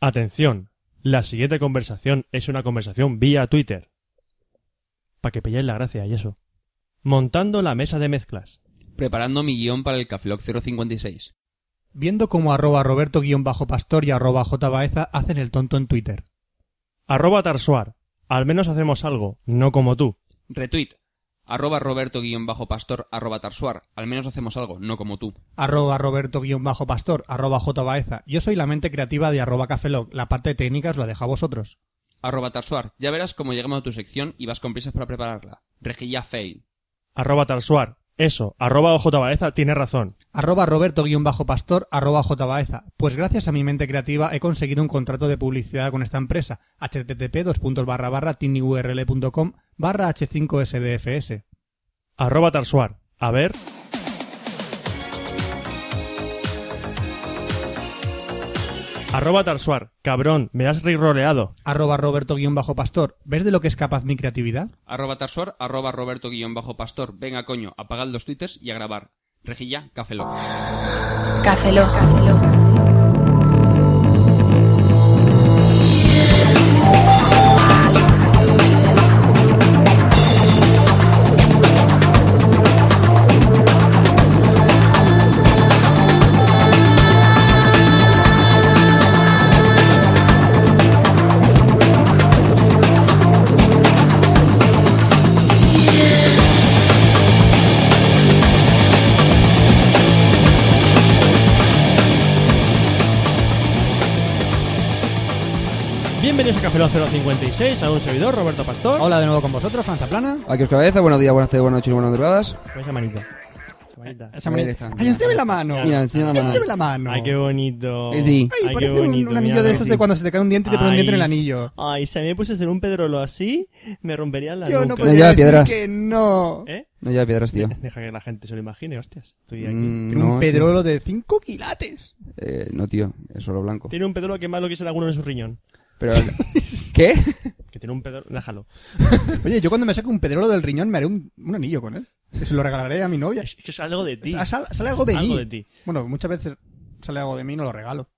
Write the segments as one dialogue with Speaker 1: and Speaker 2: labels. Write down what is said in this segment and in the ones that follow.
Speaker 1: Atención, la siguiente conversación es una conversación vía Twitter. Para que pilláis la gracia y eso. Montando la mesa de mezclas.
Speaker 2: Preparando mi guión para el Cafeloc 056.
Speaker 3: Viendo cómo arroba roberto-pastor y arroba jbaeza hacen el tonto en Twitter.
Speaker 1: Arroba Tarsuar. Al menos hacemos algo, no como tú.
Speaker 2: Retweet. Arroba roberto-pastor arroba tarsuar. Al menos hacemos algo, no como tú.
Speaker 3: Arroba roberto-pastor arroba jbaeza. Yo soy la mente creativa de arroba cafelog. La parte técnica os la dejo a vosotros.
Speaker 2: Arroba tarsuar. Ya verás cómo llegamos a tu sección y vas con prisas para prepararla. Rejilla fail.
Speaker 1: Arroba Tarsuar. Eso, arroba OJ Baeza tiene razón.
Speaker 3: Arroba roberto-pastor arroba jbaeza. Pues gracias a mi mente creativa he conseguido un contrato de publicidad con esta empresa. http dos puntos barra barra tinyurl.com barra h5sdfs.
Speaker 1: Arroba Tarsuar. A ver. Arroba Tarsuar. Cabrón, me has riroleado.
Speaker 3: Arroba roberto-pastor. ¿Ves de lo que es capaz mi creatividad?
Speaker 2: Arroba tarsuar arroba roberto-pastor. Venga, coño, apagad los tweets y a grabar. Rejilla, Cafeloc.
Speaker 4: Café Lock. Café Lock.
Speaker 1: Bienvenidos a Café Lock 056, a un servidor, Roberto Pastor.
Speaker 3: Hola de nuevo con vosotros, Franza Plana.
Speaker 5: Aquí os cabeza, buenos días, buenas tardes, buenas noches y buenas madrugadas.
Speaker 1: Con esa manita. Esa manita.
Speaker 3: Esa
Speaker 5: Ahí
Speaker 3: manera-
Speaker 5: está.
Speaker 3: ¡Ay, enséñame la mano!
Speaker 5: Mira, enseña la mano.
Speaker 3: ¡Enséñame la mano!
Speaker 1: Ay, qué bonito.
Speaker 5: Eh, sí.
Speaker 3: Ay,
Speaker 1: Ay, qué
Speaker 3: parece un-
Speaker 1: bonito,
Speaker 3: un, anillo
Speaker 1: mira.
Speaker 3: de esos de cuando se te cae un diente y te pone un diente en el
Speaker 1: Ay,
Speaker 3: anillo.
Speaker 1: Ay, si a mí me puedes hacer un pedrolo así, me rompería la
Speaker 3: Yo no
Speaker 1: nuca.
Speaker 5: puedo- lleva
Speaker 3: podría decir
Speaker 5: piedras.
Speaker 3: que no.
Speaker 1: ¿Eh?
Speaker 5: No lleva piedras, tío.
Speaker 1: Deja que la gente se lo imagine, hostias. Estoy aquí.
Speaker 5: Mm,
Speaker 3: Tiene
Speaker 5: sí.
Speaker 3: un pedrolo de 5 quilates.
Speaker 5: Eh, no, tío, es oro blanco.
Speaker 1: Tiene un pedrolo que más lo que es en alguno en su riñón.
Speaker 5: Pero, ¿Qué?
Speaker 1: Que tiene un pedrolo... Déjalo.
Speaker 3: Oye, yo cuando me saque un pedrolo del riñón me haré un, un anillo con él. Que se lo regalaré a mi novia.
Speaker 1: Es que es algo de ti.
Speaker 3: Ah, sal- sale algo de
Speaker 1: algo
Speaker 3: mí.
Speaker 1: de ti.
Speaker 3: Bueno, muchas veces sale algo de mí y no lo regalo.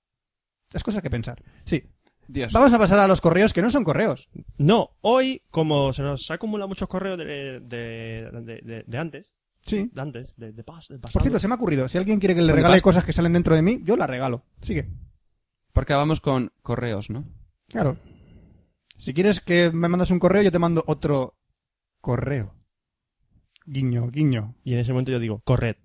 Speaker 3: Es cosa que pensar. Sí.
Speaker 2: Dios.
Speaker 3: Vamos a pasar a los correos que no son correos.
Speaker 1: No, hoy, como se nos ha acumulado muchos correos de, de, de, de- de antes,
Speaker 3: Sí.
Speaker 1: de antes, de, de pas- del pasado.
Speaker 3: Por cierto, se me ha ocurrido. Si alguien quiere que le
Speaker 2: Porque
Speaker 3: regale
Speaker 2: basta.
Speaker 3: cosas que salen dentro de mí, yo la regalo. Sigue.
Speaker 2: Porque vamos con correos, ¿no?
Speaker 3: Claro. Si quieres que me mandas un correo, yo te mando otro correo. Guiño, guiño.
Speaker 1: Y en ese momento yo digo, corred.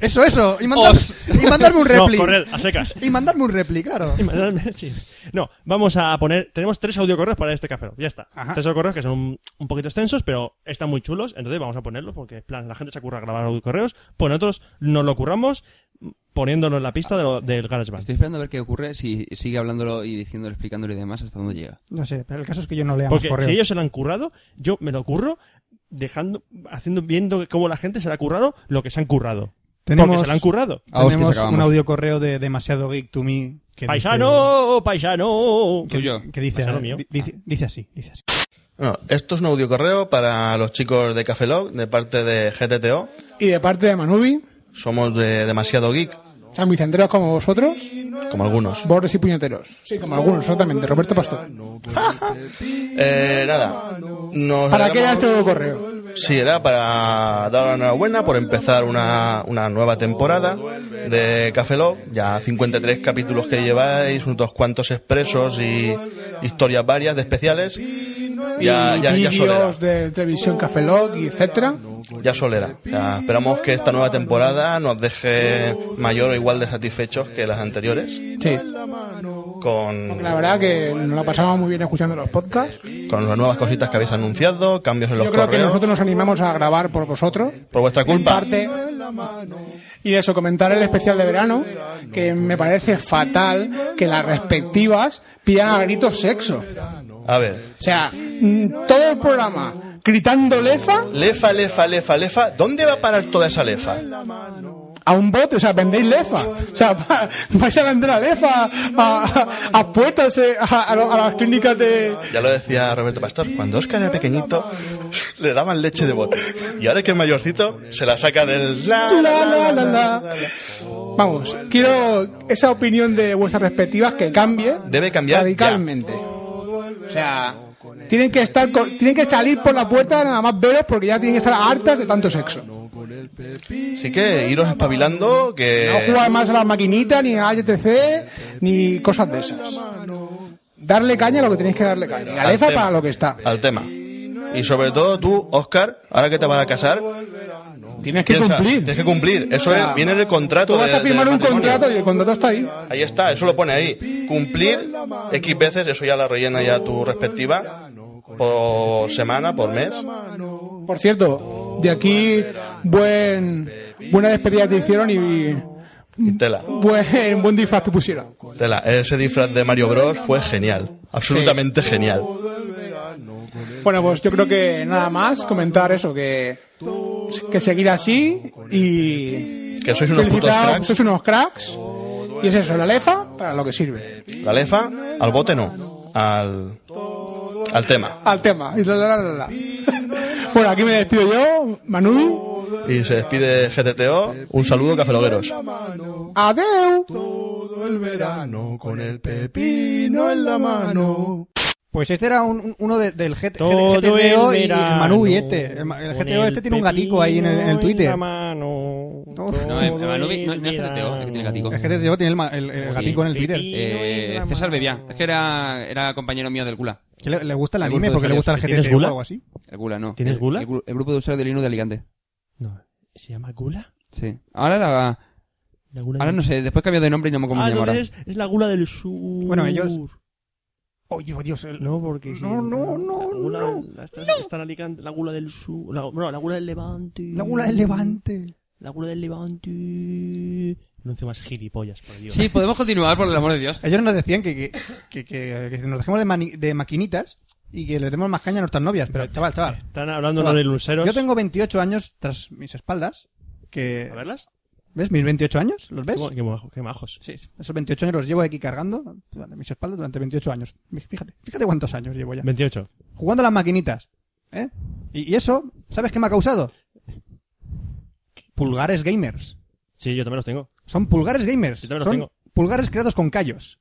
Speaker 3: Eso, eso. Y, mandar- y mandarme un repli.
Speaker 1: No, corred, a secas.
Speaker 3: y mandarme un repli, claro.
Speaker 1: Y mandarme- sí. No, vamos a poner. Tenemos tres audiocorreos para este café. Ya está.
Speaker 3: Ajá.
Speaker 1: Tres audiocorreos que son un, un poquito extensos, pero están muy chulos. Entonces vamos a ponerlos porque, en plan, la gente se curra grabar audiocorreos. Pues nosotros nos lo curramos poniéndolo en la pista de lo- del GarageBand.
Speaker 2: Estoy esperando a ver qué ocurre si sigue hablándolo y diciéndolo, explicándolo y demás hasta dónde llega.
Speaker 3: No sé, pero el caso es que yo no lea
Speaker 1: Porque
Speaker 3: más correos.
Speaker 1: si ellos se lo han currado, yo me lo curro dejando, haciendo, viendo cómo la gente se la ha currado lo que se han currado. Porque
Speaker 3: Tenemos-
Speaker 1: se la han currado.
Speaker 2: A hostias
Speaker 3: Tenemos
Speaker 2: acabamos.
Speaker 3: un audio correo de demasiado geek to me. Que
Speaker 1: Paisano, paisano.
Speaker 3: Dice,
Speaker 2: Tuyo.
Speaker 3: que, que dice,
Speaker 1: Paisano mío.
Speaker 3: di- dice, dice así, dice así.
Speaker 6: Bueno, esto es un audio correo para los chicos de Cafelog, de parte de GTTO.
Speaker 7: Y de parte de Manubi,
Speaker 6: Somos de demasiado geek,
Speaker 7: San Vicenteros como vosotros,
Speaker 6: como algunos.
Speaker 7: bordes y puñeteros. Sí, como algunos, exactamente. Roberto Pastor.
Speaker 6: Eh, nada. Nos
Speaker 7: ¿Para qué era
Speaker 6: alegramos-
Speaker 7: este correo?
Speaker 6: Sí, era para dar la enhorabuena por empezar una, una nueva temporada de Cafelog. Ya 53 capítulos que lleváis, unos cuantos expresos y historias varias de especiales. Ya, ya, ya es hora.
Speaker 7: Vídeos de televisión, Café Lock y etcétera.
Speaker 6: ya solera. Ya esperamos que esta nueva temporada nos deje mayor o igual de satisfechos que las anteriores.
Speaker 7: Sí.
Speaker 6: Con,
Speaker 7: La verdad que nos la pasamos muy bien escuchando los podcasts.
Speaker 6: con las nuevas cositas que habéis anunciado, cambios en los
Speaker 7: Yo creo que
Speaker 6: correos.
Speaker 7: nosotros nos animamos a grabar por vosotros.
Speaker 6: Por vuestra
Speaker 7: En
Speaker 6: culpa.
Speaker 7: parte. Y eso, comentar el especial de verano, que me parece fatal que las respectivas pidan a gritos sexo.
Speaker 6: A ver.
Speaker 7: O sea, mm, todo el programa gritando lefa
Speaker 6: Lefa, lefa, lefa, lefa. ¿Dónde va a parar toda esa lefa?
Speaker 7: a un bote, o sea, vendéis lefa. O sea, va- vais a vender la lefa a, a- a puertas, eh, a, a lo- a las clínicas de.
Speaker 6: Ya lo decía Roberto Pastor, cuando Oscar era pequeñito, le daban leche de bot. Y ahora que es mayorcito, se la saca del... La,
Speaker 7: La, la, la, la. Vamos, quiero esa opinión de vuestras respectivas que cambie
Speaker 6: Debe cambiar
Speaker 7: radicalmente. O sea, tienen que estar con- tienen que salir por la puerta nada más veros porque ya tienen que estar hartas de tanto sexo.
Speaker 6: Así que iros espabilando,
Speaker 7: No
Speaker 6: que...
Speaker 7: jugar más a las maquinitas, ni a HTC, ni cosas de esas. Darle caña a lo que tenéis que darle caña. Y
Speaker 6: al
Speaker 7: Galeza
Speaker 6: tema,
Speaker 7: para lo que está.
Speaker 6: Ah, Al tema. Y sobre todo tú, Oscar, ahora que te vas a casar,
Speaker 7: Tienes que
Speaker 6: piensa,
Speaker 7: cumplir.
Speaker 6: Tienes que cumplir. Eso
Speaker 7: O sea,
Speaker 6: es, viene en el contrato.
Speaker 7: Tú vas
Speaker 6: de-
Speaker 7: a firmar
Speaker 6: del
Speaker 7: un
Speaker 6: matrimonio.
Speaker 7: contrato y el contrato está ahí.
Speaker 6: Ahí está, eso lo pone ahí. Cumplir X veces, eso ya la rellena ya tu respectiva. Por semana, por mes.
Speaker 7: Por cierto, de aquí buen buena despedida te hicieron y
Speaker 6: Y tela.
Speaker 7: buen, buen disfraz te pusieron.
Speaker 6: Tela. Ese disfraz de Mario Bros fue genial. Absolutamente genial.
Speaker 7: Bueno, pues yo creo que nada más comentar eso, que, que seguir así y
Speaker 6: Que sois unos putos
Speaker 7: felicitaos,
Speaker 6: cracks.
Speaker 7: sois unos cracks. Y es eso, la lefa para lo que sirve.
Speaker 6: La lefa, al bote no. Al. Al tema.
Speaker 7: Al tema. Y la, la, la, la, la. bueno, aquí me despido yo, Manu.
Speaker 6: Y se despide GTTO. Un saludo, cafelogueros.
Speaker 7: Adeu.
Speaker 3: Pues este era un- un- uno de- del G-
Speaker 1: Todo
Speaker 3: G- GTO
Speaker 1: el
Speaker 3: y el
Speaker 1: verano,
Speaker 3: Manu y este. El, ma- el
Speaker 1: con
Speaker 3: GTO este tiene un gatico ahí en el, en el
Speaker 1: pepino
Speaker 3: Twitter.
Speaker 1: la mano,
Speaker 3: No,
Speaker 1: todo
Speaker 2: eh, Manu,
Speaker 1: el
Speaker 2: no- no es GTO, es que tiene gatico.
Speaker 3: El GTO tiene el, ma- el- el
Speaker 2: Sí.
Speaker 3: gatico en el Twitter.
Speaker 2: Eh, César Bebiá. Es que era, era compañero mío del Gula.
Speaker 3: Que le, le gusta el
Speaker 2: El
Speaker 3: anime
Speaker 2: grupo de
Speaker 3: porque le gusta el
Speaker 1: usuarios. ¿Tienes
Speaker 3: GTO o
Speaker 1: gula?
Speaker 3: algo así.
Speaker 2: El Gula, no.
Speaker 1: ¿Tienes
Speaker 2: El-
Speaker 1: Gula?
Speaker 2: El, gru- el grupo de usuarios del Inu de Alicante.
Speaker 1: No, ¿se llama Gula?
Speaker 2: Sí. Ahora la-
Speaker 1: La gula
Speaker 2: ahora
Speaker 1: del-
Speaker 2: no sé, después cambió de nombre y no me acuerdo cómo
Speaker 1: Ah,
Speaker 2: se llama ahora.
Speaker 1: entonces es la Gula del Sur.
Speaker 3: Bueno, ellos- Oh, Dios, Dios. el-
Speaker 1: No, porque... sí,
Speaker 3: No, no, no,
Speaker 1: La gula,
Speaker 3: no,
Speaker 1: la- está, está en Alicante, la Gula del Sur... La, no, la Gula del Levante.
Speaker 3: La gula del levante.
Speaker 1: La Gula del Levante... No hace más gilipollas, por Dios.
Speaker 2: Sí, podemos continuar, por el amor de Dios.
Speaker 3: Ellos nos decían que, que, que, que- que nos dejemos de, mani- de maquinitas y que le demos más caña a nuestras novias. Pero, chaval, chaval.
Speaker 1: Están hablando
Speaker 3: chaval,
Speaker 1: unos de luceros.
Speaker 3: Yo tengo 28 años tras mis espaldas. Que,
Speaker 1: ¿A verlas?
Speaker 3: ¿Ves? Mis 28 años, ¿los ves?
Speaker 1: Qué, qué majo- qué majos.
Speaker 3: Sí, esos 28 años los llevo aquí cargando durante mis espaldas durante 28 años. Fíjate, fíjate cuántos años llevo ya.
Speaker 1: 28.
Speaker 3: Jugando a las maquinitas. ¿Eh? Y, y eso, ¿sabes qué me ha causado? Pulgares gamers.
Speaker 1: Sí, yo también los tengo.
Speaker 3: Son pulgares gamers.
Speaker 1: Yo también los
Speaker 3: Son
Speaker 1: tengo.
Speaker 3: pulgares creados con callos.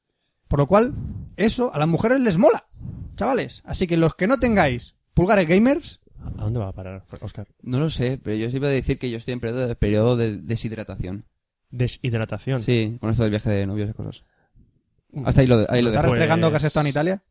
Speaker 3: Por lo cual, eso a las mujeres les mola, chavales. Así que los que no tengáis pulgares gamers,
Speaker 1: ¿A dónde va a parar, Oscar?
Speaker 2: No lo sé, pero yo os iba a decir que yo estoy en periodo de, periodo de deshidratación.
Speaker 1: Deshidratación.
Speaker 2: Sí, con esto del viaje de novios y cosas. Hasta ahí lo, de- ahí lo
Speaker 3: ¿estás
Speaker 2: dejo.
Speaker 1: Pues-
Speaker 3: restregando que has estado en Italia?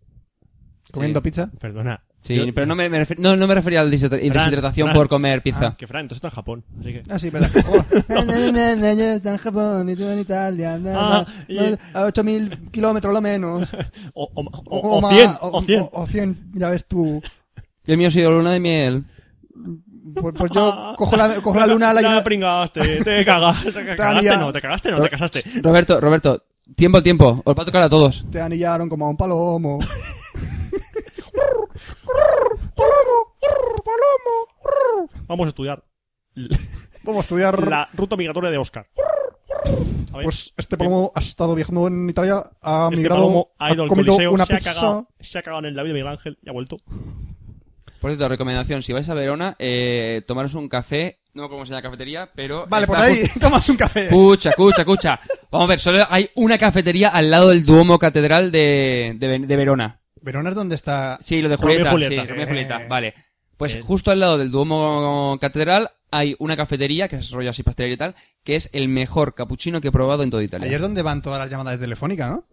Speaker 3: ¿Comiendo
Speaker 2: Sí.
Speaker 3: pizza?
Speaker 1: Perdona.
Speaker 2: Sí,
Speaker 1: Yo-
Speaker 2: pero no me, me refer- no, no me refería a la deshidra-
Speaker 1: Fran,
Speaker 2: deshidratación
Speaker 1: Fran. Ah,
Speaker 2: por comer pizza.
Speaker 1: Que Fran, entonces está en Japón. Así que...
Speaker 3: Ah, sí, verdad. Na, na, na, na, yo está en Japón, y tú en Italia. na, na,
Speaker 1: Ah, y-
Speaker 3: na, A 8.000 kilómetros lo menos.
Speaker 1: O, o,
Speaker 3: O
Speaker 1: o, o
Speaker 3: más,
Speaker 1: 100, o 100.
Speaker 3: o 100, oh, ya ves tú.
Speaker 2: Y el mío ha sido luna de miel.
Speaker 3: Pues, pues yo cojo la, cojo la luna, la
Speaker 1: Te
Speaker 3: lleno-
Speaker 1: pringaste, te cagas. Te cagaste, no, te cagaste, no, te casaste.
Speaker 2: Roberto, Roberto, tiempo al tiempo. Os va a tocar a todos.
Speaker 3: Te anillaron como a un palomo.
Speaker 1: Vamos a estudiar
Speaker 3: Vamos a estudiar.
Speaker 1: la ruta migratoria de Oscar. A ver, Eh,
Speaker 3: Pues este palomo ha estado viajando en Italia, ha
Speaker 1: este
Speaker 3: migrado,
Speaker 1: palomo ha
Speaker 3: ha,
Speaker 1: ido al
Speaker 3: comido
Speaker 1: coliseo,
Speaker 3: una
Speaker 1: se, ha
Speaker 3: pizza.
Speaker 1: cagado, se ha cagado en el David de Miguel Ángel y ha vuelto.
Speaker 2: Por cierto, recomendación, si vais a Verona, eh, tomaros un café, no me acuerdo cómo se llama la cafetería, pero...
Speaker 3: Vale,
Speaker 2: está
Speaker 3: pues ahí tomas un café.
Speaker 2: ju- Escucha, escucha, escucha. Vamos a ver, solo hay una cafetería al lado del Duomo Catedral de, de, Ve- de Verona.
Speaker 3: Verona es donde está.
Speaker 2: Sí, lo de
Speaker 1: Romeo y
Speaker 2: Julieta.
Speaker 1: Julieta.
Speaker 2: Sí, Romeo y Julieta,
Speaker 3: Eh.
Speaker 2: vale. Pues
Speaker 1: Eh.
Speaker 2: justo al lado del Duomo Catedral hay una cafetería, que es rollo así pastelería y tal, que es el mejor capuchino que he probado en toda Italia.
Speaker 3: Ahí es donde van todas las llamadas telefónicas, ¿no?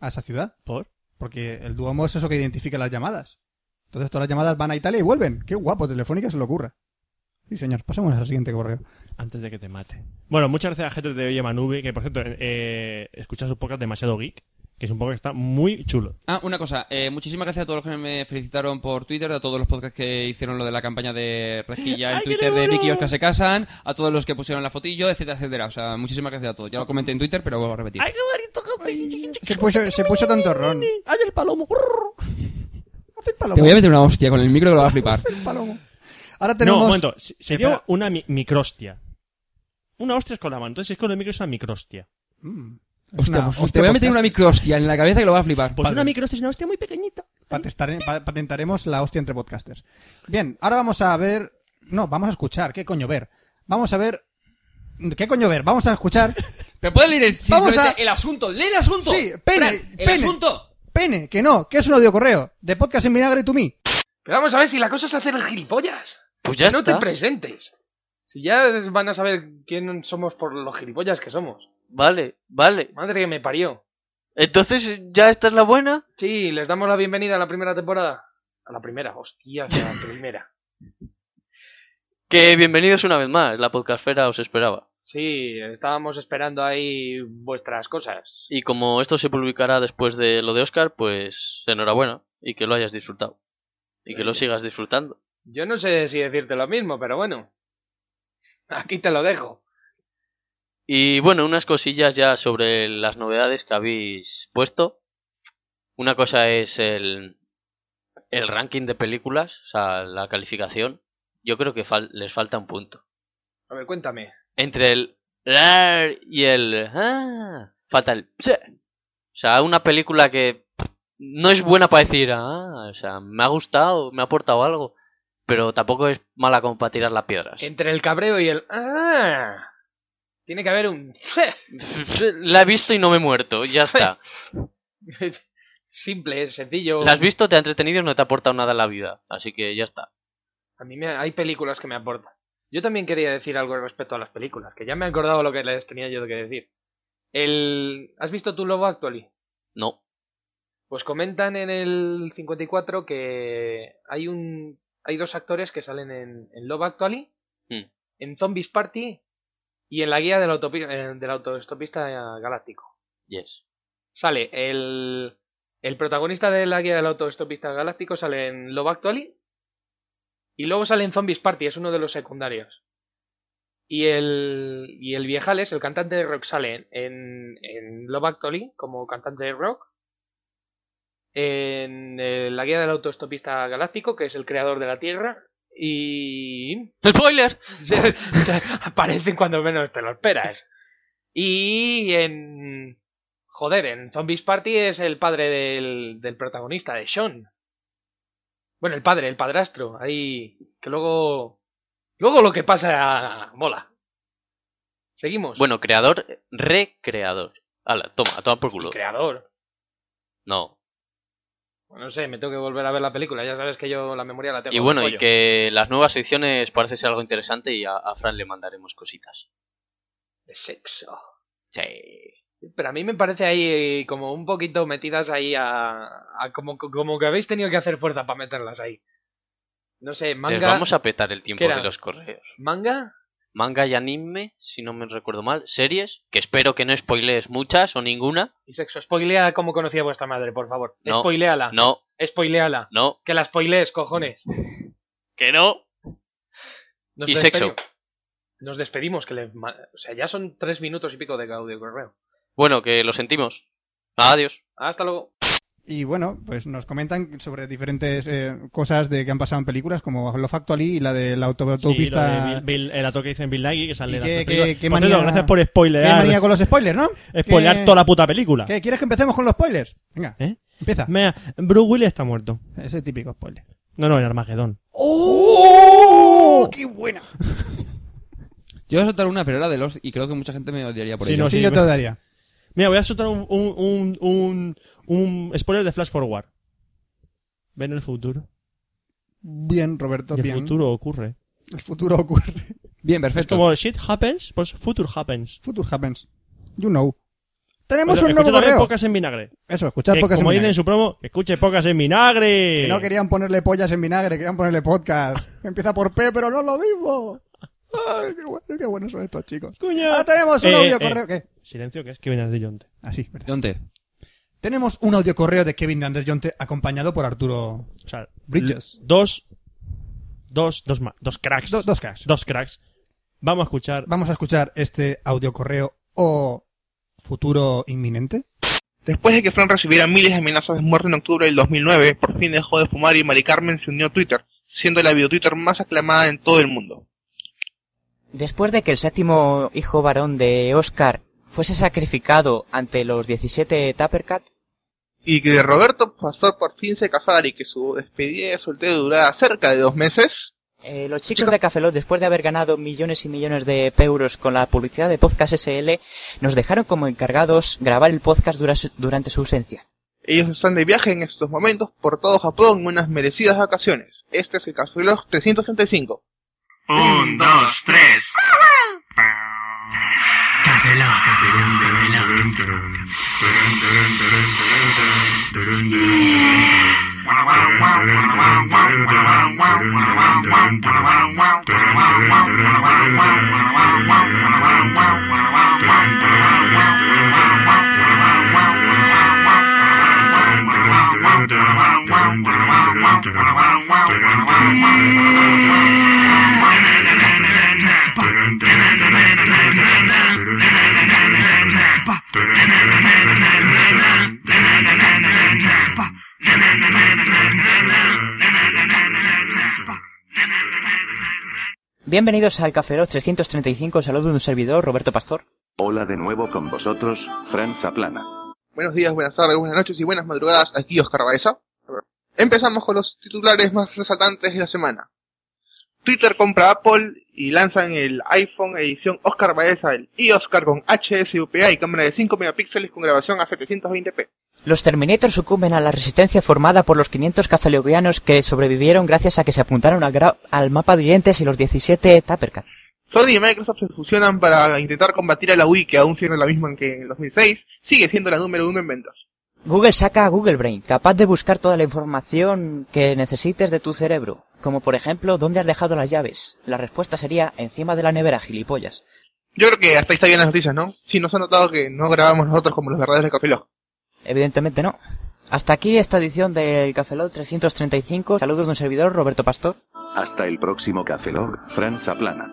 Speaker 3: A esa ciudad.
Speaker 1: ¿Por?
Speaker 3: Porque el Duomo es eso que identifica las llamadas. Entonces todas las llamadas van a Italia y vuelven. Qué guapo, telefónica se lo ocurra. Sí, señor. Pasemos al siguiente correo.
Speaker 1: Antes de que te mate. Bueno, muchas gracias a la gente de Oye Manube, que por cierto, eh, escucha su podcast Demasiado Geek, que es un podcast que está muy chulo.
Speaker 2: Ah, una cosa. eh, muchísimas gracias a todos los que me felicitaron por Twitter, a todos los podcasts que hicieron lo de la campaña de Rejilla, el
Speaker 1: ¡Ay, qué
Speaker 2: Twitter de
Speaker 1: bueno!
Speaker 2: Vicky y Oscar se casan, a todos los que pusieron la fotillo, etcétera, etcétera. O sea, muchísimas gracias a todos. Ya lo comenté en Twitter, pero vuelvo a repetir.
Speaker 3: Se puso, se puso tontorrón. ¡Ay, el palomo! ¡Hace el palomo!
Speaker 2: Te voy a meter una hostia con el micro que lo vas a flipar.
Speaker 3: el palomo! Ahora tenemos.
Speaker 1: No, un momento. Se, se
Speaker 3: Espera.
Speaker 1: dio una mi- microstia. Una hostia es con la mano, entonces si es con el micro es una microstia.
Speaker 3: Mm. Es
Speaker 2: Hostia,
Speaker 3: una-
Speaker 2: pues te voy a meter
Speaker 3: podcast.
Speaker 2: una microhostia en la cabeza que lo vas a flipar.
Speaker 1: Pues una microstia es una hostia muy pequeñita.
Speaker 3: Patestare- pa- patentaremos la hostia entre podcasters. Bien, ahora vamos a ver. No, vamos a escuchar. ¿Qué coño ver? Vamos a ver. ¿Qué coño ver? Vamos a escuchar.
Speaker 8: Pero puedes leer el,
Speaker 3: Vamos
Speaker 8: simplemente
Speaker 3: a-
Speaker 8: el asunto. ¡Lee el asunto!
Speaker 3: Sí, pene,
Speaker 8: Fran, ¡El
Speaker 3: pene.
Speaker 8: asunto!
Speaker 3: Pene, que no, que es un audio correo de podcast en vinagre to me.
Speaker 9: Pero vamos a ver si la cosa es hacer el gilipollas.
Speaker 10: Pues ya
Speaker 9: no
Speaker 10: está.
Speaker 9: te presentes. Si ya es- van a saber quién somos por los gilipollas que somos.
Speaker 10: Vale, vale.
Speaker 9: Madre que me parió.
Speaker 10: Entonces, ¿ya esta es la buena?
Speaker 9: Sí, les damos la bienvenida a la primera temporada. A la primera, hostia, a la primera.
Speaker 10: Que bienvenidos una vez más. La podcastfera os esperaba.
Speaker 9: Sí, estábamos esperando ahí vuestras cosas.
Speaker 10: Y como esto se publicará después de lo de Oscar, pues enhorabuena. Y que lo hayas disfrutado. Y que lo sigas disfrutando.
Speaker 9: Yo no sé si decirte lo mismo, pero bueno. Aquí te lo dejo.
Speaker 10: Y bueno, unas cosillas ya sobre las novedades que habéis puesto. Una cosa es el, el ranking de películas, o sea, la calificación. Yo creo que fal- les falta un punto.
Speaker 9: A ver, cuéntame.
Speaker 10: Entre el rar y el ah, fatal. O sea, una película que pff, no es buena para decir, ah, o sea, me ha gustado, me ha aportado algo, pero tampoco es mala como para tirar las piedras.
Speaker 9: Entre el cabreo y el... ¡Ah! Tiene que haber un...
Speaker 10: La he visto y no me he muerto, ya está.
Speaker 9: Simple, sencillo.
Speaker 10: La has visto, te ha entretenido y no te ha aportado nada en la vida, así que ya está.
Speaker 9: A mí me- hay películas que me aportan. Yo también quería decir algo respecto a las películas, que ya me he acordado lo que les tenía yo que decir. El... ¿Has visto tu Lobo Actually?
Speaker 10: No.
Speaker 9: Pues comentan en el 54 que hay un hay dos actores que salen en, en Love Actually,
Speaker 10: Mm.
Speaker 9: en Zombies Party y en la guía del, autopi- eh, del autoestopista galáctico.
Speaker 10: Yes.
Speaker 9: Sale el, el protagonista de la guía del autoestopista galáctico sale en Love Actually. Y luego sale en Zombies Party, es uno de los secundarios. Y el, y el Viejales, el cantante de rock, sale en, en Love Actually como cantante de rock. En eh, la guía del autoestopista galáctico, que es el creador de la Tierra. Y
Speaker 10: ¡Spoiler!
Speaker 9: se- se aparecen cuando menos te lo esperas. Y en. Joder, en Zombies Party es el padre del, del protagonista, de Sean. Bueno, el padre, el padrastro. Ahí. Que luego. Luego lo que pasa. Mola. Seguimos.
Speaker 10: Bueno, creador, recreador. Ala, toma, toma por culo.
Speaker 9: creador.
Speaker 10: No.
Speaker 9: No sé, me tengo que volver a ver la película. Ya sabes que yo la memoria la tengo.
Speaker 10: Y
Speaker 9: en
Speaker 10: bueno,
Speaker 9: el
Speaker 10: y
Speaker 9: pollo.
Speaker 10: que las nuevas secciones parece ser algo interesante y a, a Fran le mandaremos cositas.
Speaker 9: De sexo.
Speaker 10: Sí.
Speaker 9: Pero a mí me parece ahí eh, como un poquito metidas ahí a, a como, como que habéis tenido que hacer fuerza para meterlas ahí. No sé,
Speaker 10: Les
Speaker 9: manga,
Speaker 10: vamos a petar el tiempo
Speaker 9: ¿Qué era?
Speaker 10: de los correos.
Speaker 9: manga,
Speaker 10: Manga y anime, si no me recuerdo mal. Series, que espero que no spoilees muchas o ninguna.
Speaker 9: y sexo. Spoilea como conocía vuestra madre, por favor.
Speaker 10: No,
Speaker 9: Spoileala.
Speaker 10: No,
Speaker 9: Spoileala.
Speaker 10: no,
Speaker 9: Que la spoilees, cojones.
Speaker 10: que no.
Speaker 9: Nos
Speaker 10: Y sexo.
Speaker 9: despedimos. Nos despedimos, que le ma- o sea, ya son tres minutos y pico de audio correo.
Speaker 10: Bueno, que lo sentimos. Adiós.
Speaker 9: Hasta luego.
Speaker 3: Y bueno, pues nos comentan sobre diferentes eh, cosas de que han pasado en películas, como Lo Factually y la de la auto-
Speaker 1: Sí, lo
Speaker 3: autopista.
Speaker 1: de Bill- Bill- el ataque que dice en Bill Nighy que sale
Speaker 3: ¿Y
Speaker 1: la
Speaker 3: qué-
Speaker 1: película.
Speaker 3: qué- qué
Speaker 1: Por cierto,
Speaker 3: manía-
Speaker 1: gracias por
Speaker 3: Qué manía
Speaker 1: spoilear,
Speaker 3: con los spoilers, ¿no?
Speaker 1: spoilear
Speaker 3: ¿Qué-
Speaker 1: toda la puta película.
Speaker 3: ¿Qué? ¿Quieres que empecemos con los spoilers? Venga,
Speaker 1: ¿Eh?
Speaker 3: empieza.
Speaker 1: Mira, Bruce Willis está muerto.
Speaker 3: Ese típico spoiler.
Speaker 1: No, no, en Armagedón.
Speaker 3: ¡Oh! ¡Qué buena!
Speaker 8: Yo voy a soltar una, pero era de los... Y creo que mucha gente me odiaría por
Speaker 1: Sí,
Speaker 8: ello.
Speaker 1: no,
Speaker 3: Sí, yo te lo daría.
Speaker 1: Mira, voy a soltar un, un, un, un, un spoiler de Flash Forward. Ven el futuro.
Speaker 3: Bien, Roberto,
Speaker 1: Y el
Speaker 3: bien.
Speaker 1: futuro ocurre.
Speaker 3: El futuro ocurre.
Speaker 8: Bien,
Speaker 1: Es
Speaker 8: perfecto.
Speaker 1: como shit happens, pues future happens.
Speaker 3: Future happens. You know. Tenemos
Speaker 1: Pero
Speaker 3: un
Speaker 1: escucha
Speaker 3: nuevo
Speaker 1: también
Speaker 3: correo.
Speaker 1: pocas en vinagre.
Speaker 3: Eso, escuchad
Speaker 1: Que,
Speaker 3: pocas
Speaker 1: como
Speaker 3: en
Speaker 1: dicen en
Speaker 3: vinagre.
Speaker 1: su promo, escuche pocas en vinagre.
Speaker 3: Que no querían ponerle pollas en vinagre, querían ponerle podcast. Empieza por P, pero no es lo mismo. Ay, qué bueno, qué buenos son estos chicos.
Speaker 1: Coño.
Speaker 3: Ahora tenemos un
Speaker 1: Eh,
Speaker 3: audio
Speaker 1: eh,
Speaker 3: correo.
Speaker 1: eh.
Speaker 3: ¿Qué?
Speaker 1: Silencio, que es que vienes de Yonte.
Speaker 3: Así, ¿verdad?
Speaker 8: Yonte.
Speaker 3: Tenemos un audio correo de Kevin de Anders Jonte acompañado por Arturo.
Speaker 1: O sea,
Speaker 3: Bridges.
Speaker 1: l- Dos, dos, dos, ma- dos cracks.
Speaker 3: Do- dos cracks.
Speaker 1: Dos cracks. Vamos a escuchar.
Speaker 3: Vamos a escuchar este audio correo o futuro inminente.
Speaker 9: Después de que Fran recibiera miles de amenazas de muerte en octubre del 2009, por fin dejó de fumar y Mari Carmen se unió a Twitter, siendo la bio Twitter más aclamada en todo el mundo.
Speaker 10: Después de que el séptimo hijo varón de Oscar fuese sacrificado ante los 17 Tappercat,
Speaker 11: y que Roberto Pastor por fin se casara y que su despedida de soltero durara cerca de dos meses.
Speaker 12: Eh, los chicos de Cafelot, después de haber ganado millones y millones de euros con la publicidad de Podcast SL, nos dejaron como encargados grabar el podcast dura- durante su ausencia.
Speaker 11: Ellos están de viaje en estos momentos por todo Japón en unas merecidas vacaciones. Este es el Cafelog 335.
Speaker 13: Un, dos, tres.
Speaker 12: Bienvenidos al Cafelot 335, saludo de un servidor, Roberto Pastor.
Speaker 14: Hola de nuevo con vosotros, Franza Plana.
Speaker 11: Buenos días, buenas tardes, buenas noches y buenas madrugadas. Aquí Oscar Baeza. Empezamos con los titulares más resaltantes de la semana. Twitter compra Apple y lanzan el iPhone edición Oscar Baeza, el iOscar con HSUPA y cámara de 5 megapíxeles con grabación a 720p.
Speaker 12: Los Terminators sucumben a la resistencia formada por los 500 cafelovianos que sobrevivieron gracias a que se apuntaron al, gra- al mapa de oyentes y los 17 Tuppercat.
Speaker 11: Sony y Microsoft se fusionan para intentar combatir a la Wii, que aún siendo la misma que en el 2006, sigue siendo la número uno en ventas.
Speaker 12: Google saca a Google Brain, capaz de buscar toda la información que necesites de tu cerebro, como por ejemplo dónde has dejado las llaves. La respuesta sería encima de la nevera, gilipollas.
Speaker 11: Yo creo que hasta ahí está bien las noticias, ¿no? Sí, nos ha notado que no grabamos nosotros como los verdaderos de Café Lock.
Speaker 12: Evidentemente no. Hasta aquí esta edición del Cafelot 335. Saludos de un servidor, Roberto Pastor.
Speaker 14: Hasta el próximo Cafelog, Franza Plana.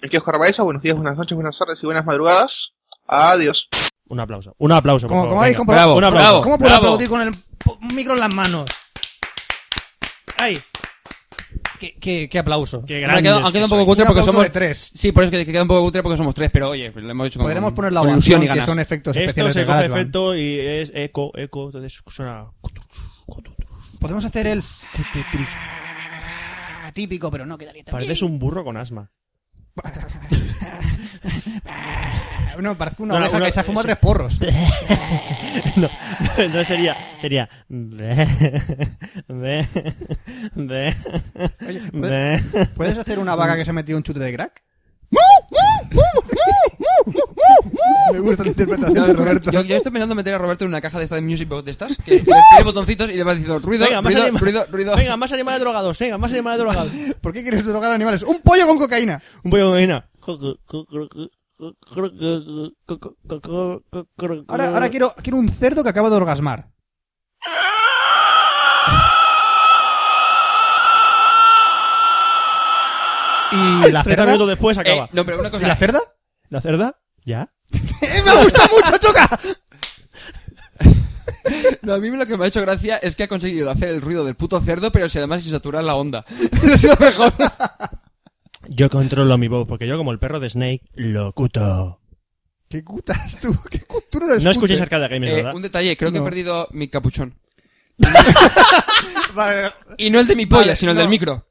Speaker 11: El que Oscar Baeza, buenos días, buenas noches, buenas tardes y buenas madrugadas. Adiós.
Speaker 1: Un aplauso. Un aplauso, por
Speaker 11: Como-
Speaker 1: favor.
Speaker 11: como habéis
Speaker 1: venga.
Speaker 11: comprobado-
Speaker 1: Un aplauso.
Speaker 11: bravo,
Speaker 3: ¿Cómo puedo aplaudir con el po- micro en las manos? ¡Ay! qué, qué- qué aplauso!
Speaker 1: ¡Qué
Speaker 2: Ha quedado, ha quedado un poco
Speaker 3: eh.
Speaker 1: ¿eh?
Speaker 2: cutre porque somos
Speaker 3: tres.
Speaker 2: Sí, por eso que queda un poco cutre porque somos tres, pero oye, lo hemos hecho con,
Speaker 3: Podremos poner la
Speaker 2: con ilusión y
Speaker 3: ovación, que
Speaker 2: ganas.
Speaker 3: son efectos
Speaker 1: Esto
Speaker 3: especiales
Speaker 1: se
Speaker 3: de
Speaker 1: coge
Speaker 3: GarageBand.
Speaker 1: efecto y es eco, eco, entonces suena...
Speaker 3: Podemos hacer el... Típico, pero no quedaría tan
Speaker 1: Pareces un burro con asma.
Speaker 3: bien. No, parece una
Speaker 1: No, no,
Speaker 3: oveja
Speaker 1: una-
Speaker 3: que se ha fumado tres porros.
Speaker 1: no, entonces sería...
Speaker 2: Eh.
Speaker 1: sería... Ve, ve, ve, ve.
Speaker 3: ¿Puedes- ¿Puedes hacer una vaca que se ha metido un chute de crack? Me gusta la interpretación de Roberto.
Speaker 2: Yo, yo estoy pensando en meter a Roberto en una caja de estas de Music Box de estas, que le pone botoncitos y le va diciendo ruido,
Speaker 1: Venga, más
Speaker 2: ruido,
Speaker 1: anima-
Speaker 2: ruido, ruido.
Speaker 1: Venga, más animales drogados, venga, más animales drogados.
Speaker 3: ¿Por qué quieres drogar a animales? ¡Un pollo con cocaína!
Speaker 1: Un pollo con cocaína.
Speaker 3: Ahora, ahora quiero, quiero un cerdo que acaba de orgasmar. Y
Speaker 1: 30
Speaker 3: la cerda.
Speaker 1: minutos después acaba.
Speaker 2: Eh, no, pero una cosa-
Speaker 3: ¿Y la cerda?
Speaker 1: ¿La cerda? ¿Ya?
Speaker 2: ¡Me gusta mucho, choca! No, a mí lo que me ha hecho gracia es que ha conseguido hacer el ruido del puto cerdo, pero si además se satura la onda. Es lo mejor.
Speaker 1: Yo controlo mi voz, porque yo como el perro de Snake, lo cuto.
Speaker 3: ¿Qué cutas tú? ¿Qué cultura eres?
Speaker 1: No escuches Arcade Gaming,
Speaker 2: Eh,
Speaker 1: ¿verdad?
Speaker 2: un detalle, creo que he
Speaker 1: No.
Speaker 2: perdido mi capuchón. y no el de mi polla, sino el del micro.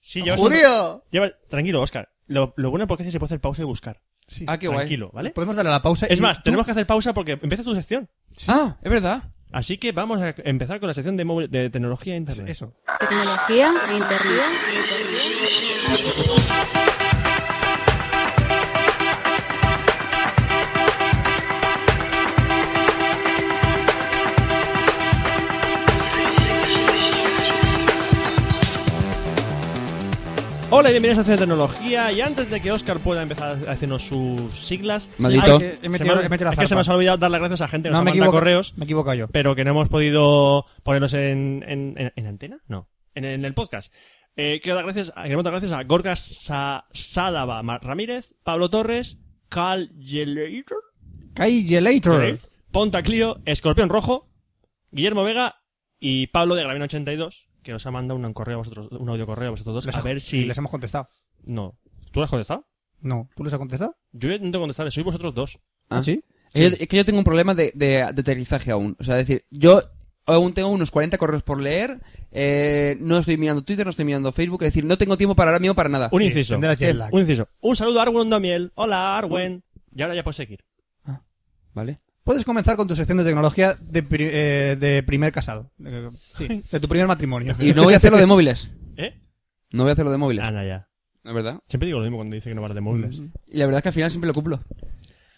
Speaker 1: Sí, llevas
Speaker 2: ¡Judío!
Speaker 1: un- lleva- Tranquilo, Oscar. Lo, lo bueno porque es que se puede hacer pausa y buscar.
Speaker 2: Ah, qué guay.
Speaker 1: Tranquilo, ¿vale?
Speaker 3: Podemos darle a la pausa.
Speaker 1: Es
Speaker 3: y
Speaker 1: más,
Speaker 3: tú-
Speaker 1: tenemos que hacer pausa porque empieza tu sección.
Speaker 2: Ah, es verdad.
Speaker 1: Así que vamos a empezar con la sección de, móvil- de tecnología e internet.
Speaker 3: Eso.
Speaker 4: Tecnología, e internet.
Speaker 1: Hola y bienvenidos a Sección de Tecnología. Y antes de que Oscar pueda empezar haciendo sus siglas,
Speaker 2: Maldito.
Speaker 1: hay que-
Speaker 2: He
Speaker 1: se
Speaker 2: metido-
Speaker 1: me-
Speaker 2: he metido la
Speaker 1: es que se
Speaker 2: zarpa.
Speaker 1: nos ha olvidado dar las gracias a gente que
Speaker 3: No,
Speaker 1: nos
Speaker 3: me
Speaker 1: manda
Speaker 3: equivoco-
Speaker 1: correos.
Speaker 3: Me equivoco yo.
Speaker 1: pero que no hemos podido ponerlos en, en, en- en antena, no, en, en el podcast. Eh, quiero dar gracias, a- queremos dar gracias a Gorka Sa- Sadaba Ma- Ramírez, Pablo Torres, Cal Yelator,
Speaker 3: Caillelator.
Speaker 1: Ponta Clio, Escorpión Rojo, Guillermo Vega y Pablo de Gravina82, que os ha mandado un correo a vosotros, un audio correo a vosotros dos,
Speaker 3: Les
Speaker 1: a
Speaker 3: ha-
Speaker 1: ver si...
Speaker 3: Les hemos contestado.
Speaker 1: No. ¿Tú lo has contestado?
Speaker 3: No. ¿Tú les has contestado?
Speaker 1: Yo no te he contestado, sois vosotros dos.
Speaker 3: ¿Ah, sí?
Speaker 8: Sí.
Speaker 2: Es que yo tengo un problema de, de, de aterrizaje aún. O sea, es decir, yo aún tengo unos 40 correos por leer, eh, no estoy mirando Twitter, no estoy mirando Facebook, es decir, no tengo tiempo para ahora mismo para nada.
Speaker 1: Un inciso.
Speaker 2: Eh,
Speaker 1: Un inciso. Un saludo a Arwen Damiel. Hola, Arwen. Y ahora ya puedes seguir.
Speaker 2: ¿Vale?
Speaker 3: Puedes comenzar con tu sección de tecnología de, pri- eh, de primer casado. Eh, Sí, de tu primer matrimonio.
Speaker 2: Y no voy a hacer lo de móviles.
Speaker 1: ¿Eh?
Speaker 2: No voy a hacer lo de móviles.
Speaker 1: Ana, ya.
Speaker 2: ¿Es verdad? Mm-hmm.
Speaker 1: Siempre digo lo mismo cuando dice que no va de móviles.
Speaker 2: Y la verdad es que al final siempre lo cumplo.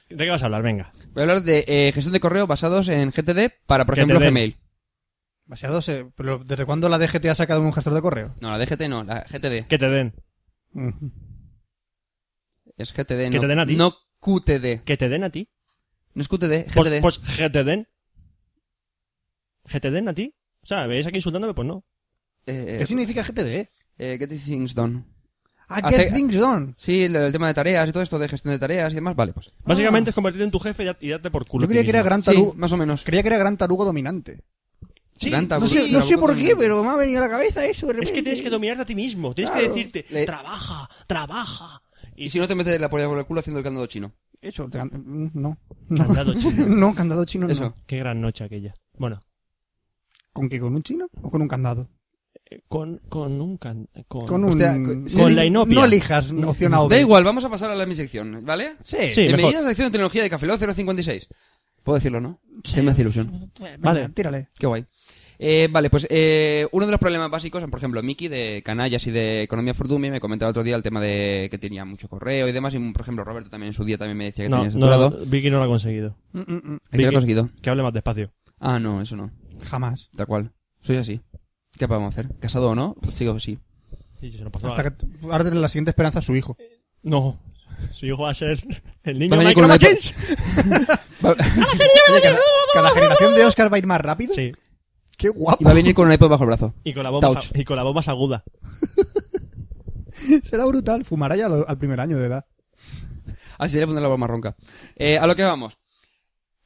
Speaker 1: ¿De qué vas a hablar? Venga.
Speaker 2: Voy a hablar de eh, gestión de correo basados en GTD para, por ejemplo,
Speaker 1: GTD.
Speaker 2: Gmail.
Speaker 3: Demasiado sé, pero ¿desde cuándo la DGT ha sacado un gestor de correo?
Speaker 2: No, la DGT no, la GTD.
Speaker 1: Que te den.
Speaker 2: Es GTD,
Speaker 1: Que
Speaker 2: no,
Speaker 1: te den a ti.
Speaker 2: no QTD.
Speaker 1: Que te den a ti.
Speaker 2: No es QTD, GTD.
Speaker 1: Pues, pues que te den. Que te den a ti. O sea, ¿veis aquí insultándome? Pues no.
Speaker 2: Eh,
Speaker 3: ¿Qué significa GTD?
Speaker 2: eh, Get Things Done.
Speaker 3: Ah,
Speaker 2: Hace-
Speaker 3: Get Things Done. Ah,
Speaker 2: Sí, el, el tema de tareas y todo esto de gestión de tareas y demás, vale, pues.
Speaker 1: Básicamente es convertirte en tu jefe y da- y darte por culo.
Speaker 3: Yo creía
Speaker 1: a ti
Speaker 3: que era
Speaker 1: mismo.
Speaker 3: Gran Tarugo.
Speaker 2: más o menos.
Speaker 3: Creía que era Gran Tarugo dominante.
Speaker 1: Sí,
Speaker 2: Gran
Speaker 3: No
Speaker 2: Tarugo-
Speaker 3: sé, no
Speaker 2: Tarugo
Speaker 3: sé por qué,
Speaker 2: dominante.
Speaker 3: pero me ha venido a la cabeza eso. de
Speaker 1: Es que
Speaker 3: repente.
Speaker 1: tienes que dominarte a ti mismo. Tienes que
Speaker 3: Claro.
Speaker 1: decirte,
Speaker 2: Le-
Speaker 1: trabaja, trabaja.
Speaker 2: Y si no te metes la polla por el culo haciendo el candado chino.
Speaker 3: Eso, te- mm, no. no.
Speaker 1: Candado chino.
Speaker 3: No, candado chino
Speaker 2: Eso.
Speaker 3: no.
Speaker 1: Qué gran noche aquella. Bueno,
Speaker 3: ¿Con qué? ¿Con un chino o con un candado?
Speaker 1: eh, con, con un can- con,
Speaker 3: Con un...
Speaker 2: Hostia,
Speaker 3: Mm, no
Speaker 2: sí,
Speaker 1: con la
Speaker 3: elij-
Speaker 1: inopia.
Speaker 3: No elijas opción A o B.
Speaker 2: Da igual, vamos a pasar a la mi sección, ¿vale?
Speaker 3: Sí.
Speaker 1: Sí,
Speaker 2: Bienvenidos
Speaker 1: mejor.
Speaker 2: a la sección de tecnología de Cafeló 056. Puedo decirlo, ¿no? Que me hace ilusión.
Speaker 3: Eh, Venga,
Speaker 1: Vale.
Speaker 3: tírale.
Speaker 2: Qué guay. Eh, vale, pues eh, uno de los problemas básicos, por ejemplo, Miki de Canallas y de Economía Fordumi me comentaba otro día el tema de que tenía mucho correo y demás. Y, por ejemplo, Roberto también en su día también me decía que
Speaker 1: No,
Speaker 2: tenía
Speaker 1: no,
Speaker 2: saturado.
Speaker 1: Vicky no lo ha conseguido.
Speaker 3: Mm, mm, mm.
Speaker 2: ¿Qué lo he
Speaker 1: Vicky.
Speaker 2: conseguido?
Speaker 1: Que hable más despacio.
Speaker 2: Ah, no, eso no.
Speaker 3: Jamás.
Speaker 2: Tal cual. Soy así. ¿Qué podemos hacer? ¿Casado o no? Pues digo, sí.
Speaker 1: Sí, se lo pasó
Speaker 3: Hasta
Speaker 1: a-
Speaker 3: que ahora tienes la siguiente esperanza su hijo.
Speaker 1: No, su hijo va a ser el
Speaker 2: Va
Speaker 1: niño
Speaker 2: a venir
Speaker 1: Michael
Speaker 2: con una-
Speaker 1: Machins.
Speaker 3: Oye, cada, cada generación de Oscar va a ir más rápido.
Speaker 1: Sí,
Speaker 3: Qué guapo.
Speaker 2: Y va a venir con un iPod bajo el brazo.
Speaker 1: y con, la bomba,
Speaker 2: Touch.
Speaker 1: y con la bomba aguda.
Speaker 3: Será brutal. Fumará ya al, al primer año de edad.
Speaker 2: Así le pondré la broma ronca. Eh, a lo que vamos.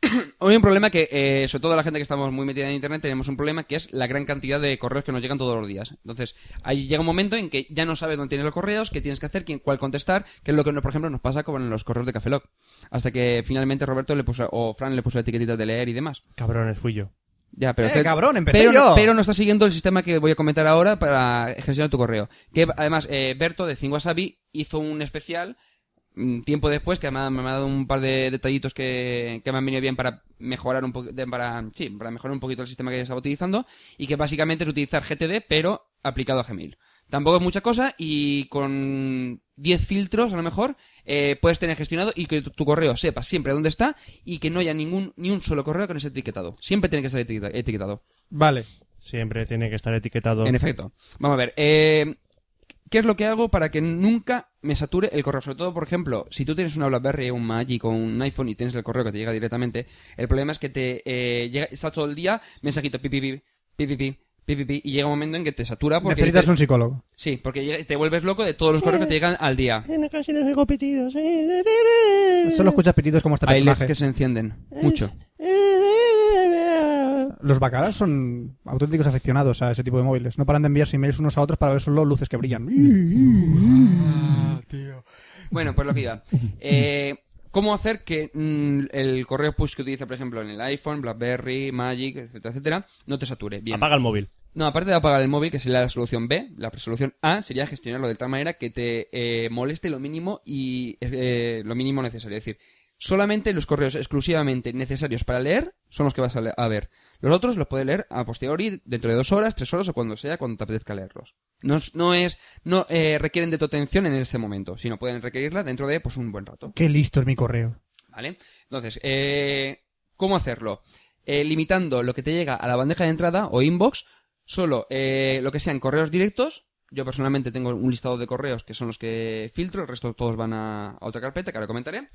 Speaker 2: Hoy hay un problema que, eh, sobre todo la gente que estamos muy metida en internet, tenemos un problema que es la gran cantidad de correos que nos llegan todos los días. Entonces, ahí llega un momento en que ya no sabes dónde tienes los correos, qué tienes que hacer, quién, cuál contestar, que es lo que, por ejemplo, nos pasa con los correos de Cafeloc. Hasta que finalmente Roberto le puso, o Fran le puso la etiquetita de leer y demás.
Speaker 1: Cabrones, fui yo.
Speaker 2: Ya, pero
Speaker 3: ¡Eh,
Speaker 2: usted-
Speaker 3: cabrón, empecé
Speaker 2: pero,
Speaker 3: yo!
Speaker 2: pero no está siguiendo el sistema que voy a comentar ahora para gestionar tu correo. Que además, eh, Berto de Cinguasabi hizo un especial mm, tiempo después que me ha, me ha dado un par de detallitos que, que me han venido bien para mejorar un poquito para sí, para mejorar un poquito el sistema que yo estaba utilizando y que básicamente es utilizar GTD pero aplicado a Gmail. Tampoco es mucha cosa y con 10 filtros a lo mejor eh, puedes tener gestionado y que tu, tu correo sepa siempre dónde está y que no haya ningún ni un solo correo que no esté etiquetado. Siempre tiene que estar etiqueta- etiquetado.
Speaker 3: Vale.
Speaker 1: Siempre tiene que estar etiquetado.
Speaker 2: En efecto. Vamos a ver. eh, ¿Qué es lo que hago para que nunca me sature el correo? Sobre todo, por ejemplo, si tú tienes una BlackBerry, un Magic o un iPhone y tienes el correo que te llega directamente, el problema es que te eh, llega, estás todo el día mensajito pi pi pi pi pi pi, pi, pi, pi, y llega un momento en que te satura porque
Speaker 3: Necesitas
Speaker 2: dices-
Speaker 3: un psicólogo.
Speaker 2: sí, porque llega- te vuelves loco de todos los correos que te llegan al día.
Speaker 1: Casi no oigo
Speaker 3: eh,
Speaker 1: pitidos. Eh.
Speaker 3: Solo escuchas pitidos como este
Speaker 2: Hay LEDs
Speaker 3: personaje.
Speaker 2: que se encienden mucho.
Speaker 3: Los bacalas son auténticos aficionados a ese tipo de móviles. No paran de enviarse emails unos a otros para ver solo luces que brillan.
Speaker 2: Bueno, pues lo que iba. Eh, ¿Cómo hacer que mm, el correo push que utiliza, por ejemplo, en el iPhone, BlackBerry, Magic, etcétera, etcétera, no te sature? Bien.
Speaker 1: Apaga el móvil.
Speaker 2: No, aparte de apagar el móvil, que sería la solución B, la solución A sería gestionarlo de tal manera que te eh, moleste lo mínimo y eh, lo mínimo necesario. Es decir, solamente los correos exclusivamente necesarios para leer son los que vas a, le- a ver. Los otros los puedes leer a posteriori, dentro de dos horas, tres horas o cuando sea, cuando te apetezca leerlos. No, es- no es, no eh, requieren de tu atención en ese momento, sino pueden requerirla dentro de pues un buen rato.
Speaker 3: Qué listo es mi correo.
Speaker 2: ¿Vale? Entonces, eh, ¿cómo hacerlo? Eh, limitando lo que te llega a la bandeja de entrada o inbox, solo eh, lo que sean correos directos. Yo personalmente tengo un listado de correos que son los que filtro, el resto todos van a, a otra carpeta que ahora comentaré.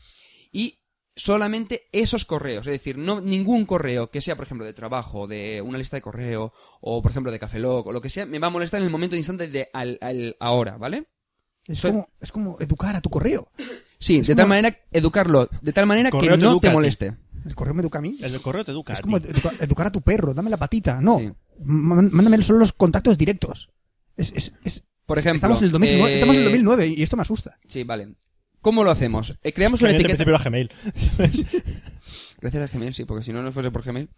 Speaker 2: Y solamente esos correos, es decir, no ningún correo que sea, por ejemplo, de trabajo, de una lista de correo, o por ejemplo de Café Lock, o lo que sea, me va a molestar en el momento instante de al, al ahora, ¿vale?
Speaker 3: Es
Speaker 2: Soy-
Speaker 3: como, es como educar a tu correo.
Speaker 2: Sí, de
Speaker 3: como-
Speaker 2: tal manera, educarlo, de tal manera que
Speaker 1: Correo te
Speaker 2: no
Speaker 1: educa
Speaker 2: te
Speaker 1: a ti.
Speaker 2: moleste.
Speaker 3: El correo me educa a mí.
Speaker 1: El del correo te educa.
Speaker 3: Es
Speaker 1: a
Speaker 3: como
Speaker 1: ti.
Speaker 3: educa- educar a tu perro. Dame la patita. No.
Speaker 2: Sí.
Speaker 3: Man- Mándame solo los contactos directos. Es, es- es-
Speaker 2: Por ejemplo,
Speaker 3: estamos, en el 2009,
Speaker 2: eh,
Speaker 3: estamos en el 2009 y esto me asusta.
Speaker 2: Sí, vale. ¿Cómo lo hacemos? Eh, creamos
Speaker 1: Cambiar
Speaker 2: una
Speaker 1: de
Speaker 2: etiqueta.
Speaker 1: principio a Gmail.
Speaker 2: Gracias a Gmail, sí, porque si no, no fuese por Gmail.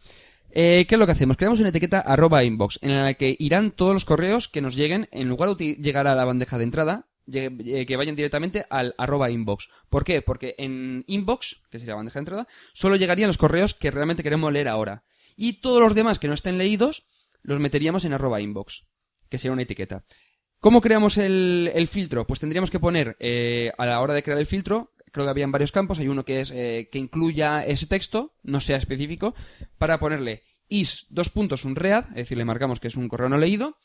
Speaker 2: Eh, ¿Qué es lo que hacemos? Creamos una etiqueta arroba inbox en la que irán todos los correos que nos lleguen, en lugar de uti- llegar a la bandeja de entrada, llegue- eh, que vayan directamente al arroba inbox. ¿Por qué? Porque en inbox, que sería la bandeja de entrada, solo llegarían los correos que realmente queremos leer ahora. Y todos los demás que no estén leídos, los meteríamos en arroba inbox, que sería una etiqueta. ¿Cómo creamos el, el filtro? Pues tendríamos que poner, eh, a la hora de crear el filtro, creo que había en varios campos, hay uno que es eh, que incluya ese texto, no sea específico, para ponerle is dos puntos un read, es decir, le marcamos que es un correo no leído,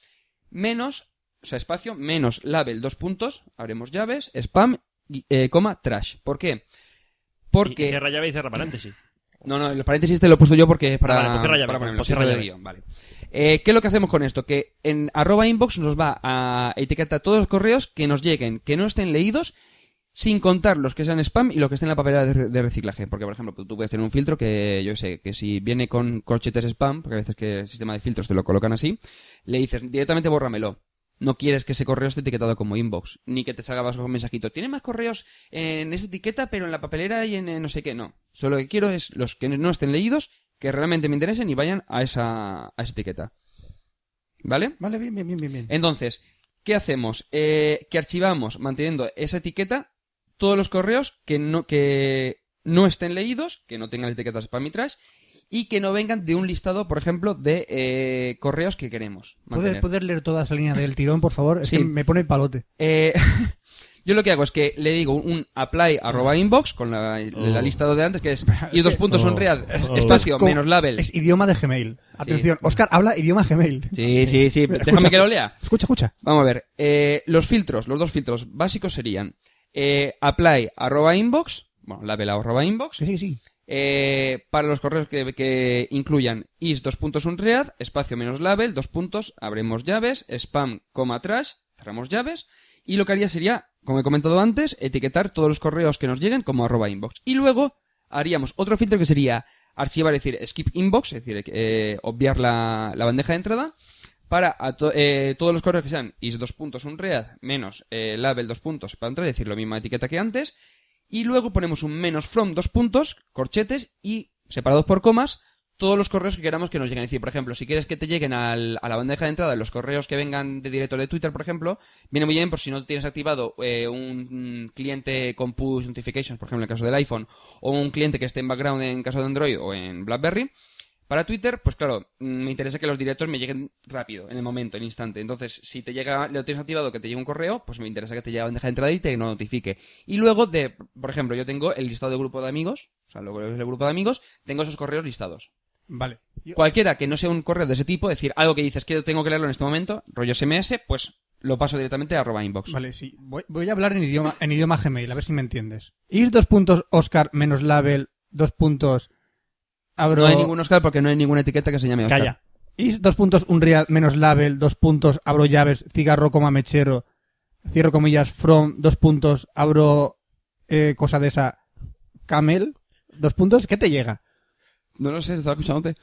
Speaker 2: menos, o sea, espacio, menos label dos puntos, abrimos llaves, spam, y, eh, coma, trash. ¿Por qué?
Speaker 1: Y
Speaker 2: Porque...
Speaker 1: cierra llave y cierra paréntesis.
Speaker 2: No, no, los paréntesis te lo he puesto yo porque es para,
Speaker 1: Ah, vale, pues cierra llave,
Speaker 2: para ponerlo,
Speaker 1: pues cierra
Speaker 2: cierre de
Speaker 1: llave.
Speaker 2: guión, vale. Eh, ¿Qué es lo que hacemos con esto? Que en arroba inbox nos va a etiquetar todos los correos que nos lleguen, que no estén leídos, sin contar los que sean spam y los que estén en la papelera de, de reciclaje. Porque, por ejemplo, tú puedes tener un filtro que, yo sé, que si viene con corchetes spam, porque a veces que el sistema de filtros te lo colocan así, le dices directamente bórramelo. No quieres que ese correo esté etiquetado como inbox, ni que te salga abajo un mensajito. Tiene más correos en esa etiqueta, pero en la papelera y en eh, no sé qué. No. Solo lo que quiero es los que no estén leídos, que realmente me interesen y vayan a esa, a esa etiqueta. ¿Vale?
Speaker 3: Vale, bien, bien, bien, bien. bien.
Speaker 2: Entonces, ¿qué hacemos? Eh, que archivamos, manteniendo esa etiqueta, todos los correos que no, que no estén leídos, que no tengan etiquetas spam y trash, y que no vengan de un listado, por ejemplo, de eh, correos que queremos.
Speaker 3: ¿Puedes,
Speaker 2: mantener.
Speaker 3: ¿Puedes leer toda esa línea del tirón, por favor? Es
Speaker 2: Sí.
Speaker 3: que me pone el palote.
Speaker 2: Eh, yo lo que hago es que le digo un apply arroba inbox con la, la lista de antes, que es y dos puntos
Speaker 3: Oh.
Speaker 2: son real,
Speaker 3: Es-
Speaker 2: espacio,
Speaker 3: como-
Speaker 2: menos label.
Speaker 3: Es idioma de Gmail. Atención, Oscar habla idioma Gmail.
Speaker 2: Sí, sí, sí.
Speaker 3: Mira,
Speaker 2: Déjame
Speaker 3: escucha.
Speaker 2: que lo lea.
Speaker 3: Escucha, escucha.
Speaker 2: Vamos a ver. eh, los filtros, los dos filtros básicos serían eh, apply arroba inbox, bueno, label arroba inbox.
Speaker 3: Sí, sí, sí.
Speaker 2: Eh, para los correos que, que incluyan is dos puntos un read, espacio menos label, dos puntos, abrimos llaves, spam, coma trash, cerramos llaves, y lo que haría sería, como he comentado antes, etiquetar todos los correos que nos lleguen como arroba inbox. Y luego haríamos otro filtro que sería archivar, es decir, skip inbox, es decir, eh, obviar la, la bandeja de entrada, para a to- eh, todos los correos que sean is dos puntos un read menos eh, label dos puntos spam trash, es decir, la misma etiqueta que antes, y luego ponemos un menos from, dos puntos, corchetes y separados por comas, todos los correos que queramos que nos lleguen. Es decir, por ejemplo, si quieres que te lleguen al- a la bandeja de entrada los correos que vengan de directo de Twitter, por ejemplo, viene muy bien por si no tienes activado eh, un mm, cliente con push notifications, por ejemplo, en el caso del iPhone, o un cliente que esté en background en caso de Android o en BlackBerry. Para Twitter, pues claro, mm, me interesa que los directos me lleguen rápido, en el momento, en el instante. Entonces, si te llega, lo tienes activado que te llegue un correo, pues me interesa que te llegue a bandeja de entrada y te notifique. Y luego de, por ejemplo, yo tengo el listado de grupo de amigos, o sea, luego el grupo de amigos, tengo esos correos listados.
Speaker 3: Vale.
Speaker 2: Cualquiera que no sea un correo de ese tipo, es decir, algo que dices que tengo que leerlo en este momento, rollo SMS, pues lo paso directamente a arroba inbox.
Speaker 3: Vale, sí. Voy, voy a hablar en idioma, en idioma Gmail, a ver si me entiendes. Is dos puntos Oscar menos label, dos puntos. Abro.
Speaker 2: No hay ningún Oscar porque no hay ninguna etiqueta que se llame Oscar.
Speaker 1: Calla.
Speaker 3: Is dos puntos Unreal menos label, dos puntos abro llaves, cigarro, coma, mechero, cierro comillas, from, dos puntos, abro eh, cosa de esa, camel, dos puntos, ¿qué te llega?
Speaker 2: No lo sé, estaba escuchándote.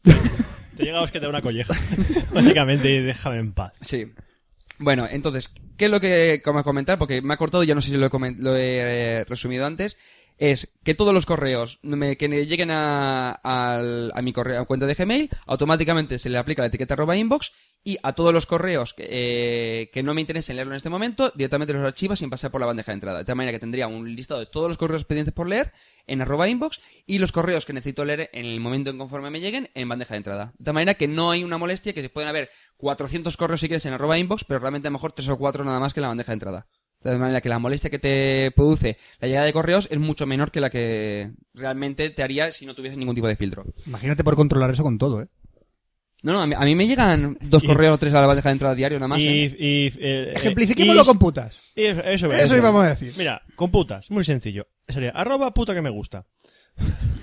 Speaker 1: Te llega que te da una colleja. Básicamente, y déjame en paz.
Speaker 2: Sí. Bueno, entonces, ¿qué es lo que como comentar? Porque me ha cortado, ya no sé si lo he, comen- lo he, eh, resumido antes. Es que todos los correos me- que me lleguen a, al- a mi correo, a cuenta de Gmail, automáticamente se le aplica la etiqueta arroba inbox y a todos los correos que, eh, que no me interesen leerlo en este momento, directamente los archivas sin pasar por la bandeja de entrada. De tal manera que tendría un listado de todos los correos pendientes por leer en arroba inbox y los correos que necesito leer en el momento en conforme me lleguen en bandeja de entrada. De tal manera que no hay una molestia que se pueden haber 400 correos si quieres en arroba inbox, pero realmente a lo mejor 3 o 4 nada más que en la bandeja de entrada. De tal manera que la molestia que te produce la llegada de correos es mucho menor que la que realmente te haría si no tuviese ningún tipo de filtro.
Speaker 3: Imagínate por controlar eso con todo, ¿eh?
Speaker 2: No, no, a mí, a mí me llegan dos
Speaker 1: Y-
Speaker 2: correos o tres a la bandeja de entrada diario nada más.
Speaker 1: Y,
Speaker 2: ¿eh?
Speaker 1: y, eh,
Speaker 3: Ejemplifiquémoslo
Speaker 1: y-
Speaker 3: con putas. Eh,
Speaker 1: y eso, eso,
Speaker 3: Eso íbamos a decir.
Speaker 1: Mira, con putas, muy sencillo. Sería arroba puta que me gusta.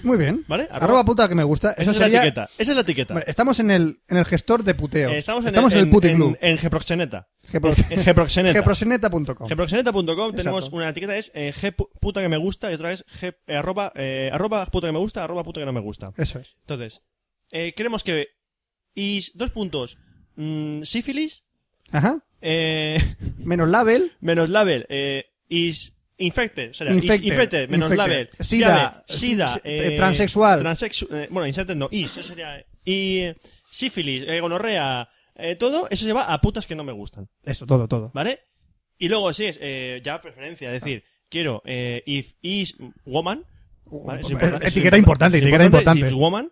Speaker 3: Muy bien.
Speaker 1: ¿Vale?
Speaker 3: Arroba, puta que me gusta.
Speaker 1: Esa
Speaker 3: Eso
Speaker 1: es
Speaker 3: sería...
Speaker 1: la etiqueta. Esa es la etiqueta.
Speaker 3: Bueno, estamos en el, en el gestor de puteos.
Speaker 1: Eh, estamos en,
Speaker 3: en el puticlub.
Speaker 1: En, en Gproxeneta.
Speaker 3: Gepro-
Speaker 1: En Gproxeneta.
Speaker 3: Geproxeneta.com.
Speaker 1: Gproxeneta.com tenemos
Speaker 3: Exacto.
Speaker 1: una etiqueta es eh, g pu- puta que me gusta y otra es g, eh, arroba, eh, arroba puta que me gusta, arroba puta que no me gusta.
Speaker 3: Eso es.
Speaker 1: Entonces, eh, queremos que is dos puntos mm, sífilis
Speaker 3: Ajá.
Speaker 1: eh,
Speaker 3: Menos label.
Speaker 1: menos label eh, is Infected, será.
Speaker 3: Infected,
Speaker 1: Infected, menos
Speaker 3: infected.
Speaker 1: label.
Speaker 3: Sida,
Speaker 1: llave,
Speaker 3: s-
Speaker 1: sida,
Speaker 3: s-
Speaker 1: eh,
Speaker 3: transexual.
Speaker 1: transexu- eh, bueno, insected no, is, eso sería. Y eh, sífilis, eh, gonorrea, eh, todo, eso se va a putas que no me gustan.
Speaker 3: Eso, todo, todo.
Speaker 1: ¿Vale? Y luego sí es eh, ya preferencia, es decir, quiero eh, if is woman. ¿vale? Eso es
Speaker 3: Eh, etiqueta importante,
Speaker 1: Es
Speaker 3: etiqueta importante.
Speaker 1: If is woman.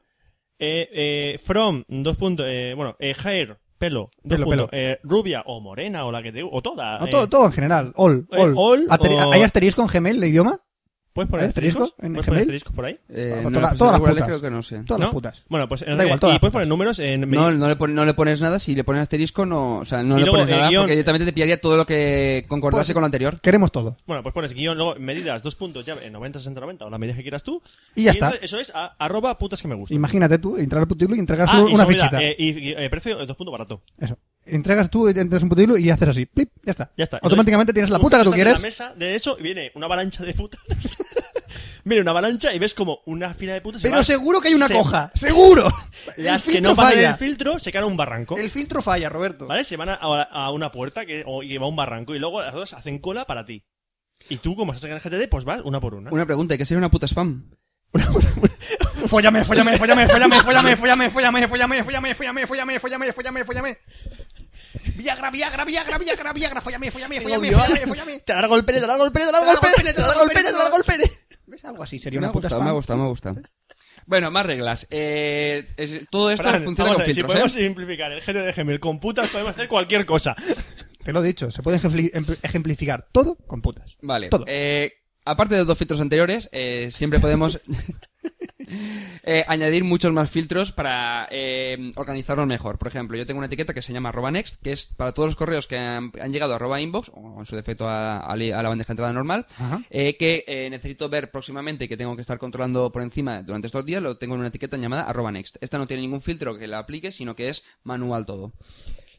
Speaker 1: Eh, eh, from, dos puntos, eh, bueno, eh, hair, pelo, dos
Speaker 3: Pelo,
Speaker 1: puntos, eh, rubia o morena o la que te o toda.
Speaker 3: No,
Speaker 1: eh,
Speaker 3: todo, todo en general. All,
Speaker 1: eh,
Speaker 3: all.
Speaker 1: all
Speaker 3: Ateri-
Speaker 1: o-
Speaker 3: ¿Hay asterisco en Gmail, el idioma?
Speaker 1: ¿Puedes poner
Speaker 3: ¿Hay asterisco
Speaker 1: asteriscos?
Speaker 3: en
Speaker 1: ¿Puedes poner
Speaker 3: Gmail?
Speaker 1: asteriscos por ahí?
Speaker 3: Ah,
Speaker 2: Eh,
Speaker 3: toda-
Speaker 2: no,
Speaker 3: todas,
Speaker 2: pues,
Speaker 3: las
Speaker 2: igual
Speaker 3: putas.
Speaker 2: creo que no sé.
Speaker 3: Todas las
Speaker 1: ¿No?
Speaker 3: putas.
Speaker 1: Bueno, pues,
Speaker 3: Da igual, todas
Speaker 1: y puedes
Speaker 3: las putas.
Speaker 1: poner números en
Speaker 2: No, no le, pon- no le pones nada. Si le pones asterisco, no, o sea, no
Speaker 1: Y
Speaker 2: le
Speaker 1: luego,
Speaker 2: pones
Speaker 1: eh,
Speaker 2: nada
Speaker 1: guión-
Speaker 2: porque directamente te pillaría todo lo que concordase
Speaker 3: Pues-
Speaker 2: con lo anterior.
Speaker 3: Queremos todo.
Speaker 1: Bueno, pues pones guión, luego medidas, dos puntos, ya, eh, 90, 60, 90, o la medida que quieras tú.
Speaker 3: Y ya está.
Speaker 1: entonces Eso es a- arroba putas que me gustan.
Speaker 3: Imagínate tú, entrar al puticlub y entregas
Speaker 1: Ah, y se
Speaker 3: una
Speaker 1: me olvida,
Speaker 3: fichita.
Speaker 1: eh, y, y, eh, precio, eh, dos puntos barato.
Speaker 3: Eso. Entregas tú, entras en puticlub y haces así. Plip, ya está.
Speaker 1: Ya está.
Speaker 3: Automáticamente
Speaker 1: Entonces,
Speaker 3: tienes la puta que tú
Speaker 1: estás en
Speaker 3: quieres.
Speaker 1: la mesa, de hecho, y viene una avalancha de putas. Viene una avalancha y ves como una fila de putas. se
Speaker 3: Pero
Speaker 1: va-
Speaker 3: seguro que hay una
Speaker 1: se-
Speaker 3: coja. ¡Seguro!
Speaker 1: Las
Speaker 3: el
Speaker 1: que
Speaker 3: filtro
Speaker 1: no pasan el
Speaker 3: falla.
Speaker 1: filtro se caen a un barranco.
Speaker 3: El filtro falla, Roberto.
Speaker 1: ¿Vale? Se van a, a- a una puerta que, o, y va a un barranco. Y luego las dos hacen cola para ti. Y tú, como estás en el GTD, pues vas una por una.
Speaker 2: Una pregunta, ¿y qué sería una puta spam?
Speaker 3: Fóllame, fóllame, fóllame, fóllame, fóllame, fóllame, fóllame, fóllame, fóllame, fóllame, fóllame, fóllame, fóllame, fóllame. Viagra, Viagra, Viagra, Viagra, Viagra, fóllame, fóllame, fóllame, fóllame, fóllame.
Speaker 1: Te largo el pene, te largo el pene, te largo el pene, te largo el pene, te largo el pene.
Speaker 3: ¿Ves? Algo así, sería
Speaker 2: Me ha
Speaker 3: una puta
Speaker 2: gustado, me ha
Speaker 3: spam.
Speaker 2: gustado, me ha gustado. Bueno, más reglas. Eh, es- todo esto
Speaker 1: Fran,
Speaker 2: funciona
Speaker 1: vamos
Speaker 2: con
Speaker 1: a ver, si
Speaker 2: filtros,
Speaker 1: podemos
Speaker 2: ¿eh?
Speaker 1: simplificar el GTD de Gmail con putas, podemos hacer cualquier cosa.
Speaker 3: Te lo he dicho, se puede ejempli- em- ejemplificar todo con putas.
Speaker 2: Vale.
Speaker 3: Todo.
Speaker 2: eh, aparte de los dos filtros anteriores, eh, siempre podemos eh, añadir muchos más filtros para eh, organizarnos mejor. Por ejemplo, yo tengo una etiqueta que se llama arroba next, que es para todos los correos que han, han llegado a arroba inbox, o en su defecto a, a li- a la bandeja de entrada normal,
Speaker 3: Ajá.
Speaker 2: eh, que eh, necesito ver próximamente y que tengo que estar controlando por encima durante estos días, lo tengo en una etiqueta llamada arroba next. Esta no tiene ningún filtro que la aplique, sino que es manual todo.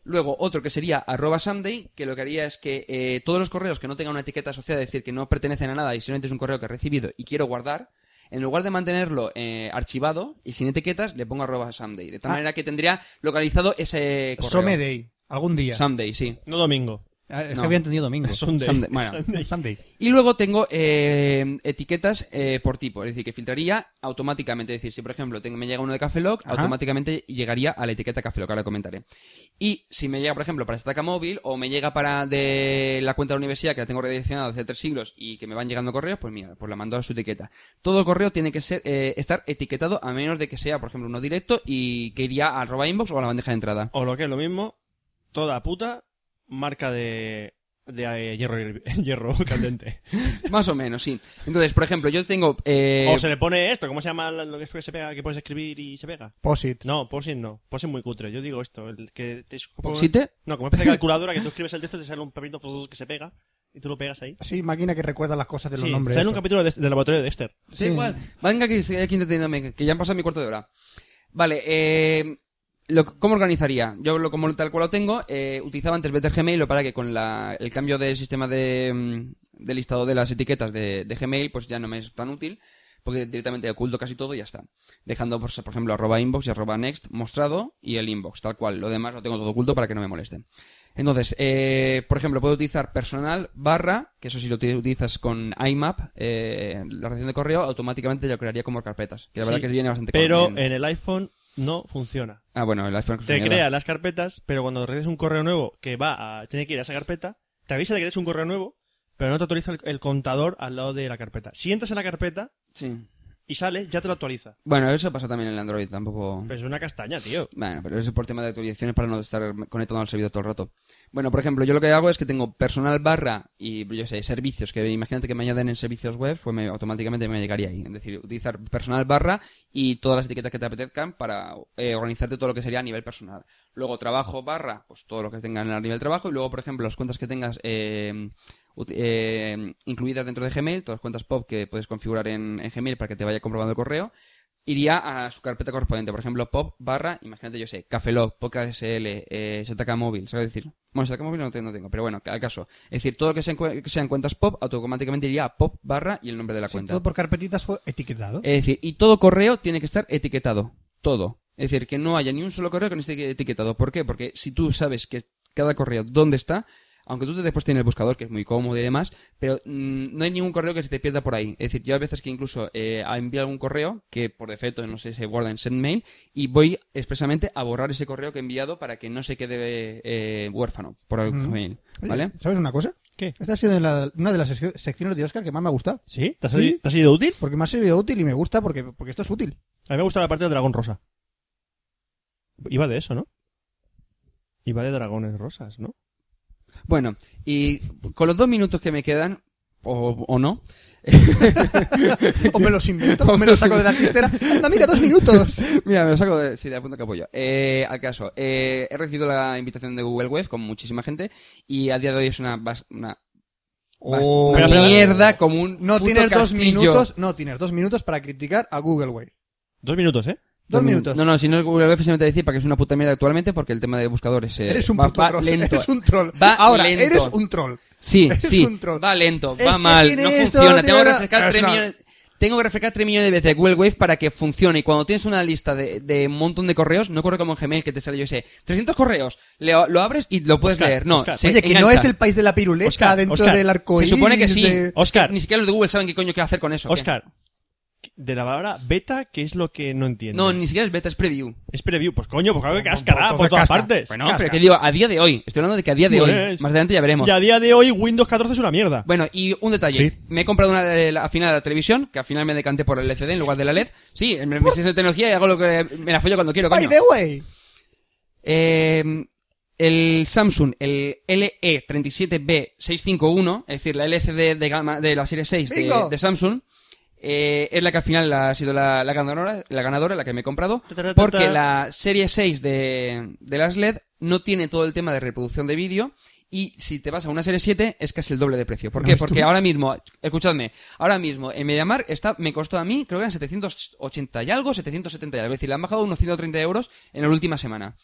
Speaker 2: Luego otro que sería arroba Sunday, que lo que haría es que eh, todos los correos que no tengan una etiqueta asociada, es decir, que no pertenecen a nada y simplemente es un correo que he recibido y quiero guardar, en lugar de mantenerlo eh, archivado y sin etiquetas, le pongo arroba Sunday. De tal
Speaker 3: Ah.
Speaker 2: manera que tendría localizado ese correo.
Speaker 3: Someday, algún día.
Speaker 2: Someday, sí.
Speaker 1: No domingo.
Speaker 3: Ah, Es que
Speaker 2: No.
Speaker 3: había entendido domingo.
Speaker 1: Sunday.
Speaker 2: Sunday, bueno.
Speaker 1: Sunday.
Speaker 3: Sunday.
Speaker 2: Y luego tengo eh, etiquetas eh, por tipo, es decir, que filtraría automáticamente. Es decir, si por ejemplo tengo- me llega uno de Café Lock,
Speaker 3: Ajá.
Speaker 2: automáticamente llegaría a la etiqueta Café Lock, ahora comentaré. Y si me llega, por ejemplo, para Estaca Móvil o me llega para de la cuenta de la universidad que la tengo redireccionada hace tres siglos y que me van llegando correos, pues mira, pues la mando a su etiqueta. Todo correo tiene que ser eh, estar etiquetado a menos de que sea, por ejemplo, uno directo y que iría a arroba inbox o a la bandeja de entrada.
Speaker 1: O lo que es lo mismo, toda puta marca de, de eh, hierro, hirvi- hierro candente.
Speaker 2: Más o menos, sí. Entonces, por ejemplo, yo tengo... eh,
Speaker 1: O se le pone esto, ¿cómo se llama lo que, es que se pega, que puedes escribir y se pega?
Speaker 3: Posit.
Speaker 1: No, posing no. Posing muy cutre. Yo digo esto, el que te es como-
Speaker 2: ¿Poxite?
Speaker 1: No, como especie de calculadora que tú escribes el texto y te sale un papelito que se pega y tú lo pegas ahí.
Speaker 3: Sí, máquina que recuerda las cosas de los
Speaker 1: Sí,
Speaker 3: nombres.
Speaker 1: sale
Speaker 3: eso.
Speaker 1: un capítulo de- del laboratorio de Dexter.
Speaker 2: Da igual. Venga, que estoy aquí entreteniéndome, que ya han pasado mi cuarto de hora. Vale, eh, lo- ¿cómo organizaría? Yo lo, como tal cual lo tengo, eh, utilizaba antes Better Gmail lo para que con la- el cambio del sistema de, mm, de listado de las etiquetas de, de Gmail, pues ya no me es tan útil, porque directamente oculto casi todo y ya está. Dejando, pues, por ejemplo, arroba inbox y arroba next mostrado y el inbox, tal cual. Lo demás lo tengo todo oculto para que no me moleste. Entonces, eh, por ejemplo, puedo utilizar personal barra, que eso si lo uti- utilizas con IMAP, eh, la relación de correo, automáticamente lo crearía como carpetas. Que la verdad
Speaker 1: Sí,
Speaker 2: que viene bastante
Speaker 1: Pero
Speaker 2: bien.
Speaker 1: en el iPhone no funciona.
Speaker 2: Ah, bueno, el iPhone es una
Speaker 1: Te
Speaker 2: mierda.
Speaker 1: crea las carpetas, pero cuando recibes un correo nuevo que va a, tiene que ir a esa carpeta, te avisa de que eres un correo nuevo, pero no te autoriza el, el contador al lado de la carpeta. Si entras en la carpeta
Speaker 2: Sí.
Speaker 1: y sales, ya te lo actualiza.
Speaker 2: Bueno, eso pasa también en el Android, tampoco...
Speaker 1: Pero es una castaña, tío.
Speaker 2: Bueno, pero eso es por tema de actualizaciones para no estar conectado al servidor todo el rato. Bueno, por ejemplo, yo lo que hago es que tengo personal barra y, yo sé, servicios, que imagínate que me añaden en servicios web, pues me- automáticamente me llegaría ahí. Es decir, utilizar personal barra y todas las etiquetas que te apetezcan para eh, organizarte todo lo que sería a nivel personal. Luego trabajo barra, pues todo lo que tengan a nivel trabajo. Y luego, por ejemplo, las cuentas que tengas eh, ut- eh, incluidas dentro de Gmail, todas las cuentas POP que puedes configurar en, en Gmail para que te vaya comprobando el correo iría a su carpeta correspondiente. Por ejemplo, pop barra, imagínate, yo sé, Cafelog, Podcast SL, eh, STK Móvil, ¿sabes decir? Bueno, STK Móvil no tengo, no tengo, pero bueno, al caso. Es decir, todo lo que sean, cue- que sean cuentas pop, automáticamente iría a pop barra y el nombre de la
Speaker 3: Sí,
Speaker 2: cuenta.
Speaker 3: Todo por carpetitas fue etiquetado.
Speaker 2: Es decir, y todo correo tiene que estar etiquetado. Todo. Es decir, que no haya ni un solo correo que no esté etiquetado. ¿Por qué? Porque si tú sabes que cada correo dónde está, Aunque tú después tienes el buscador, que es muy cómodo y demás, pero mmm, no hay ningún correo que se te pierda por ahí. Es decir, yo a veces que incluso eh, envío algún correo que por defecto, no sé, se guarda en send mail y voy expresamente a borrar ese correo que he enviado para que no se quede eh, huérfano por el
Speaker 3: Mm.
Speaker 2: mail.
Speaker 3: Oye,
Speaker 2: ¿Vale?
Speaker 3: ¿Sabes una cosa? ¿Qué? Esta ha sido de la- una de las seccio- secciones de Oscar que más me ha gustado.
Speaker 1: ¿Sí? ¿Te ha sido- te ha sido útil?
Speaker 3: Porque me ha sido útil y me gusta porque, porque esto es útil.
Speaker 1: A mí me gusta la parte del dragón rosa. Iba de eso, ¿no? Iba de dragones rosas, ¿no?
Speaker 2: Bueno, y con los dos minutos que me quedan, o, o no.
Speaker 3: o me los invento, o me los saco de la chistera. Anda, mira, dos minutos.
Speaker 2: Mira, me los saco de, sí, de la punta capullo. Eh, al caso, eh, he recibido la invitación de Google Web con muchísima gente y a día de hoy es una, bas- una, bas-
Speaker 3: Oh.
Speaker 2: una
Speaker 3: Pero, pero,
Speaker 2: mierda como un
Speaker 3: No
Speaker 2: puto
Speaker 3: tienes dos
Speaker 2: castillo.
Speaker 3: minutos, no tienes dos minutos para criticar a Google Wave.
Speaker 1: Dos minutos, ¿eh?
Speaker 3: Dos minutos.
Speaker 2: No, no, si no es Google Web, simplemente decir para que es una puta mierda actualmente porque el tema de buscadores eh,
Speaker 3: Eres un
Speaker 2: va,
Speaker 3: puto
Speaker 2: va
Speaker 3: troll.
Speaker 2: lento.
Speaker 3: Eres un troll.
Speaker 2: Va
Speaker 3: Ahora,
Speaker 2: lento.
Speaker 3: eres un troll.
Speaker 2: Sí,
Speaker 3: Eres
Speaker 2: sí.
Speaker 3: un troll.
Speaker 2: Va lento,
Speaker 3: Es
Speaker 2: va
Speaker 3: que
Speaker 2: mal,
Speaker 3: tiene
Speaker 2: no
Speaker 3: esto,
Speaker 2: funciona. Tengo
Speaker 3: tiene
Speaker 2: que,
Speaker 3: la-
Speaker 2: refrescar
Speaker 3: Es
Speaker 2: tres
Speaker 3: una-
Speaker 2: millones, tengo que refrescar tres millones de veces Google Wave para que funcione. Y cuando tienes una lista de, de un montón de correos, no corre como en Gmail que te sale, yo sé, 300 correos. Leo- lo abres y lo puedes
Speaker 1: Oscar,
Speaker 2: leer. No,
Speaker 1: Oscar.
Speaker 2: se
Speaker 3: Oye, que no
Speaker 2: engancha.
Speaker 3: es el país de la piruleta
Speaker 1: Oscar,
Speaker 3: dentro
Speaker 1: Oscar.
Speaker 3: del arco
Speaker 2: Se
Speaker 3: iris.
Speaker 2: supone que sí.
Speaker 3: de-
Speaker 1: Oscar.
Speaker 2: Ni siquiera los de Google saben qué coño que hacer con eso. ¿qué?
Speaker 1: Oscar, de la palabra beta, ¿qué es lo que no entiendo?
Speaker 2: No, ni siquiera es beta, es preview. pues,
Speaker 1: Es preview, pues coño, pues claro que has cargado por
Speaker 3: entonces
Speaker 1: todas
Speaker 3: casca.
Speaker 1: partes.
Speaker 2: Bueno,
Speaker 1: Casca.
Speaker 2: pero que digo, a día de hoy. Estoy hablando de que a día de
Speaker 1: Bueno,
Speaker 2: hoy.
Speaker 1: es-
Speaker 2: Más adelante ya veremos.
Speaker 1: Pues, Y a día de hoy Windows 14 es una mierda.
Speaker 2: Bueno, y un detalle. Me he comprado una de la, al final de la televisión, que al final me decanté por el LCD en lugar de la LED. Sí, me me de tecnología y hago lo que me la follo cuando quiero,
Speaker 3: By
Speaker 2: coño.
Speaker 3: the way.
Speaker 2: Eh, el Samsung, el E LE37B651, es decir, la LCD de, gama, de la serie 6 de,
Speaker 3: Bingo.
Speaker 2: de Samsung, eh, es la que al final ha sido la, la ganadora, la ganadora, la que me he comprado, porque la serie 6 de, de las LED no tiene todo el tema de reproducción de vídeo. Y si te vas a una serie 7 es casi el doble de precio. ¿Por qué? Porque ahora mismo, escuchadme, ahora mismo en Mediamar está, me costó a mí, creo que eran 780 y algo, 770 y algo. Es decir, le han bajado unos 130 euros en la última semana.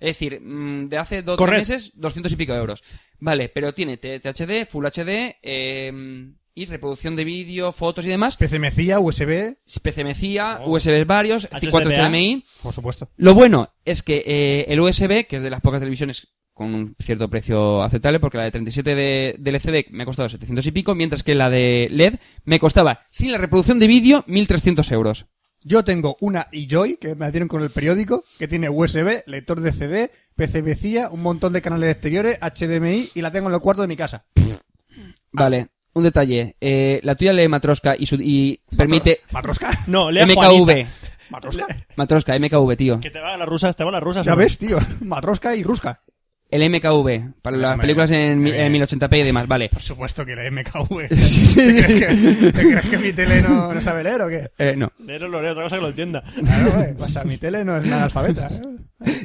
Speaker 2: Es decir, mm, de hace dos
Speaker 1: Correcto.
Speaker 2: tres meses, 200 y pico euros. Vale, pero tiene THD, Full HD eh, y reproducción de vídeo, fotos y demás.
Speaker 3: PCMecilla, USB,
Speaker 2: PCMecía,
Speaker 3: Oh.
Speaker 2: USB varios, C4
Speaker 1: HDMI.
Speaker 2: HDMI.
Speaker 3: por supuesto.
Speaker 2: Lo bueno es que eh, el USB, que es de las pocas televisiones con un cierto precio aceptable, porque la de 37 de, de LCD me ha costado 700 y pico, mientras que la de LED me costaba, sin la reproducción de vídeo, 1.300 euros.
Speaker 3: Yo tengo una eJoy que me la dieron con el periódico, que tiene USB, lector de CD, PCMecilla, un montón de canales exteriores, HDMI y la tengo en el cuarto de mi casa. Ah.
Speaker 2: Vale, un detalle. Eh, la tuya lee Matroska y, su- y permite...
Speaker 3: ¿Matrosca?
Speaker 1: No, lea
Speaker 2: MKV.
Speaker 1: Juanita.
Speaker 3: ¿Matrosca?
Speaker 2: Matroska, MKV, tío.
Speaker 1: Que te van las rusas, te van las rusas.
Speaker 3: Ya
Speaker 1: hombre.
Speaker 3: ves, tío. Matrosca y rusca.
Speaker 2: El MKV, para las
Speaker 3: Hombre,
Speaker 2: películas en, mi-
Speaker 3: hombre.
Speaker 2: en 1080p y demás, vale.
Speaker 3: Por supuesto que la MKV.
Speaker 2: Sí, sí.
Speaker 3: ¿Te, crees que, te crees que mi tele no, no sabe leer o qué?
Speaker 2: Eh, no.
Speaker 1: Leer lo leo, otra cosa que lo entienda.
Speaker 3: Claro, güey. O sea, mi tele no es nada alfabeta. ¿eh?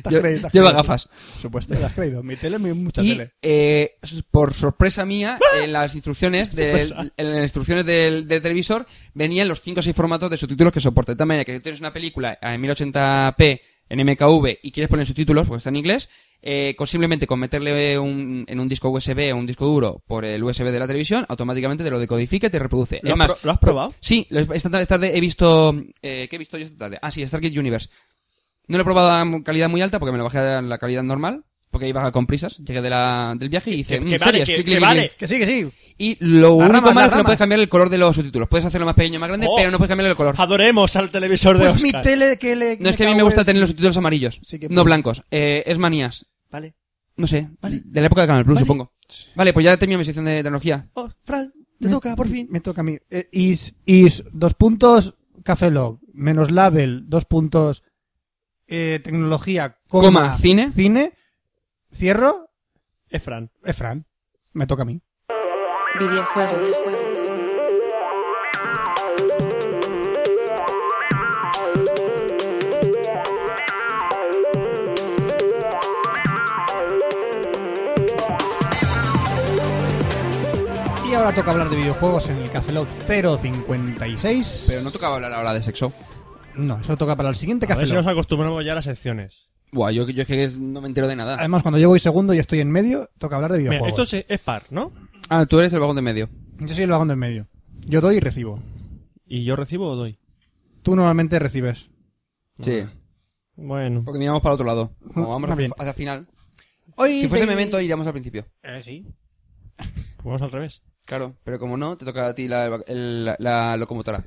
Speaker 3: ¿Te has
Speaker 2: Lle-
Speaker 3: creído- te has
Speaker 2: lleva
Speaker 3: creído?
Speaker 2: gafas.
Speaker 3: Por supuesto, te has creído. Mi tele, mi- mucha
Speaker 2: Y,
Speaker 3: tele.
Speaker 2: eh, s- por sorpresa mía, en las instrucciones, del,
Speaker 1: Sorpresa.
Speaker 2: en las instrucciones del, del televisor venían los 5 o 6 formatos de subtítulos que soporta. De tal manera que si tienes una película en 1080p en MKV y quieres poner subtítulos, porque está en inglés, eh, con simplemente con meterle un, en un disco USB o un disco duro por el USB de la televisión, automáticamente te lo decodifica y te reproduce.
Speaker 1: ¿Lo,
Speaker 2: es
Speaker 1: has
Speaker 2: más,
Speaker 1: pro- lo has probado?
Speaker 2: Sí, lo- esta tarde, esta tarde he visto. Eh, ¿Qué he visto yo esta tarde? Ah, sí, Stargate Universe. No lo he probado a m- calidad muy alta porque me lo bajé a la calidad normal. Porque iba con prisas. Llegué de la, del viaje y
Speaker 1: Que,
Speaker 2: hice.
Speaker 1: que
Speaker 2: "Mm,
Speaker 1: vale,
Speaker 2: series,
Speaker 1: que,
Speaker 2: clic,
Speaker 1: que
Speaker 2: clic, clic".
Speaker 1: vale.
Speaker 3: Que sí, que sí.
Speaker 2: Y lo
Speaker 3: Las
Speaker 2: único
Speaker 3: ramas,
Speaker 2: malo
Speaker 3: las
Speaker 2: es que no puedes
Speaker 3: ramas.
Speaker 2: cambiar el color de los subtítulos. Puedes hacerlo más pequeño, más grande,
Speaker 1: Oh.
Speaker 2: pero no puedes cambiar el color.
Speaker 1: Adoremos al televisor de
Speaker 3: Pues mi
Speaker 1: Oscar.
Speaker 3: tele que le.
Speaker 2: No es que a mí me gusta tener los subtítulos amarillos,
Speaker 3: Sí que
Speaker 2: no
Speaker 3: puedes.
Speaker 2: blancos. Eh, es manías.
Speaker 1: Vale.
Speaker 2: No sé, de la época de Canal Plus,
Speaker 3: Vale.
Speaker 2: supongo. Vale, pues ya termino mi sección de tecnología.
Speaker 1: Oh, Fran, te
Speaker 3: Me-
Speaker 1: toca, por fin.
Speaker 3: Me toca a mí. Eh, is, is, dos puntos, Café Log, menos Label, dos puntos, eh, tecnología, coma,
Speaker 2: Coma, cine.
Speaker 3: cine, cierro,
Speaker 1: Es Fran.
Speaker 3: Efran. Me toca a mí.
Speaker 15: videojuegos,
Speaker 3: Y ahora toca hablar de videojuegos en el Café Log 056.
Speaker 2: Pero no tocaba hablar ahora de sexo.
Speaker 3: No, eso toca para el siguiente
Speaker 1: A
Speaker 3: Café
Speaker 1: ver si
Speaker 3: Lock.
Speaker 1: nos acostumbramos ya a las secciones.
Speaker 2: Buah, yo, yo es que no me entero de nada.
Speaker 3: Además, cuando yo voy segundo y estoy en medio, toca hablar de
Speaker 1: Mira,
Speaker 3: videojuegos.
Speaker 1: esto es, es par, ¿no?
Speaker 2: Ah, tú eres el vagón de medio.
Speaker 3: Yo soy el vagón del medio. Yo doy y recibo.
Speaker 1: ¿Y yo recibo o doy?
Speaker 3: Tú normalmente recibes.
Speaker 2: Sí.
Speaker 1: Bueno.
Speaker 2: Porque miramos para otro lado. Como vamos
Speaker 3: Más
Speaker 2: hacia,
Speaker 3: bien.
Speaker 2: hacia el final.
Speaker 3: Hoy
Speaker 2: Si fuese
Speaker 3: te-
Speaker 2: Memento, iríamos al principio.
Speaker 3: Eh, sí.
Speaker 1: jugamos Pues al revés.
Speaker 2: Claro, pero como no, te toca a ti la, el- la- la locomotora.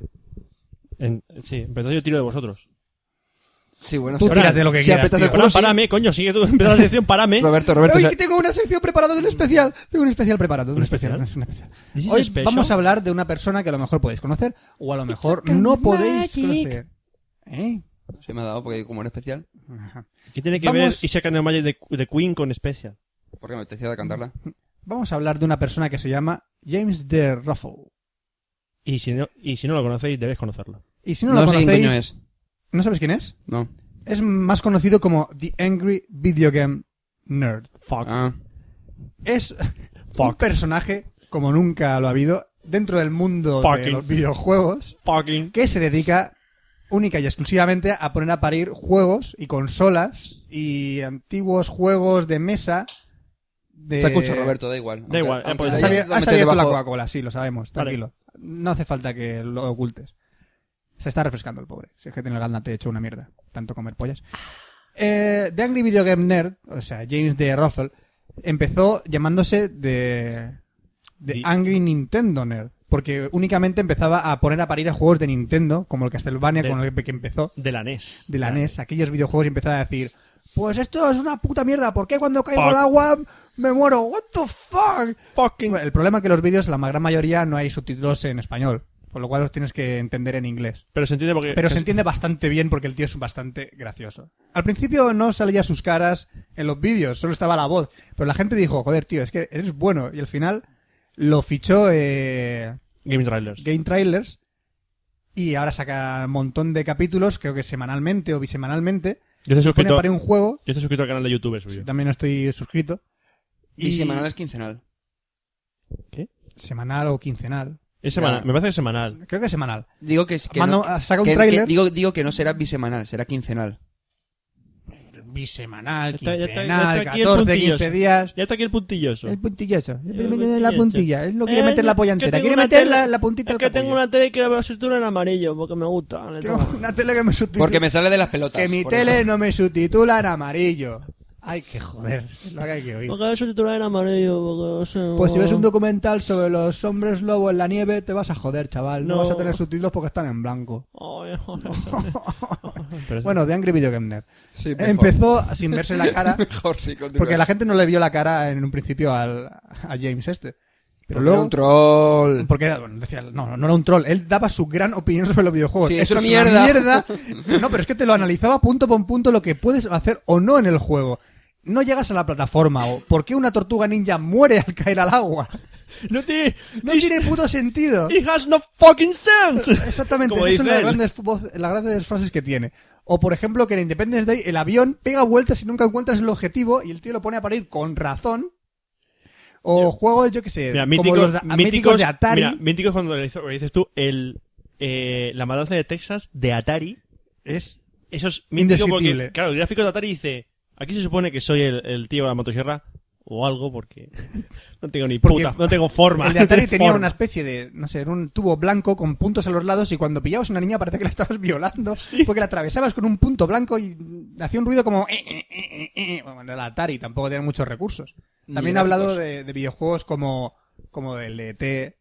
Speaker 1: En- sí, pero entonces yo tiro de vosotros.
Speaker 2: Sí, bueno,
Speaker 3: Tú
Speaker 2: sí.
Speaker 3: tírate lo que
Speaker 2: Si
Speaker 3: quieras,
Speaker 2: apretas
Speaker 3: tío.
Speaker 2: el culo,
Speaker 1: Fran,
Speaker 2: sí.
Speaker 1: párame, coño, sigue tú, empieza la sección, párame.
Speaker 2: Roberto, Roberto,
Speaker 3: Hoy
Speaker 2: o sea,
Speaker 3: tengo una sección preparada, un especial. Tengo un especial preparado, un especial. un especial.
Speaker 1: ¿This is
Speaker 3: Hoy
Speaker 1: special?
Speaker 3: vamos a hablar de una persona que a lo mejor podéis conocer o a lo mejor
Speaker 2: kind
Speaker 3: no
Speaker 2: of
Speaker 3: podéis
Speaker 2: magic.
Speaker 3: conocer. ¿Eh?
Speaker 2: se me ha dado porque como era especial,
Speaker 1: ¿Qué tiene que
Speaker 3: Vamos-
Speaker 1: ver Isaac and the Magic de, de Queen con Special?
Speaker 2: porque me apetecía de cantarla.
Speaker 3: Vamos a hablar de una persona que se llama James de Ruffle.
Speaker 1: Y si no, y si no lo conocéis, debéis conocerlo.
Speaker 3: Y si no,
Speaker 2: No
Speaker 3: lo
Speaker 2: sé quién
Speaker 3: conocéis,
Speaker 2: coño es.
Speaker 3: ¿No sabes quién es?
Speaker 2: No.
Speaker 3: Es más conocido como The Angry Video Game Nerd. Fuck.
Speaker 2: Ah.
Speaker 3: Es un personaje como nunca lo ha habido dentro del mundo de
Speaker 1: Fucking.
Speaker 3: los videojuegos
Speaker 1: Fucking.
Speaker 3: que se dedica única y exclusivamente a poner a parir juegos y consolas y antiguos juegos de mesa de...
Speaker 2: Se escucha Roberto, da igual.
Speaker 1: Da igual, eh, pues
Speaker 3: Has,
Speaker 1: ya
Speaker 3: abie-
Speaker 1: sabía-
Speaker 3: has abierto la Coca-Cola, sí, lo
Speaker 1: Vale.
Speaker 3: sabemos, tranquilo. No hace falta que lo ocultes. Se está refrescando el pobre. Si es que tiene el galnate hecho una mierda. Tanto comer pollas. Eh, The Angry Video Game Nerd, o sea, James de Ruffle, empezó llamándose de, de
Speaker 1: The-
Speaker 3: Angry Nintendo Nerd. Porque únicamente empezaba a poner a parir a juegos de Nintendo, como el Castlevania
Speaker 1: De-
Speaker 3: con el que empezó,
Speaker 1: De la E NES.
Speaker 3: de la NES, aquellos videojuegos y empezaba a decir, pues esto es una puta mierda, ¿por qué cuando caigo
Speaker 1: Fuck.
Speaker 3: al agua me muero? What the fuck? Fucking. El problema es que los vídeos, la ma- gran mayoría, no hay subtítulos en español, por lo cual los tienes que entender en inglés.
Speaker 1: Pero se entiende porque...
Speaker 3: Pero se entiende bastante bien porque el tío es bastante gracioso. Al principio no salía sus caras en los vídeos, solo estaba la voz. Pero la gente dijo, joder, tío, es que eres bueno. Y al final lo fichó eh,
Speaker 1: Game Trailers.
Speaker 3: Game Trailers y ahora saca un montón de capítulos, creo que semanalmente o bisemanalmente.
Speaker 1: Yo estoy
Speaker 3: Pone
Speaker 1: suscrito,
Speaker 3: para
Speaker 1: yo
Speaker 3: un juego,
Speaker 1: estoy suscrito al canal de YouTube suyo.
Speaker 3: también no estoy suscrito.
Speaker 2: Y, semanal es quincenal.
Speaker 3: Semanal o quincenal.
Speaker 1: Es semanal,
Speaker 2: Ya.
Speaker 1: me parece que es semanal.
Speaker 3: Creo que es semanal.
Speaker 2: Digo que, es- que
Speaker 3: Mando- ah,
Speaker 2: no- que-
Speaker 3: saca un
Speaker 2: que-
Speaker 3: tráiler.
Speaker 2: que digo, digo que no será bisemanal, será quincenal.
Speaker 3: Bisemanal,
Speaker 1: Está- ya está-
Speaker 3: quincenal,
Speaker 1: ya está aquí el
Speaker 3: 14,
Speaker 1: puntillo.
Speaker 3: 15 días.
Speaker 1: Ya está aquí el puntilloso.
Speaker 3: El puntillazo.
Speaker 1: El
Speaker 3: la
Speaker 1: puntillazo.
Speaker 3: puntilla. Él no quiere
Speaker 1: Eh,
Speaker 3: meter la
Speaker 1: que
Speaker 3: polla entera.
Speaker 1: tengo
Speaker 3: Quiere
Speaker 1: una
Speaker 3: meter
Speaker 1: tele-
Speaker 3: la, la puntita
Speaker 1: Es
Speaker 3: al
Speaker 1: que
Speaker 3: capullo.
Speaker 1: tengo una tele que la sutura en amarillo porque me gusta. Le
Speaker 3: Quiero
Speaker 1: tomo.
Speaker 3: una tele que me sustituya.
Speaker 2: Porque me sale de las pelotas.
Speaker 3: Que mi
Speaker 2: por
Speaker 3: tele
Speaker 2: eso.
Speaker 3: no me subtitula en amarillo. Ay, que joder. es Lo que hay que oír.
Speaker 1: Porque la sutura en amarillo porque no sé,
Speaker 3: Pues si ves un
Speaker 1: no.
Speaker 3: documental sobre los hombres lobo en la nieve, te vas a joder, chaval. No,
Speaker 1: No.
Speaker 3: vas a tener subtítulos porque están en blanco.
Speaker 1: Ay, joder. Pero es-
Speaker 3: Bueno, de Angry Video Game Nerd.
Speaker 2: Sí, mejor.
Speaker 3: Empezó sin verse la cara,
Speaker 2: Mejor, sí, continúa.
Speaker 3: porque la gente no le vio la cara en un principio al, a James este.
Speaker 2: Porque
Speaker 3: Pero luego...
Speaker 2: era un troll.
Speaker 3: Porque era, bueno, decía, no, no era un troll. Él daba su gran opinión sobre los videojuegos.
Speaker 2: Sí,
Speaker 3: Esto
Speaker 2: es una mierda.
Speaker 3: una mierda. No, pero es que te lo analizaba punto por punto lo que puedes hacer o no en el juego. No llegas a la plataforma o por qué una tortuga ninja muere al caer al agua.
Speaker 1: No tiene...
Speaker 3: No
Speaker 1: it-
Speaker 3: tiene puto sentido.
Speaker 1: It has no fucking sense.
Speaker 3: Exactamente,
Speaker 1: Como
Speaker 3: esas son
Speaker 1: dice
Speaker 3: las
Speaker 1: él.
Speaker 3: grandes, voz- las grandes frases que tiene. O por ejemplo que en Independence Day el avión pega vueltas y nunca encuentras el objetivo y el tío lo pone a parir con razón. O juegos, yo qué sé,
Speaker 1: Mira,
Speaker 3: como
Speaker 1: míticos,
Speaker 3: los da- míticos de Atari.
Speaker 1: Mira, míticos cuando le hizo- le dices tú el, eh, la matanza de Texas de Atari.
Speaker 3: es
Speaker 1: Eso es mítico
Speaker 3: Indescriptible.
Speaker 1: porque, claro, el gráfico de Atari dice, aquí se supone que soy el, el tío de la motosierra o algo porque no tengo ni
Speaker 3: Porque
Speaker 1: puta, no tengo forma.
Speaker 3: El de Atari
Speaker 1: no tengo
Speaker 3: tenía
Speaker 1: forma.
Speaker 3: una especie de, no sé, era un tubo blanco con puntos a los lados y cuando pillabas a una niña parece que la estabas violando porque la atravesabas con un punto blanco y hacía un ruido como... eh, eh, eh, eh, eh. Bueno, el Atari tampoco tenía muchos recursos.
Speaker 2: Ni
Speaker 3: También ha hablado
Speaker 2: gráficos.
Speaker 3: de, de videojuegos como, como el de T,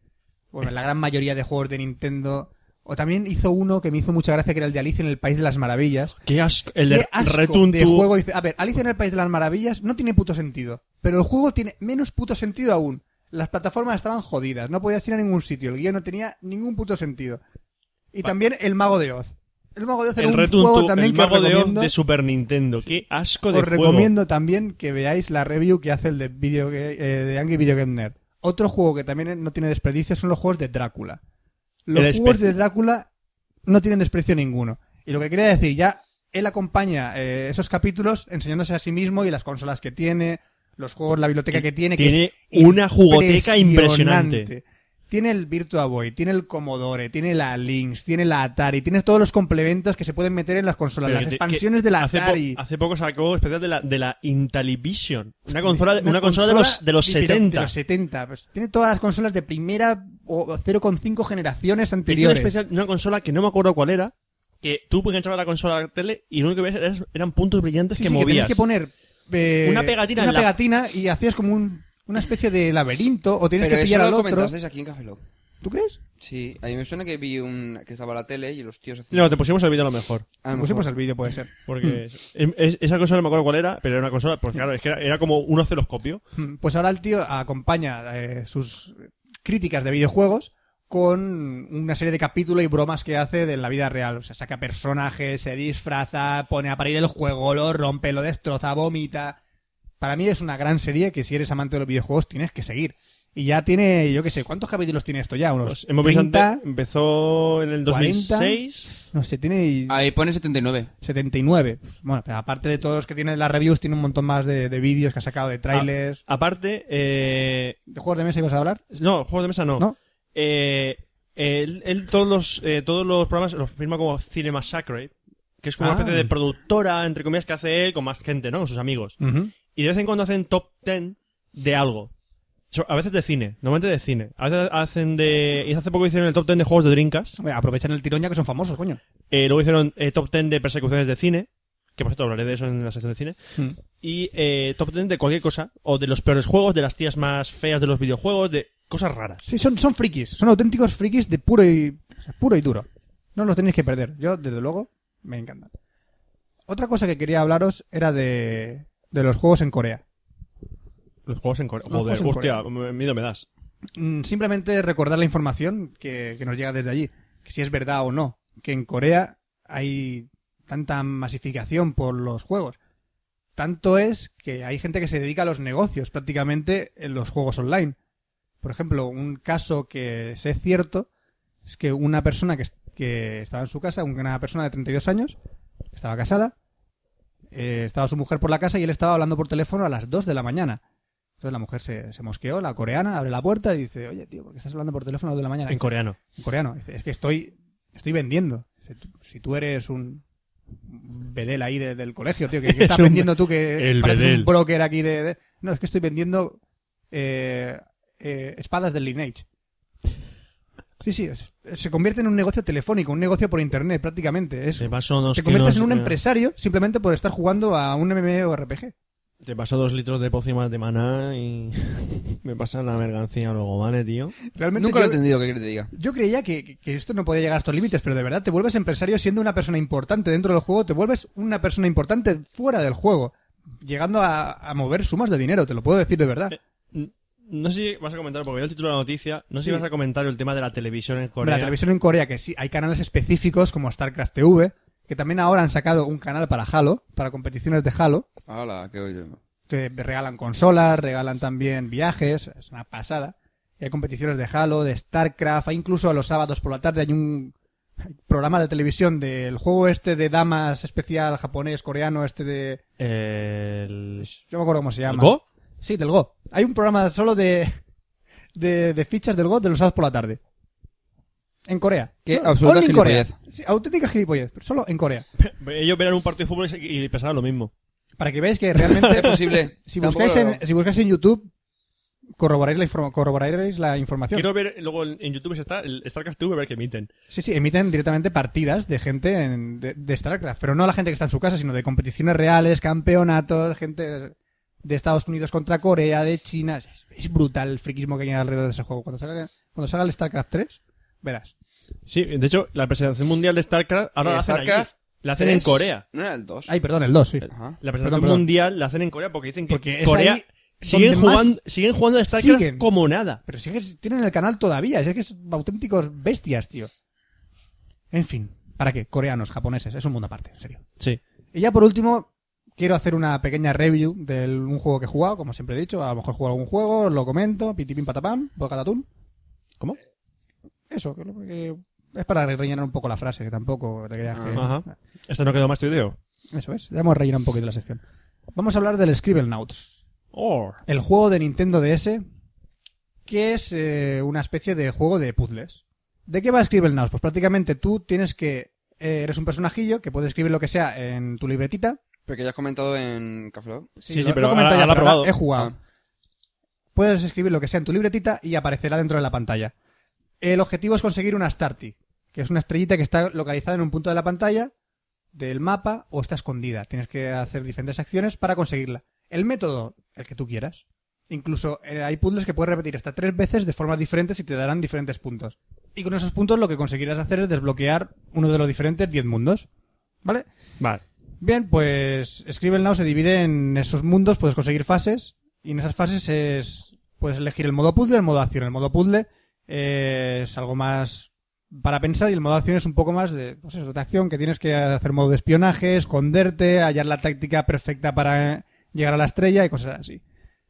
Speaker 3: bueno, la gran mayoría de juegos de Nintendo. O también hizo uno que me hizo mucha gracia que era el de Alicia en el País de las Maravillas.
Speaker 1: Qué asco, el de
Speaker 3: Qué asco
Speaker 1: Retuntu.
Speaker 3: de juego. Dice, A ver, Alicia en el País de las Maravillas no tiene puto sentido. Pero el juego tiene menos puto sentido aún. Las plataformas estaban jodidas. No podías ir a ningún sitio. El guión no tenía ningún puto sentido. Y también El Mago de Oz. El Mago de Oz era
Speaker 1: el
Speaker 3: un
Speaker 1: Retuntu,
Speaker 3: juego también
Speaker 1: el
Speaker 3: que os
Speaker 1: mago de Oz
Speaker 3: recomiendo.
Speaker 1: de Super Nintendo. Qué asco de
Speaker 3: os
Speaker 1: juego.
Speaker 3: recomiendo también que veáis la review que hace el de, video, Ga- eh, de Angry Video Game Nerd. Otro juego que también no tiene desperdicio son los juegos de Drácula. Los
Speaker 1: El
Speaker 3: juegos
Speaker 1: espe-
Speaker 3: de Drácula no tienen desperdicio ninguno. Y lo que quería decir, ya él acompaña eh, esos capítulos enseñándose a sí mismo y las consolas que tiene, los juegos, la biblioteca que tiene. que
Speaker 1: Tiene
Speaker 3: es
Speaker 1: una jugoteca
Speaker 3: impresionante. Tiene el Virtua Boy, tiene el Commodore, tiene la Lynx, tiene la Atari, tiene todos los complementos que se pueden meter en las consolas,
Speaker 1: Pero
Speaker 3: las
Speaker 1: que te-
Speaker 3: expansiones
Speaker 1: que
Speaker 3: de la
Speaker 1: hace po-
Speaker 3: Atari.
Speaker 1: hace poco sacó especial de la, de la Intellivision. Una consola, de- una consola, de los, de los
Speaker 3: pero-
Speaker 1: 70.
Speaker 3: de los 70. Pues tiene todas las consolas de primera o 0,5 generaciones
Speaker 1: Hizo un
Speaker 3: anteriores.
Speaker 1: especial de una consola que no me acuerdo cuál era. Que tú enganchabas la consola a la tele y lo único que veías eran puntos brillantes
Speaker 3: Sí,
Speaker 1: que
Speaker 3: sí, que
Speaker 1: movías.
Speaker 3: tenías que poner eh,
Speaker 1: Una pegatina en
Speaker 3: una
Speaker 1: la-
Speaker 3: pegatina y hacías como un una especie de laberinto o tienes
Speaker 8: Pero
Speaker 3: que
Speaker 8: eso
Speaker 3: pillar
Speaker 8: lo
Speaker 3: al otro.
Speaker 8: comentasteis aquí en Café Lock.
Speaker 3: ¿Tú crees?
Speaker 8: Sí, a mí me suena que vi un que estaba la tele y los tíos
Speaker 1: No, te pusimos el vídeo a lo mejor.
Speaker 8: A lo
Speaker 3: Te pusimos
Speaker 8: mejor.
Speaker 3: el vídeo, puede ser.
Speaker 1: Porque es- es- esa consola no me acuerdo cuál era, pero era una consola, pues claro, es que era, era como un osciloscopio.
Speaker 3: Mm, Hmm. Pues ahora el tío acompaña eh, sus críticas de videojuegos con una serie de capítulos y bromas que hace de la vida real. O sea, saca personajes, se disfraza, pone a parir el juego, lo rompe, lo destroza, vomita. Para mí es una gran serie que si eres amante de los videojuegos tienes que seguir. Y ya tiene, yo qué sé, ¿cuántos capítulos tiene esto ya? Unos
Speaker 1: Pues hemos visto
Speaker 3: 30,
Speaker 1: ante- empezó en el 2006.
Speaker 3: 40, no sé, tiene
Speaker 8: Ahí pone 79.
Speaker 3: 79. Bueno, pero aparte de todos los que tiene las reviews, tiene un montón más de, de vídeos que ha sacado, de
Speaker 1: Ah,
Speaker 3: trailers.
Speaker 1: A- aparte, eh,
Speaker 3: ¿De juegos de mesa ibas a hablar?
Speaker 1: No, juegos de mesa no.
Speaker 3: ¿No?
Speaker 1: Eh, él, él todos los eh, todos los programas los firma como Cine Massacre, que es como
Speaker 3: Ah.
Speaker 1: una especie de productora, entre comillas, que hace él con más gente, ¿no? Con sus amigos.
Speaker 3: Ujú.
Speaker 1: Y de vez en cuando hacen top 10 de algo. So- A veces de cine, normalmente de cine. A veces hacen de. Y hace poco hicieron el top 10 de juegos de Drinkas.
Speaker 3: Hombre, aprovechan el tirón ya que son famosos, coño.
Speaker 1: Eh, luego hicieron eh, top 10 de persecuciones de cine. Que por cierto hablaré de eso en la sección de cine.
Speaker 3: Mm.
Speaker 1: Y eh, top 10 de cualquier cosa. O de los peores juegos, de las tías más feas de los videojuegos, de cosas raras.
Speaker 3: Sí, son, son frikis, son auténticos frikis de puro y o sea, puro y duro. No los tenéis que perder. Yo, desde luego, me encantan. Otra cosa que quería hablaros era de, de los juegos en Corea.
Speaker 1: Los juegos en Corea.
Speaker 3: Los
Speaker 1: Joder,
Speaker 3: juegos en
Speaker 1: hostia, me- miedo me das.
Speaker 3: Mm, Simplemente recordar la información que, que nos llega desde allí, que si es verdad o no, que en Corea hay tanta masificación por los juegos. Tanto es que hay gente que se dedica a los negocios prácticamente en los juegos online. Por ejemplo, un caso que sé cierto es que una persona que, es- que estaba en su casa, una persona de 32 años, estaba casada, eh, estaba su mujer por la casa y él estaba hablando por teléfono a las 2 de la mañana. Entonces la mujer se, se mosqueó, la coreana, abre la puerta y dice, oye, tío, ¿por qué estás hablando por teléfono a las 2 de la mañana?
Speaker 1: En
Speaker 3: Dice,
Speaker 1: coreano.
Speaker 3: en coreano. Dice, es que estoy, estoy vendiendo. Dice, tú- si tú eres un bedel ahí de- del colegio, tío, que, que
Speaker 1: Es
Speaker 3: estás
Speaker 1: un-
Speaker 3: vendiendo tú que
Speaker 1: el
Speaker 3: pareces
Speaker 1: bedel.
Speaker 3: un broker aquí de, de-". No, es que estoy vendiendo eh, eh, espadas del Lineage. Sí, sí, es- se convierte en un negocio telefónico, un negocio por internet prácticamente. Es,
Speaker 1: Te paso dos
Speaker 3: te conviertes
Speaker 1: kilos-
Speaker 3: en un
Speaker 1: eh,
Speaker 3: empresario simplemente por estar jugando a un MMORPG.
Speaker 1: Te paso dos litros de pócima de maná y me pasan la mercancía luego, ¿vale, tío?
Speaker 3: Realmente
Speaker 8: Nunca lo he
Speaker 3: yo-
Speaker 8: entendido, ¿qué quieres que te diga?
Speaker 3: Yo creía que, que- que esto no podía llegar a estos límites, pero de verdad te vuelves empresario siendo una persona importante dentro del juego, te vuelves una persona importante fuera del juego, llegando a, a mover sumas de dinero, te lo puedo decir de verdad.
Speaker 1: No sé si vas a comentar, porque veo el título de la noticia, no sé
Speaker 3: Sí.
Speaker 1: si vas a comentar el tema de la televisión en
Speaker 3: Hombre,
Speaker 1: Corea.
Speaker 3: La televisión en Corea, que sí, hay canales específicos como StarCraft TV, que también ahora han sacado un canal para Halo, para competiciones de Halo,
Speaker 8: Hala, qué oye.
Speaker 3: te regalan consolas, regalan también viajes, es una pasada. Y hay competiciones de Halo, de StarCraft, hay incluso a los sábados por la tarde hay un programa de televisión del juego este de damas especial japonés, coreano, este de...
Speaker 1: El...
Speaker 3: Yo me acuerdo cómo se llama.
Speaker 1: ¿El Go?
Speaker 3: Sí, del Go. Hay un programa solo de, de, de fichas del Go de los sábados por la tarde. En Corea.
Speaker 8: Qué
Speaker 3: Solo-
Speaker 8: absoluta
Speaker 3: only en Corea.
Speaker 8: gilipollez.
Speaker 3: Sí, auténtica gilipollez, pero solo en Corea.
Speaker 1: Ellos verán un partido de fútbol y se- y pensarán lo mismo.
Speaker 3: Para que veáis que realmente
Speaker 8: Es posible.
Speaker 3: Si
Speaker 8: Tampoco
Speaker 3: buscáis, en,
Speaker 8: lo-
Speaker 3: si buscáis en YouTube, corroboráis la, informa- corroboraréis la información.
Speaker 1: Quiero ver, luego en en YouTube está el StarCast TV, a ver qué emiten.
Speaker 3: Sí, sí, emiten directamente partidas de gente en- de, de StarCraft, pero no la gente que está en su casa, sino de competiciones reales, campeonatos, gente de Estados Unidos contra Corea, de China. Es, es brutal el friquismo que hay alrededor de ese juego. Cuando salga, cuando salga el StarCraft 3, verás.
Speaker 1: Sí, de hecho, la presentación mundial de StarCraft ahora
Speaker 8: Eh,
Speaker 1: la hacen allí.
Speaker 8: StarCraft
Speaker 1: La hacen en
Speaker 8: tres.
Speaker 1: Corea.
Speaker 8: No era el 2.
Speaker 3: Ay, perdón, el 2, sí.
Speaker 8: Ajá.
Speaker 1: La presentación
Speaker 3: Perdón, perdón.
Speaker 1: mundial la hacen en Corea porque dicen que
Speaker 3: Porque es
Speaker 1: Corea
Speaker 3: ahí
Speaker 1: siguen
Speaker 3: donde más
Speaker 1: jugando, siguen jugando a StarCraft
Speaker 3: siguen.
Speaker 1: como nada.
Speaker 3: Pero si es que tienen el canal todavía, si es que son auténticos bestias, tío. En fin, ¿para qué? Coreanos, japoneses, es un mundo aparte, en serio.
Speaker 1: Sí.
Speaker 3: Y ya por último, quiero hacer una pequeña review de un juego que he jugado, como siempre he dicho. A lo mejor juego algún juego, os lo comento, pitipim patapam, bocatatún.
Speaker 1: ¿Cómo?
Speaker 3: Eso, que, lo- que es para rellenar un poco la frase, que tampoco te creas
Speaker 8: Ah.
Speaker 3: que...
Speaker 1: Ajá. Esto no quedó más tu idea.
Speaker 3: Eso es, ya hemos rellenado un poquito la sección. Vamos a hablar del Scribblenauts,
Speaker 1: Oh.
Speaker 3: el juego de Nintendo DS, que es eh, una especie de juego de puzzles. ¿De qué va Scribblenauts? Pues prácticamente tú tienes que... eh, eres un personajillo que puede escribir lo que sea en tu libretita
Speaker 8: Pero que ya has comentado en Café Lock.
Speaker 1: Sí, sí,
Speaker 3: lo-
Speaker 1: pero
Speaker 3: lo comento
Speaker 1: ahora-
Speaker 3: ya,
Speaker 1: ahora
Speaker 3: pero
Speaker 1: lo ha probado. Ah.
Speaker 3: He jugado. Puedes escribir lo que sea en tu libretita y aparecerá dentro de la pantalla. El objetivo es conseguir una Starty, que es una estrellita que está localizada en un punto de la pantalla, del mapa o está escondida. Tienes que hacer diferentes acciones para conseguirla. El método, el que tú quieras. Incluso eh, hay puzzles que puedes repetir hasta tres veces de formas diferentes y te darán diferentes puntos. Y con esos puntos lo que conseguirás hacer es desbloquear uno de los diferentes 10 mundos. ¿Vale?
Speaker 1: Vale.
Speaker 3: Bien, pues Scribble Now se divide en esos mundos, puedes conseguir fases, y en esas fases es, puedes elegir el modo puzzle, el modo acción. El modo puzzle eh, es algo más para pensar y el modo acción es un poco más de, pues eso, de acción, que tienes que hacer modo de espionaje, esconderte, hallar la táctica perfecta para eh, llegar a la estrella y cosas así.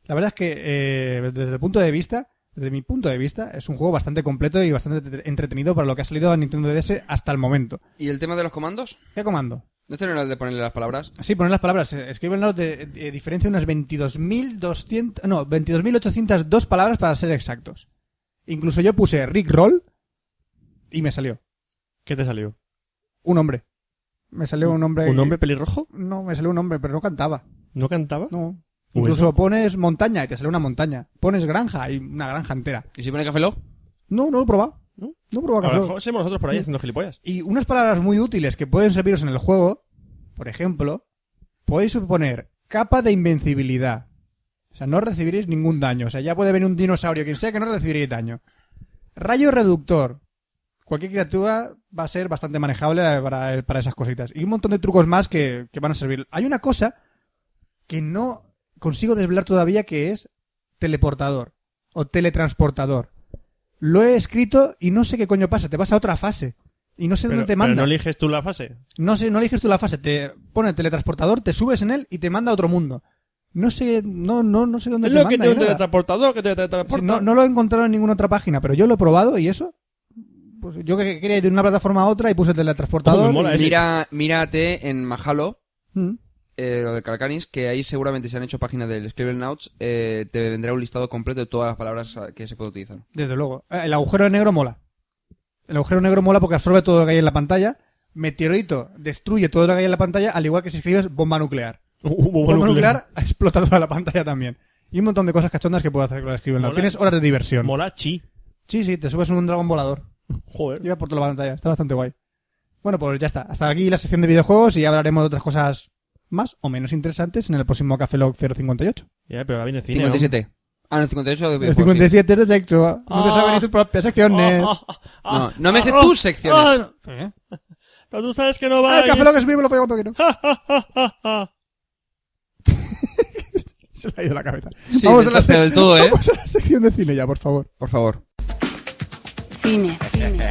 Speaker 3: La verdad es que eh, desde el punto de vista, desde mi punto de vista, es un juego bastante completo y bastante entretenido para lo que ha salido a Nintendo DS hasta el momento.
Speaker 2: ¿Y el tema de los comandos?
Speaker 3: ¿Qué comando?
Speaker 2: ¿No este no era el de ponerle las palabras?
Speaker 3: Sí, poner las palabras. Eh, Escribenlo de, de diferencia unas 22.200, no, 22.802 palabras para ser exactos. Incluso yo puse Rick Roll y me salió.
Speaker 1: ¿Qué te salió?
Speaker 3: Un hombre. Me salió un hombre.
Speaker 1: ¿Un hombre pelirrojo?
Speaker 3: No, me salió un hombre, pero no cantaba.
Speaker 1: ¿No cantaba?
Speaker 3: No. Incluso eso? pones montaña y te sale una montaña. Pones granja y una granja entera.
Speaker 2: ¿Y si pone Café Lock?
Speaker 3: No, no lo he probado. No, no he probado Café Lock.
Speaker 1: Somos nosotros por ahí haciendo gilipollas.
Speaker 3: Y unas palabras muy útiles que pueden serviros en el juego, por ejemplo, podéis suponer capa de invencibilidad. O sea, no recibiréis ningún daño. O sea, ya puede venir un dinosaurio, quien sea, que no recibiréis daño. Rayo reductor. Cualquier criatura va a ser bastante manejable para, para esas cositas. Y un montón de trucos más que, que van a servir. Hay una cosa que no consigo desvelar todavía que es teleportador o teletransportador. Lo he escrito y no sé qué coño pasa, te vas a otra fase. Y no sé
Speaker 1: pero,
Speaker 3: dónde te manda.
Speaker 1: Pero no eliges tú la fase.
Speaker 3: No sé, no eliges tú la fase, te pone teletransportador, te subes en él y te manda a otro mundo. No sé, no, no, no sé dónde
Speaker 1: es
Speaker 3: te
Speaker 1: lo
Speaker 3: manda. ¿eh?
Speaker 1: que tiene un teletransportador, que te teletransporta.
Speaker 3: No, no lo he encontrado en ninguna otra página, pero yo lo he probado y eso. Pues yo que quería ir de una plataforma a otra y puse teletransportador.
Speaker 1: Oh, me mola
Speaker 3: y...
Speaker 1: ese.
Speaker 2: Mira, mírate en Mahalo.
Speaker 3: eh, Mm.
Speaker 2: eh, lo de Calcanis, que ahí seguramente se han hecho páginas del Scribble Notes, eh, te vendrá un listado completo de todas las palabras a- que se puede utilizar.
Speaker 3: Desde luego. Eh, El agujero negro mola. El agujero negro mola porque absorbe todo lo que hay en la pantalla. Meteorito destruye todo lo que hay en la pantalla, al igual que si escribes bomba nuclear.
Speaker 1: Uh, Bomba
Speaker 3: bomba nuclear, explota toda la pantalla también. Y un montón de cosas cachondas que puedes hacer con el Scribble Note.
Speaker 1: Mola.
Speaker 3: Tienes horas de diversión.
Speaker 1: Mola chi.
Speaker 3: Sí, sí, te subes un dragón volador.
Speaker 1: Joder.
Speaker 3: Iba por toda la pantalla. Está bastante guay. Bueno, pues ya está. Hasta aquí la sección de videojuegos y hablaremos de otras cosas más o menos interesantes en el próximo Café Log 058.
Speaker 1: Ya, pero ahora viene cine.
Speaker 2: 57. Ah, no, 58 de
Speaker 3: El
Speaker 2: videojuegos, sí.
Speaker 3: 57 es de sexo. No te
Speaker 1: Ah.
Speaker 3: saben ni tus propias secciones.
Speaker 2: No, no me sé tus secciones.
Speaker 1: Ah, no. Pero tú sabes que no va
Speaker 3: Ah, el Café Lock es mío, me lo puedo cuando quiero. Se le ha ido la cabeza.
Speaker 2: Sí,
Speaker 3: vamos, a
Speaker 2: del
Speaker 3: la
Speaker 2: to- pero del todo, ¿eh?
Speaker 3: vamos a la sección de cine ya, por favor.
Speaker 2: Por favor.
Speaker 15: Cine. Cine.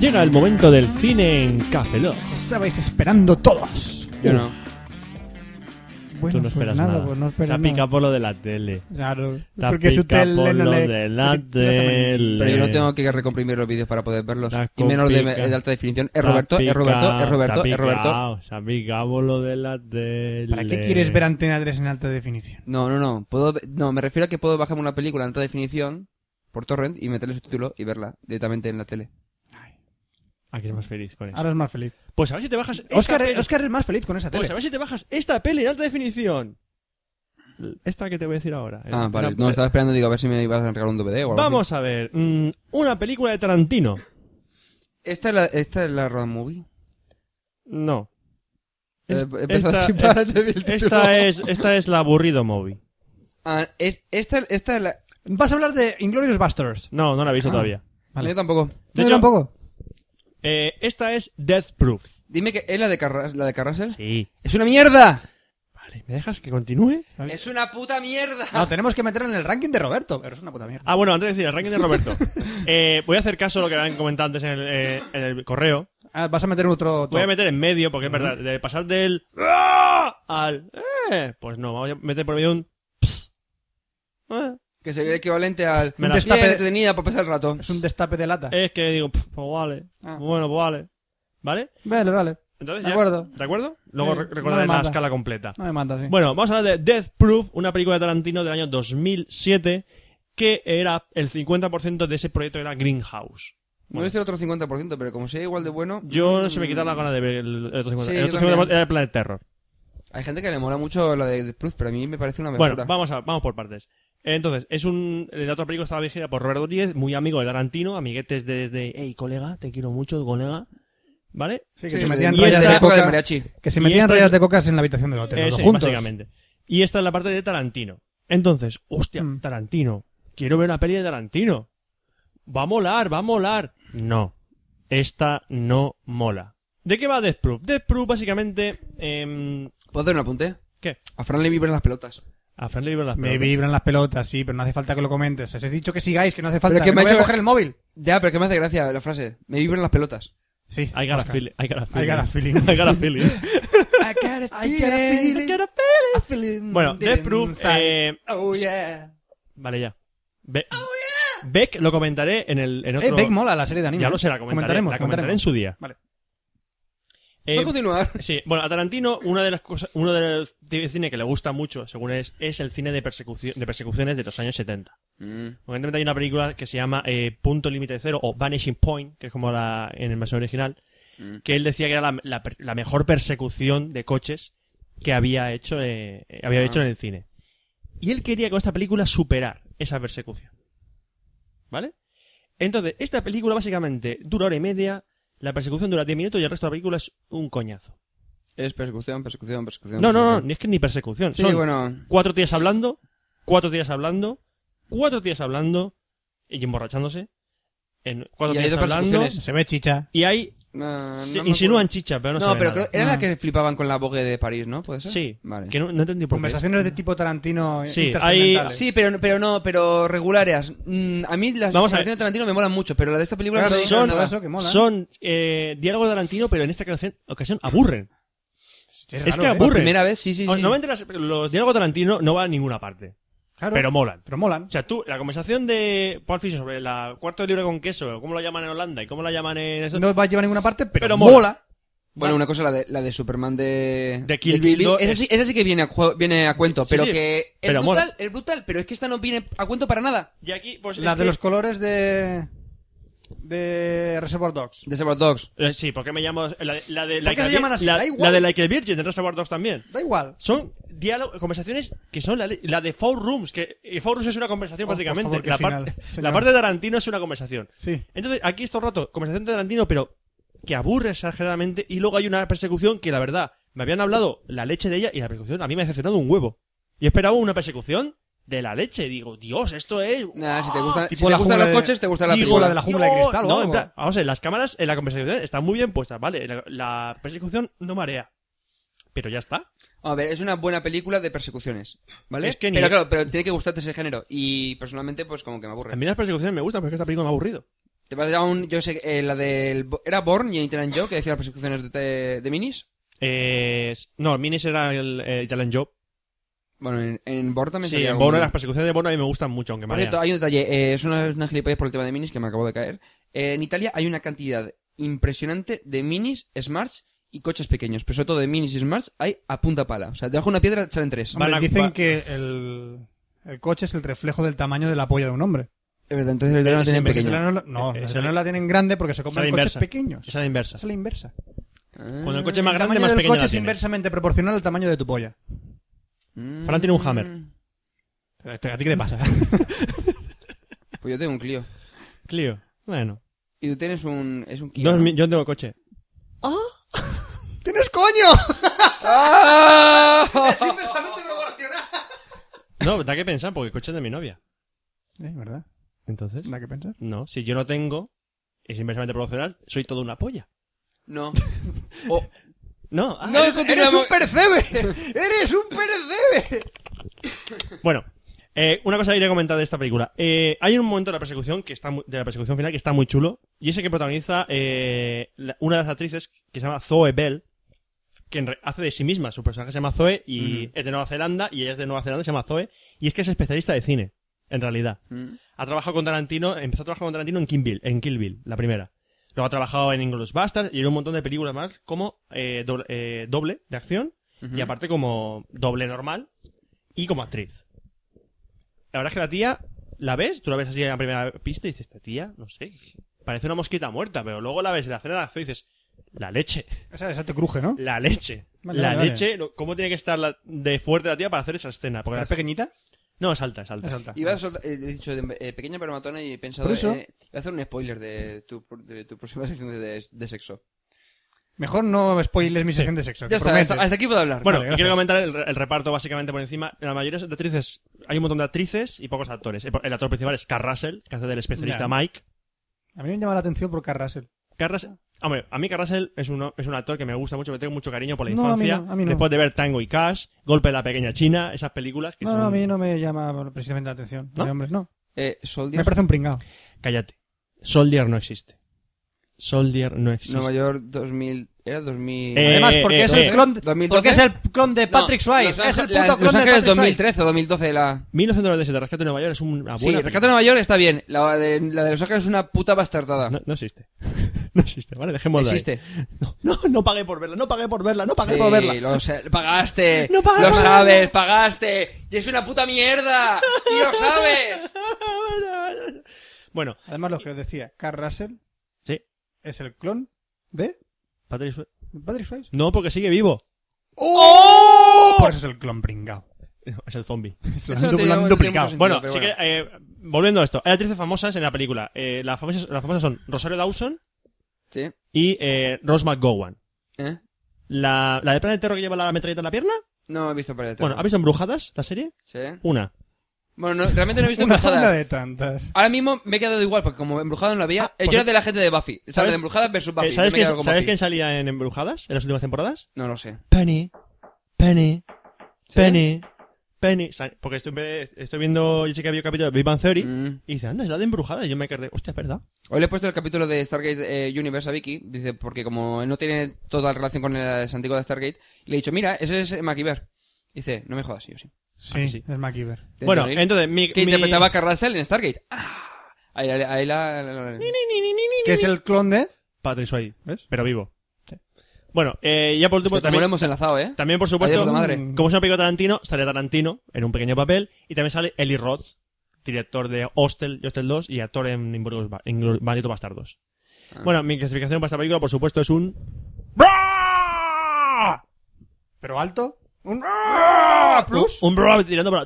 Speaker 1: Llega el momento del cine en Café Lock.
Speaker 3: Estabais esperando todos.
Speaker 2: Yo no.
Speaker 3: Bueno,
Speaker 1: Tú no
Speaker 3: pues
Speaker 1: esperas
Speaker 3: nada,
Speaker 1: nada.
Speaker 3: pues no esperas
Speaker 1: Se ha picado
Speaker 3: nada.
Speaker 1: por lo de la tele.
Speaker 3: Claro,
Speaker 1: La
Speaker 3: porque su
Speaker 1: pica
Speaker 3: tele
Speaker 1: por
Speaker 3: no
Speaker 1: lo
Speaker 3: le...
Speaker 1: de la
Speaker 3: porque tiene esta manía.
Speaker 1: tele.
Speaker 2: Pero yo no tengo que recomprimir los vídeos para poder verlos.
Speaker 1: La
Speaker 2: Y menos de,
Speaker 1: complica.
Speaker 2: de alta definición. Es Roberto, es Roberto, es Roberto, es Roberto.
Speaker 1: Se ha picado por lo de la tele.
Speaker 3: ¿Para qué quieres ver Antena 3 en alta definición?
Speaker 2: No, no, no. Puedo, ve- no, me refiero a que puedo bajarme una película en alta definición por torrent y meterle subtítulo y verla directamente en la tele.
Speaker 1: Ah, que eres más feliz con eso.
Speaker 3: Ahora es más feliz.
Speaker 1: Pues a ver si te bajas. esta
Speaker 3: Oscar,
Speaker 1: peli-
Speaker 3: Oscar es más feliz con esa tele.
Speaker 1: Pues a ver si te bajas esta peli en alta definición. Esta que te voy a decir ahora.
Speaker 2: Ah,
Speaker 1: Eh,
Speaker 2: vale.
Speaker 1: una-
Speaker 2: No, estaba esperando, digo, a ver si me ibas a entregar un DVD o algo así.
Speaker 1: Vamos a ver. mm, una película de Tarantino.
Speaker 2: ¿Esta es la, esta es la road movie?
Speaker 1: No.
Speaker 2: Eh,
Speaker 1: Es-
Speaker 2: empezó a chipar antes del título.
Speaker 1: esta es esta es la aburrido movie.
Speaker 2: Ah, es, esta, esta es la...
Speaker 3: Vas a hablar de Inglorious Busters.
Speaker 1: No, no la he visto todavía.
Speaker 3: Ah, Vale.
Speaker 2: Yo tampoco.
Speaker 1: De
Speaker 3: No,
Speaker 1: hecho-
Speaker 3: yo tampoco.
Speaker 1: Eh, esta es Death Proof.
Speaker 2: Dime que es la de, Carras- la de Carrasel.
Speaker 1: Sí.
Speaker 2: ¡Es una mierda!
Speaker 1: Vale, ¿me dejas que continúe?
Speaker 2: ¡Es una puta mierda!
Speaker 3: No, tenemos que meterla en el ranking de Roberto. Pero es una puta mierda.
Speaker 1: Ah, bueno, antes de decir el ranking de Roberto. eh, voy a hacer caso a lo que habían comentado antes en el, eh, en el correo.
Speaker 3: Ah, vas a meter otro...
Speaker 1: Voy a
Speaker 3: top.
Speaker 1: meter en medio, porque es verdad, de pasar del "Ah", al eh, pues no, vamos a meter por medio un "Ps". Eh,
Speaker 2: Que sería el equivalente al...
Speaker 1: Me la-
Speaker 2: Bien,
Speaker 3: Destape-
Speaker 2: entretenida para pasar el rato.
Speaker 3: Es un destape de lata.
Speaker 1: Es que digo, "Pf, pues vale,
Speaker 3: Ah.
Speaker 1: bueno, pues vale. ¿Vale?
Speaker 3: Vale, vale.
Speaker 1: Entonces
Speaker 3: De
Speaker 1: ya-
Speaker 3: acuerdo.
Speaker 1: ¿De acuerdo? Luego
Speaker 3: Eh,
Speaker 1: re-
Speaker 3: no
Speaker 1: recordaré
Speaker 3: me
Speaker 1: la
Speaker 3: mata.
Speaker 1: escala completa.
Speaker 3: No me mandas, sí.
Speaker 1: Bueno, vamos a hablar de Death Proof, una película de Tarantino del año 2007, que era el 50% de ese proyecto era Greenhouse.
Speaker 2: No es el otro 50%, pero como sea igual de bueno...
Speaker 1: Yo
Speaker 2: mm,
Speaker 1: se me quita la gana de ver el otro 50%.
Speaker 2: Sí,
Speaker 1: el otro
Speaker 2: yo también.
Speaker 1: 50% era el Planet Terror.
Speaker 2: Hay gente que le mola mucho la de Death Proof, pero a mí me parece una
Speaker 1: Bueno,
Speaker 2: basura.
Speaker 1: vamos, a, vamos por partes. Entonces, es un. La otra película estaba dirigida por Robert Rodríguez, muy amigo de Tarantino, amiguetes desde. hey, colega, te quiero mucho, colega. ¿Vale?
Speaker 3: Sí, que se metían rayas de coca. Que se metían rayas de cocas en la habitación del hotel. juntos.
Speaker 1: Eh, Básicamente. Y esta es la parte de Tarantino. Entonces, hostia,
Speaker 2: Mm.
Speaker 1: Tarantino. Quiero ver una peli de Tarantino. Va a molar, va a molar. No. Esta no mola. ¿De qué va Death Proof? Death Proof, básicamente. Eh...
Speaker 2: ¿Puedo hacer un apunte?
Speaker 1: ¿Qué?
Speaker 2: A Fran le vibran las pelotas.
Speaker 1: A Fran le vibran las
Speaker 3: Me
Speaker 1: pelotas.
Speaker 3: vibran las pelotas, sí, pero no hace falta que lo comentes. Os he dicho que sigáis, que no hace falta.
Speaker 2: que
Speaker 3: que
Speaker 2: me
Speaker 3: no
Speaker 2: ha
Speaker 3: voy a
Speaker 2: hecho-
Speaker 3: coger el móvil.
Speaker 2: Ya, pero que me hace gracia la frase. Me vibran las pelotas.
Speaker 3: Sí.
Speaker 1: I got a
Speaker 3: Oscar.
Speaker 1: feeling. I got a feeling.
Speaker 3: I got a feeling.
Speaker 1: I got a feeling.
Speaker 2: I got a
Speaker 3: I got a feeling. a feeling
Speaker 1: Bueno, Death Proof.
Speaker 3: inside.
Speaker 1: eh,
Speaker 3: Oh, yeah.
Speaker 1: Vale, ya. Be- Beck lo comentaré en el en otro...
Speaker 3: Eh, Beck mola la serie de anime. eh.
Speaker 1: Ya lo sé, la comentaré,
Speaker 3: Comentaremos,
Speaker 1: la comentaré
Speaker 3: comentaremos.
Speaker 1: en su día.
Speaker 3: Vale.
Speaker 1: Eh,
Speaker 2: Voy a continuar.
Speaker 1: Sí, bueno, a Tarantino una de las cosas, uno de los tipos de cine que le gusta mucho, según es, es el cine de, persecución, de persecuciones de los años 70.
Speaker 2: Mm.
Speaker 1: Concretamente hay una película que se llama eh, Punto Límite Cero o Vanishing Point, que es como la en el versión original,
Speaker 2: Mm.
Speaker 1: que él decía que era la, la per- la mejor persecución de coches que había hecho, eh, eh, había
Speaker 2: Ah.
Speaker 1: hecho en el cine. Y él quería con esta película superar esa persecución. ¿Vale? Entonces, esta película básicamente dura hora y media, la persecución dura 10 minutos y el resto de la película es un coñazo.
Speaker 2: Es persecución, persecución, persecución.
Speaker 1: No, no, no,
Speaker 2: persecución.
Speaker 1: ni es que ni persecución.
Speaker 2: Sí,
Speaker 1: Son
Speaker 2: bueno.
Speaker 1: cuatro tías hablando, cuatro tías hablando, cuatro tías hablando y emborrachándose. En cuatro
Speaker 2: Y hay
Speaker 1: tías
Speaker 2: dos
Speaker 1: hablando
Speaker 2: persecuciones.
Speaker 3: Se ve chicha.
Speaker 1: y hay
Speaker 2: No,
Speaker 1: se
Speaker 2: no me
Speaker 1: insinúan
Speaker 2: acuerdo.
Speaker 1: chicha, pero no,
Speaker 2: No,
Speaker 1: se ve
Speaker 2: pero
Speaker 1: nada.
Speaker 2: creo- era
Speaker 3: Ah.
Speaker 2: la que flipaban con la Vogue de París, ¿no? ¿Puede ser?
Speaker 1: Sí,
Speaker 2: Vale.
Speaker 1: que no, no entendí por qué.
Speaker 3: Conversaciones de tipo Tarantino eh,
Speaker 1: Sí,
Speaker 3: intercontinentales.
Speaker 2: Sí, pero, pero no, pero regulares. Mm, a mí las
Speaker 1: Vamos a
Speaker 2: canciones de
Speaker 1: ver.
Speaker 2: Tarantino me molan mucho, pero la de esta película
Speaker 3: Claro,
Speaker 2: no me
Speaker 1: son-
Speaker 2: molan nada.
Speaker 3: eso que mola.
Speaker 1: Son eh, diálogos de Tarantino, pero en esta ocasión- ocasión aburren.
Speaker 3: Es
Speaker 1: es
Speaker 3: raro,
Speaker 1: que
Speaker 3: ¿eh?
Speaker 2: Por
Speaker 1: aburren.
Speaker 2: primera vez, sí, sí, sí.
Speaker 1: Normalmente las- los diálogos de Tarantino no van a ninguna parte,
Speaker 3: Claro,
Speaker 1: pero molan.
Speaker 3: pero molan.
Speaker 1: O sea, tú, la conversación de Paul Fisher sobre la cuarto de libro con queso, cómo lo llaman en Holanda y cómo la llaman en... Eso,
Speaker 3: No va a llevar a ninguna parte, pero,
Speaker 1: Pero mola.
Speaker 3: mola.
Speaker 2: Bueno, una cosa, la de, la de Superman de,
Speaker 1: De Kill Bill,
Speaker 2: Bill.
Speaker 1: no,
Speaker 2: Esa
Speaker 1: es-
Speaker 2: sí, esa sí que viene a, juego- viene a cuento,
Speaker 1: Sí,
Speaker 2: pero
Speaker 1: sí,
Speaker 2: que es
Speaker 1: pero mola.
Speaker 2: brutal, es brutal, pero es que esta no viene a cuento para nada.
Speaker 1: Y aquí, pues...
Speaker 3: La
Speaker 1: es
Speaker 3: de
Speaker 1: que-
Speaker 3: los colores de. de Reservoir Dogs.
Speaker 2: De Sabre Dogs.
Speaker 1: Eh, sí, ¿por qué me llamo... La, la de
Speaker 3: ¿Por qué se llaman así?
Speaker 1: La,
Speaker 3: Da igual.
Speaker 1: la de Like a Virgin, de Reservoir Dogs también.
Speaker 3: Da igual.
Speaker 1: Son diálogo- conversaciones que son la, le- la de Four Rooms, que eh, Four Rooms es una conversación
Speaker 3: Oh, por
Speaker 1: prácticamente.
Speaker 3: favor, qué
Speaker 1: la,
Speaker 3: final,
Speaker 1: parte-
Speaker 3: señor.
Speaker 1: la parte de Tarantino es una conversación.
Speaker 3: Sí.
Speaker 1: Entonces, aquí estos rato, conversación de Tarantino, pero que aburre exageradamente, y luego hay una persecución que, la verdad, me habían hablado la leche de ella, y la persecución a mí me ha decepcionado un huevo. Y esperaba una persecución de la leche. Digo, Dios, esto es...
Speaker 2: Nada, si te gustan,
Speaker 3: Tipo
Speaker 2: si te
Speaker 3: la
Speaker 2: gustan
Speaker 3: jungla
Speaker 2: los
Speaker 3: de-
Speaker 2: coches, te gusta la
Speaker 1: Digo,
Speaker 2: película.
Speaker 3: la de la jungla de
Speaker 1: Dios,
Speaker 3: cristal o
Speaker 1: no,
Speaker 3: algo.
Speaker 1: en plan, vamos a ver, las cámaras en la conversación están muy bien puestas, vale. La, la persecución no marea. Pero ya está.
Speaker 2: A ver, es una buena película de persecuciones, ¿vale?
Speaker 1: Es que ni-
Speaker 2: Pero claro, pero tiene que gustarte ese género. Y personalmente, pues como que me
Speaker 1: A
Speaker 2: aburre.
Speaker 1: mí las persecuciones me gustan, pero es que esta película me ha aburrido.
Speaker 2: Te vas a un, yo sé, eh, la del... Bo- ¿Era Born y Ethan Joe que decía las persecuciones de, de minis?
Speaker 1: Eh, no, Minis era el, eh, Italian Job.
Speaker 2: Bueno, en, en Born también
Speaker 1: Sí,
Speaker 2: salía
Speaker 1: en Bono,
Speaker 2: un-
Speaker 1: las persecuciones de Bono a mí me gustan mucho, aunque
Speaker 2: Por
Speaker 1: marea.
Speaker 2: cierto, hay un detalle, eh, es una, es una gilipollas por el tema de minis que me acabo de caer. Eh, en Italia hay una cantidad impresionante de minis, smarts y coches pequeños, pero sobre todo de minis y smarts hay a punta pala. O sea, debajo de una piedra salen tres.
Speaker 1: Van
Speaker 3: Hombre,
Speaker 1: a-
Speaker 3: dicen
Speaker 1: va-
Speaker 3: que el, el coche es el reflejo del tamaño de la polla de un hombre.
Speaker 2: Es verdad, entonces el verano
Speaker 1: Eh,
Speaker 2: tienen
Speaker 1: sí,
Speaker 3: Los
Speaker 2: pequeño.
Speaker 3: italianos la- no,
Speaker 1: Eh,
Speaker 3: los
Speaker 1: esa
Speaker 3: italianos
Speaker 1: es-
Speaker 3: la tienen grande porque se
Speaker 1: esa
Speaker 3: compran
Speaker 1: es la
Speaker 3: coches
Speaker 1: inversa.
Speaker 3: pequeños.
Speaker 1: Esa es la inversa.
Speaker 3: Esa es la inversa.
Speaker 2: Ah.
Speaker 1: Cuando el coche es más grande,
Speaker 3: el tamaño
Speaker 1: más
Speaker 3: del
Speaker 1: pequeño
Speaker 3: coche
Speaker 1: la
Speaker 3: es
Speaker 1: tiene.
Speaker 3: inversamente proporcional al tamaño de tu polla.
Speaker 2: Mm.
Speaker 1: Fran tiene un Hammer.
Speaker 3: ¿A
Speaker 1: Este,
Speaker 3: ti qué te pasa?
Speaker 2: Pues yo tengo un Clio.
Speaker 1: Clio. Bueno.
Speaker 2: Y tú tienes un... es un Kia,
Speaker 1: Dos
Speaker 2: ¿no?
Speaker 1: mi- yo tengo coche.
Speaker 3: ¡Tienes coño!
Speaker 2: ¡Ah!
Speaker 3: ¡Es inversamente proporcional!
Speaker 1: No, da que pensar, porque el coche es de mi novia.
Speaker 3: Es verdad,
Speaker 1: Entonces,
Speaker 3: nada que pensar.
Speaker 1: no, si yo no tengo, es inversamente proporcional, soy toda una polla.
Speaker 2: No. O-
Speaker 1: No, ah,
Speaker 2: No,
Speaker 3: ¡Eres
Speaker 2: continuamos.
Speaker 3: un percebe! ¡Eres un percebe!
Speaker 1: Bueno, eh, una cosa que quería comentar de esta película. Eh, hay un momento de la persecución que está muy- de la persecución final que está muy chulo y ese que protagoniza eh, la- una de las actrices que se llama Zoe Bell, que en re- hace de sí misma. Su personaje se llama Zoe y
Speaker 2: Ujú.
Speaker 1: es de Nueva Zelanda y ella es de Nueva Zelanda y se llama Zoe y es que es especialista de cine, en realidad.
Speaker 2: Mm.
Speaker 1: Ha trabajado con Tarantino, empezó a trabajar con Tarantino en Kill Bill, en Kill Bill, la primera. Luego ha trabajado en Inglourious Basterds y en un montón de películas más como eh, doble, eh, doble de acción y
Speaker 2: Ujú.
Speaker 1: aparte como doble normal y como actriz. La verdad es que la tía, la ves, tú la ves así en la primera pista y dices, esta tía, no sé, parece una mosquita muerta, pero luego la ves en la escena de acción y dices, la leche,
Speaker 3: Esa, esa te cruje, ¿no?
Speaker 1: la leche,
Speaker 3: Vale,
Speaker 1: la
Speaker 3: vale, vale.
Speaker 1: leche, lo- ¿cómo tiene que estar la- de fuerte la tía para hacer esa escena? Porque
Speaker 3: ¿Es
Speaker 1: la-
Speaker 3: pequeñita?
Speaker 1: No, es alta, es alta.
Speaker 13: Es alta.
Speaker 2: Iba a soltar, eh, he dicho eh, pequeña permatona y he pensado
Speaker 13: Por eso-
Speaker 2: eh, iba a hacer un spoiler de tu, de tu próxima sección de, de sexo.
Speaker 13: Mejor no spoiles mi sección de sexo.
Speaker 2: Ya
Speaker 13: te
Speaker 2: está,
Speaker 13: prometo.
Speaker 2: hasta, hasta aquí puedo hablar.
Speaker 1: Bueno,
Speaker 2: Vale,
Speaker 1: y quiero
Speaker 2: gracias.
Speaker 1: comentar el, el reparto básicamente por encima. La mayoría de actrices, hay un montón de actrices y pocos actores. El, el actor principal es Carl Russell, que hace del
Speaker 13: Ya.
Speaker 1: especialista Mike.
Speaker 13: A mí me llama la atención por Carl Russell.
Speaker 1: Carl Russell- hombre, a mí Carl Russell es un, es un actor que me gusta mucho, que tengo mucho cariño por la
Speaker 13: No, a mí
Speaker 1: infancia.
Speaker 13: no, a mí no.
Speaker 1: Después de ver Tango y Cash, Golpe de la Pequeña China, esas películas que
Speaker 13: No,
Speaker 1: son...
Speaker 13: no, a mí no me llama precisamente la atención.
Speaker 1: ¿No?
Speaker 13: El hombre, no.
Speaker 2: Eh, Soldier,
Speaker 13: Me parece un pringado.
Speaker 1: Cállate. Soldier no existe. Soldier no existe.
Speaker 2: Nueva York 2000... Era 2000...
Speaker 1: Eh,
Speaker 13: Además, porque
Speaker 1: eh,
Speaker 13: es
Speaker 1: eh.
Speaker 13: el clon, de-
Speaker 2: 2012.
Speaker 13: porque es el clon de Patrick
Speaker 2: No,
Speaker 13: Swayze.
Speaker 2: Los
Speaker 13: es el
Speaker 2: Ángeles-
Speaker 13: puto
Speaker 2: la-
Speaker 13: clon
Speaker 2: Los
Speaker 13: de
Speaker 2: Ángeles
Speaker 13: Patrick Swayze.
Speaker 2: 2013 o 2012 la...
Speaker 1: 1997, Rescate de Nueva York es una buena
Speaker 2: Sí,
Speaker 1: película.
Speaker 2: Rescate de Nueva York está bien. La de, la de Los Ángeles es una puta bastardada.
Speaker 1: No, no existe. No existe, ¿vale? Dejémoslo ahí.
Speaker 2: Existe.
Speaker 1: No, no, no pagué por verla, no pagué por verla, no pagué
Speaker 2: Sí,
Speaker 1: por verla.
Speaker 2: lo sé- Eh, pagaste.
Speaker 1: No pagué
Speaker 2: lo
Speaker 1: por verla.
Speaker 2: sabes, pagaste. Y es una puta mierda. Y lo sabes.
Speaker 1: Bueno,
Speaker 13: Además, lo que os decía, Carl Russell
Speaker 1: sí.
Speaker 13: es el clon de
Speaker 1: Patrick Swayze-
Speaker 13: Patrick Swayze.
Speaker 1: No, porque sigue vivo.
Speaker 13: ¡Oh! Por eso es el clon pringado.
Speaker 1: Es el zombie.
Speaker 13: Se lo
Speaker 2: Eso
Speaker 13: han,
Speaker 2: no
Speaker 13: du- lo han
Speaker 2: tenía-
Speaker 13: duplicado.
Speaker 2: no tenía mucho
Speaker 1: Bueno,
Speaker 2: pero
Speaker 1: sí que,
Speaker 2: bueno.
Speaker 1: eh, volviendo a esto, hay actrices famosas en la película. Eh, las, famosas, las famosas son Rosario Dawson
Speaker 2: Sí.
Speaker 1: y eh, Rose McGowan.
Speaker 2: ¿Eh?
Speaker 1: La, la de Planet Terror que lleva la metralleta en la pierna.
Speaker 2: No he visto para
Speaker 1: Bueno, ¿habéis embrujadas la serie?
Speaker 2: ¿Sí?
Speaker 1: Una.
Speaker 2: Bueno, no- realmente no he visto
Speaker 13: Una, una
Speaker 2: embrujadas.
Speaker 13: de tantas.
Speaker 2: Ahora mismo me he quedado igual, porque como embrujado no la veía,
Speaker 1: Ah,
Speaker 2: eh,
Speaker 1: pues-
Speaker 2: yo era de la gente de Buffy. ¿Sabes? De embrujadas versus Buffy.
Speaker 1: eh, ¿Sabes,
Speaker 2: Yo me he
Speaker 1: quién,
Speaker 2: quedado con
Speaker 1: ¿sabes
Speaker 2: Buffy.
Speaker 1: quién salía en embrujadas en las últimas temporadas?
Speaker 2: No lo sé.
Speaker 1: Penny. Penny.
Speaker 2: ¿Sí?
Speaker 1: Penny. Penny. Sa- Porque estoy, ve- estoy viendo, yo sé que había un capítulo de Big Bang Theory.
Speaker 2: Mm.
Speaker 1: Y dice, anda, es la de embrujadas. Y yo me quedé, hostia, es verdad.
Speaker 2: Hoy le he puesto el capítulo de Stargate eh, Universe a Vicky, dice, porque como no tiene toda relación con el antiguo de Stargate, le he dicho, mira, ese es MacGyver. Dice, no me jodas, y yo sí.
Speaker 1: Ah,
Speaker 13: Sí,
Speaker 1: que sí.
Speaker 13: es MacGyver.
Speaker 1: Bueno,
Speaker 2: Daniel,
Speaker 1: entonces, mi,
Speaker 2: que
Speaker 1: mi-
Speaker 2: interpretaba a Carl Russell en Stargate. ¡Ah! Ahí, ahí, ahí la... la- la- la-
Speaker 13: Que es el clon de...
Speaker 1: Patrick Swayze,
Speaker 13: ¿Ves?
Speaker 1: pero vivo. Bueno, eh, ya por último,
Speaker 2: Como
Speaker 1: también,
Speaker 2: lo hemos enlazado, ¿eh?
Speaker 1: también, por
Speaker 2: Vaya
Speaker 1: supuesto, mm,
Speaker 2: puta madre.
Speaker 1: como es una película de Tarantino, sale Tarantino en un pequeño papel y también sale Eli Roth, director de Hostel, y Hostel 2 y actor en, Inglourious Ba- en Inglourious- Malditos Bastardos.
Speaker 2: Ah.
Speaker 1: Bueno, mi clasificación para esta película, por supuesto, es un... ¡Bra!
Speaker 13: ¡Ah! ¿Pero alto? ¿Un ¡Ah!
Speaker 1: Plus.
Speaker 13: plus?
Speaker 1: Un bra tirando para...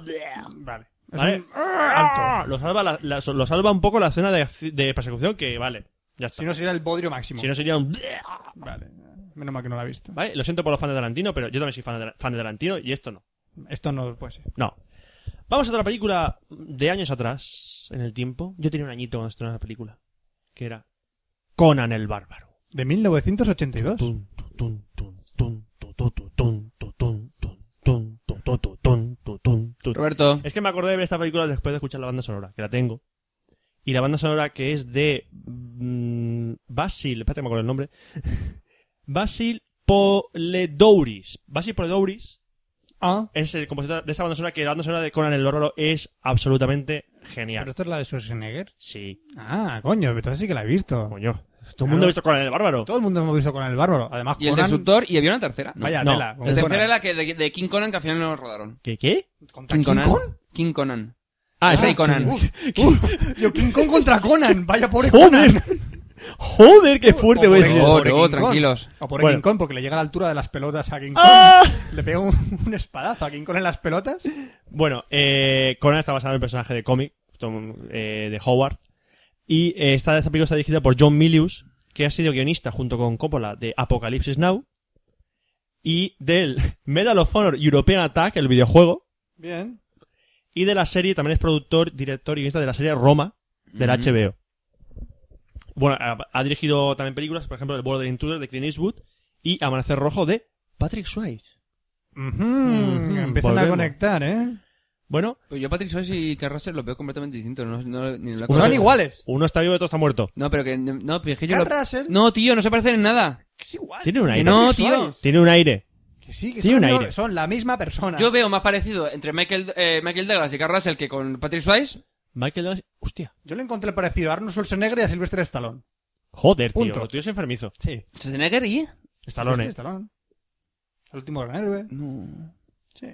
Speaker 13: Vale. Es
Speaker 1: ¿Vale? Ah,
Speaker 13: un alto.
Speaker 1: Lo salva, la- la- lo salva un poco la escena de, acci- de persecución que, vale, ya está.
Speaker 13: Si no, sería el bodrio máximo.
Speaker 1: Si no sería un...
Speaker 13: Vale. Menos mal que no lo ha visto.
Speaker 1: ¿Vale? Lo siento por los fans de Tarantino, pero yo también soy fan de, fan de Tarantino y esto no.
Speaker 13: Esto no puede ser.
Speaker 1: No. Vamos a otra película de años atrás, en el tiempo. Yo tenía un añito cuando estrenó la película. Que era Conan el Bárbaro.
Speaker 13: De 1982.
Speaker 1: Tun, tun, tun, tun, tun, tun, tun, tun, tun, tun, tun, tun, tun, tun, tun, tun, tun, tun, tun.
Speaker 2: Roberto,
Speaker 1: Es que me acordé de ver esta película después de escuchar la banda sonora, que la tengo. Y la banda sonora que es de mm, Basil, espérate que me acuerdo el nombre. Basil Poledouris. Basil Poledouris
Speaker 13: Ah.
Speaker 1: es el compositor de esta banda sonora que la banda sonora de Conan el Bárbaro es absolutamente genial.
Speaker 13: Pero esto es la de Schwarzenegger.
Speaker 1: Sí,
Speaker 13: Ah, coño, entonces sí que la he visto.
Speaker 1: coño. Todo el mundo ha visto Conan el Bárbaro.
Speaker 13: Todo el mundo hemos visto con el bárbaro. Además,
Speaker 2: y el
Speaker 13: Conan-
Speaker 2: destructor, y había una tercera. No.
Speaker 13: Vaya
Speaker 1: No.
Speaker 13: tela. con
Speaker 2: La tercera
Speaker 13: Conan.
Speaker 2: es la que de, de King Conan que al final no nos rodaron.
Speaker 1: ¿Qué qué?
Speaker 13: ¿Contra
Speaker 2: King, Conan.
Speaker 13: Kong?
Speaker 2: King Conan.
Speaker 1: Ah,
Speaker 2: Ese
Speaker 1: sí.
Speaker 2: y Conan.
Speaker 13: Uf, uf, yo, King Kong contra Conan. Vaya pobre Conan.
Speaker 1: Joder, qué fuerte,
Speaker 13: O
Speaker 1: güey.
Speaker 13: por
Speaker 2: Oh,
Speaker 13: pobre
Speaker 2: no,
Speaker 13: King Kong.
Speaker 2: tranquilos.
Speaker 13: O por
Speaker 1: Bueno.
Speaker 13: King Kong, porque le llega a la altura de las pelotas a King Kong.
Speaker 1: ¡Ah!
Speaker 13: Le pega un, un espadazo a King Kong en las pelotas.
Speaker 1: Bueno, eh, Conan está basado en el personaje de cómic Tom, eh, de Howard. Y eh, esta, esta película está dirigida por John Milius, que ha sido guionista junto con Coppola de Apocalypse Now y del Medal of Honor European Attack, el videojuego,
Speaker 13: Bien.
Speaker 1: y de la serie, también es productor, director y guionista de la serie Roma, del
Speaker 2: Ujú.
Speaker 1: HBO. Bueno, ha, ha dirigido también películas, por ejemplo, El vuelo del intruder de Clint Eastwood y Amanecer Rojo de Patrick Swayze.
Speaker 13: Ujú,
Speaker 1: Ujú,
Speaker 13: Empiezan
Speaker 1: volvemos.
Speaker 13: a conectar, ¿eh?
Speaker 1: Bueno,
Speaker 2: Pues yo Patrick Swayze y Carl Russell los veo completamente distintos. No, no, ni la
Speaker 1: Uno
Speaker 2: cosa-
Speaker 13: Pues Son iguales.
Speaker 1: uno está vivo y otro está muerto.
Speaker 2: No, pero que... No, pero es que yo
Speaker 13: Carl
Speaker 2: lo-
Speaker 13: Russell
Speaker 2: No, tío, no se parecen en nada.
Speaker 13: es igual.
Speaker 1: Tiene un
Speaker 2: Que
Speaker 1: aire.
Speaker 2: no,
Speaker 13: Patrick
Speaker 2: tío.
Speaker 13: Swayze.
Speaker 1: Tiene un aire.
Speaker 13: Que sí, que
Speaker 1: Tiene
Speaker 13: son,
Speaker 1: un
Speaker 13: no,
Speaker 1: aire.
Speaker 13: son la misma persona.
Speaker 2: Yo veo más parecido entre Michael, eh, Michael Douglas y Carl Russell que con Patrick Swayze.
Speaker 1: Michael Douglas. Hostia.
Speaker 13: Yo le encontré parecido a Arnold Schwarzenegger y a Sylvester Stallone.
Speaker 1: Joder, tío.
Speaker 13: Punto.
Speaker 1: Tú eres enfermizo.
Speaker 13: Sí.
Speaker 2: Schwarzenegger y...
Speaker 1: Estalones.
Speaker 13: Stallone. El último gran héroe.
Speaker 2: No.
Speaker 13: Sí.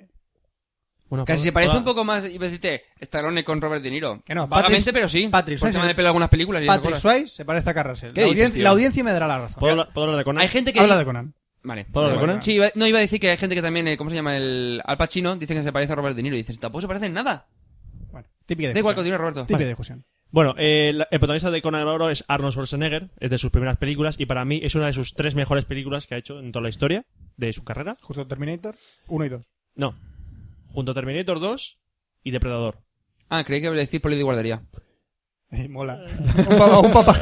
Speaker 1: pues,
Speaker 2: Casi se parece un poco más, iba a decirte, Stallone con Robert De Niro.
Speaker 13: Que no,
Speaker 2: Vagamente,
Speaker 13: Patrick-
Speaker 2: pero sí.
Speaker 13: Patrick
Speaker 2: Por
Speaker 13: Swayze-
Speaker 2: tema de pelo algunas películas y esas
Speaker 13: Patrick
Speaker 2: cosas.
Speaker 13: Swayze se parece a Carl Russell.
Speaker 2: ¿Qué
Speaker 13: La,
Speaker 2: dices,
Speaker 13: audien-
Speaker 2: tío?
Speaker 13: la audiencia me dará la razón.
Speaker 1: ¿Puedo hablar, puedo hablar de Conan?
Speaker 2: Hay gente que...
Speaker 13: Habla de Conan.
Speaker 2: Vale.
Speaker 1: ¿Puedo hablar de Conan?
Speaker 2: Sí, iba- no, iba a decir que hay gente que también, eh, ¿cómo se llama? El Al Pacino, dicen que se parece a Robert De Niro. Y dices, tampoco se parece en nada.
Speaker 3: Bueno, típica discusión.
Speaker 2: Da igual, continúa, Roberto.
Speaker 3: Típica
Speaker 2: Vale.
Speaker 3: discusión.
Speaker 1: Bueno, eh, la- el protagonista de Conan el Bárbaro es Arnold Schwarzenegger, es de sus primeras películas y para mí es una de sus tres mejores películas que ha hecho en toda la historia de su carrera.
Speaker 3: Justo Terminator 1 y 2.
Speaker 1: No, junto a Terminator 2 y Depredador.
Speaker 2: Ah, creí que iba a decir poli de guardería.
Speaker 3: mola. un, papá, Oh, un papá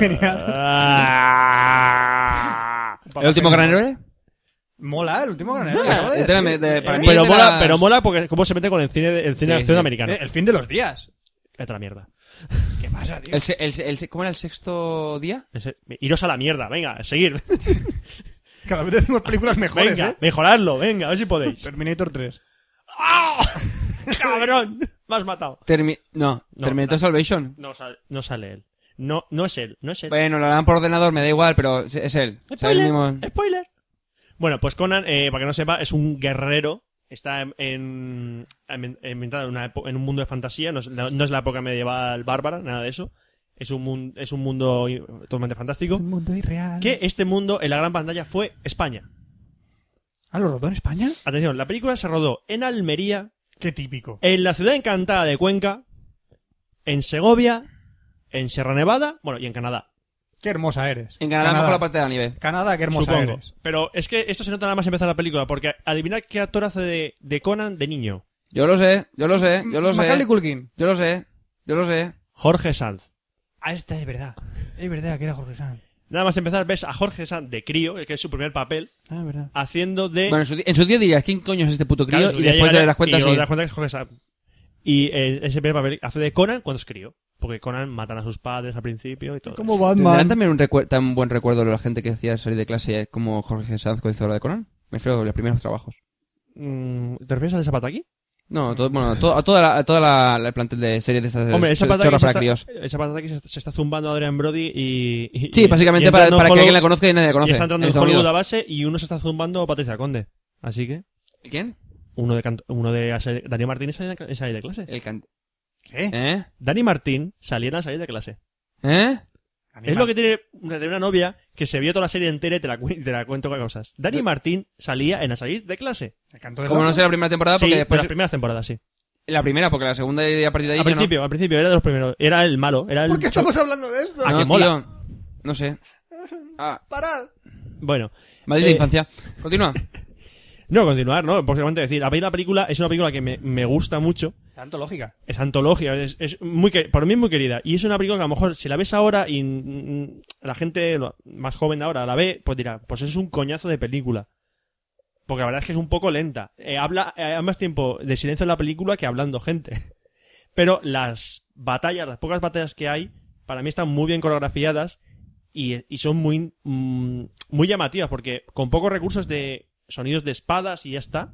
Speaker 1: Ah.
Speaker 3: genial. Un papá
Speaker 2: ¿El último gran
Speaker 3: genial.
Speaker 2: héroe?
Speaker 3: Mola, el último gran héroe.
Speaker 2: Ah,
Speaker 3: acabo de decir.
Speaker 2: espérame, de- para
Speaker 3: Eh,
Speaker 2: mí
Speaker 1: Pero
Speaker 2: de
Speaker 1: mola,
Speaker 2: las-
Speaker 1: pero mola porque cómo se mete con el cine, de- el cine de
Speaker 2: Sí,
Speaker 1: acción
Speaker 2: sí.
Speaker 1: americano.
Speaker 3: eh, El fin de los días.
Speaker 1: Vete a la mierda.
Speaker 3: ¿Qué pasa, tío?
Speaker 2: El, se- el se- el se- ¿Cómo era el sexto día?
Speaker 1: Ese- Iros a la mierda, venga, seguir.
Speaker 3: Cada vez decimos películas mejores,
Speaker 1: venga,
Speaker 3: ¿eh?
Speaker 1: mejorarlo, venga, a ver si podéis.
Speaker 3: Terminator 3.
Speaker 1: ¡Ah!
Speaker 3: ¿eh?
Speaker 1: ¡Cabrón! Me has matado.
Speaker 2: Termi- no,
Speaker 1: No,
Speaker 2: Terminator
Speaker 1: no.
Speaker 2: Salvation.
Speaker 1: No sale, no sale él. No, no es él, no es él.
Speaker 2: Bueno, lo harán por ordenador, me da igual, pero es- es él. O sea, el
Speaker 1: Spoiler,
Speaker 2: mismo-
Speaker 1: spoiler. Bueno, pues Conan, eh, para que no sepa, es un guerrero. Está en, en- en- ambientado en, una epo- en un mundo de fantasía. No es, la- no es la época medieval bárbara, nada de eso. Es un, mun- es un mundo i- totalmente fantástico.
Speaker 3: mundo irreal.
Speaker 1: Que este mundo en la gran pantalla fue España.
Speaker 3: ¿Ah, lo rodó en España?
Speaker 1: Atención, la película se rodó en Almería,
Speaker 3: Qué típico.
Speaker 1: en la ciudad encantada de Cuenca, en Segovia, en Sierra Nevada, bueno, y en Canadá.
Speaker 3: Qué hermosa eres.
Speaker 2: En Canadá, mejor la parte de la nieve.
Speaker 3: Canadá, qué hermosa
Speaker 1: Supongo.
Speaker 3: eres.
Speaker 1: Pero es que esto se nota nada más empezar la película, porque adivinad qué actor hace de, de Conan de niño.
Speaker 2: Yo lo sé, yo lo sé, yo lo sé.
Speaker 3: Macaulay Culkin.
Speaker 2: Yo lo sé, yo lo sé.
Speaker 1: Jorge Sanz.
Speaker 3: Ah, esta es verdad. Es verdad que era Jorge Sanz.
Speaker 1: Nada más empezar, ves a Jorge Sanz de crío, que es su primer papel,
Speaker 3: Ah, es verdad.
Speaker 1: haciendo de.
Speaker 2: Bueno, en su, di- en su día dirías, ¿quién coño es este puto crío?
Speaker 1: Claro, su
Speaker 2: y
Speaker 1: día
Speaker 2: después
Speaker 1: llegará-
Speaker 2: de las cuentas,
Speaker 1: y
Speaker 2: sí.
Speaker 1: luego te das cuenta que es Jorge Sanz. Y eh, ese primer papel hace de Conan cuando es crío. Porque Conan matan a sus padres al principio y todo.
Speaker 3: Como
Speaker 2: ¿Tendrán
Speaker 3: Batman.
Speaker 2: también un recuer- tan buen recuerdo de la gente que hacía salir de clase eh, como Jorge Sanz, cohizadora de Conan? Me refiero a los primeros trabajos.
Speaker 1: Mm, ¿Te refieres a esa pataki?
Speaker 2: No, todo, bueno, to- a toda la, a toda la, la plantel de series de estas
Speaker 1: Hombre, esa
Speaker 2: cho-
Speaker 1: pataki
Speaker 2: chorras
Speaker 1: se
Speaker 2: Eh, para
Speaker 1: está,
Speaker 2: críos.
Speaker 1: esa pataki se, está- se está zumbando a Adrian Brody y. y-
Speaker 2: Sí,
Speaker 1: y-
Speaker 2: básicamente
Speaker 1: y
Speaker 2: para,
Speaker 1: entrando
Speaker 2: para que
Speaker 1: Hollywood-
Speaker 2: alguien la conozca y nadie la conoce.
Speaker 1: Y está entrando
Speaker 2: en
Speaker 1: en
Speaker 2: Estados
Speaker 1: Hollywood a
Speaker 2: Unidos.
Speaker 1: base y uno se está zumbando a Patricia Conde. Así que.
Speaker 2: ¿El ¿Quién?
Speaker 1: Uno de, cant- uno de ase- Dani Martín es salir de- es salir de clase.
Speaker 2: El can-
Speaker 3: ¿Qué?
Speaker 2: ¿Eh?
Speaker 1: Dani Martín salía en salir de clase.
Speaker 2: ¿Eh?
Speaker 1: Es lo que tiene una, de una novia que se vio toda la serie entera y te la, cu- y te la cuento con cosas. Dani Martín salía en a salir de clase.
Speaker 3: El canto del
Speaker 2: Como no
Speaker 3: loco.
Speaker 2: sé la primera temporada,
Speaker 1: Sí,
Speaker 2: porque
Speaker 1: pero
Speaker 2: después...
Speaker 1: las primeras temporadas, sí.
Speaker 2: La primera, porque la segunda y a partir de ahí
Speaker 1: Al
Speaker 2: ya no.
Speaker 1: principio, al principio, era de los primeros. Era el malo. Era el
Speaker 3: ¿Por qué
Speaker 1: cho-
Speaker 3: estamos hablando de esto?
Speaker 1: Ah,
Speaker 2: No,
Speaker 1: que mola.
Speaker 2: tío, no sé. Ah,
Speaker 3: ¡Parad!
Speaker 1: Bueno.
Speaker 2: maldita
Speaker 1: Eh,
Speaker 2: infancia. Continúa.
Speaker 1: No, continuar, ¿no? Básicamente decir, a mí la película es una película que me, me gusta mucho.
Speaker 3: Tanto lógica.
Speaker 1: Es antológica, es, es muy que- por mí es muy querida. Y es una película que a lo mejor si la ves ahora y mm, la gente lo- más joven de ahora la ve, pues dirá, pues es un coñazo de película. Porque la verdad es que es un poco lenta. Eh, habla, eh, hay más tiempo de silencio en la película que hablando gente. Pero las batallas, las pocas batallas que hay, para mí están muy bien coreografiadas y, y son muy, mm, muy llamativas porque con pocos recursos de sonidos de espadas y ya está.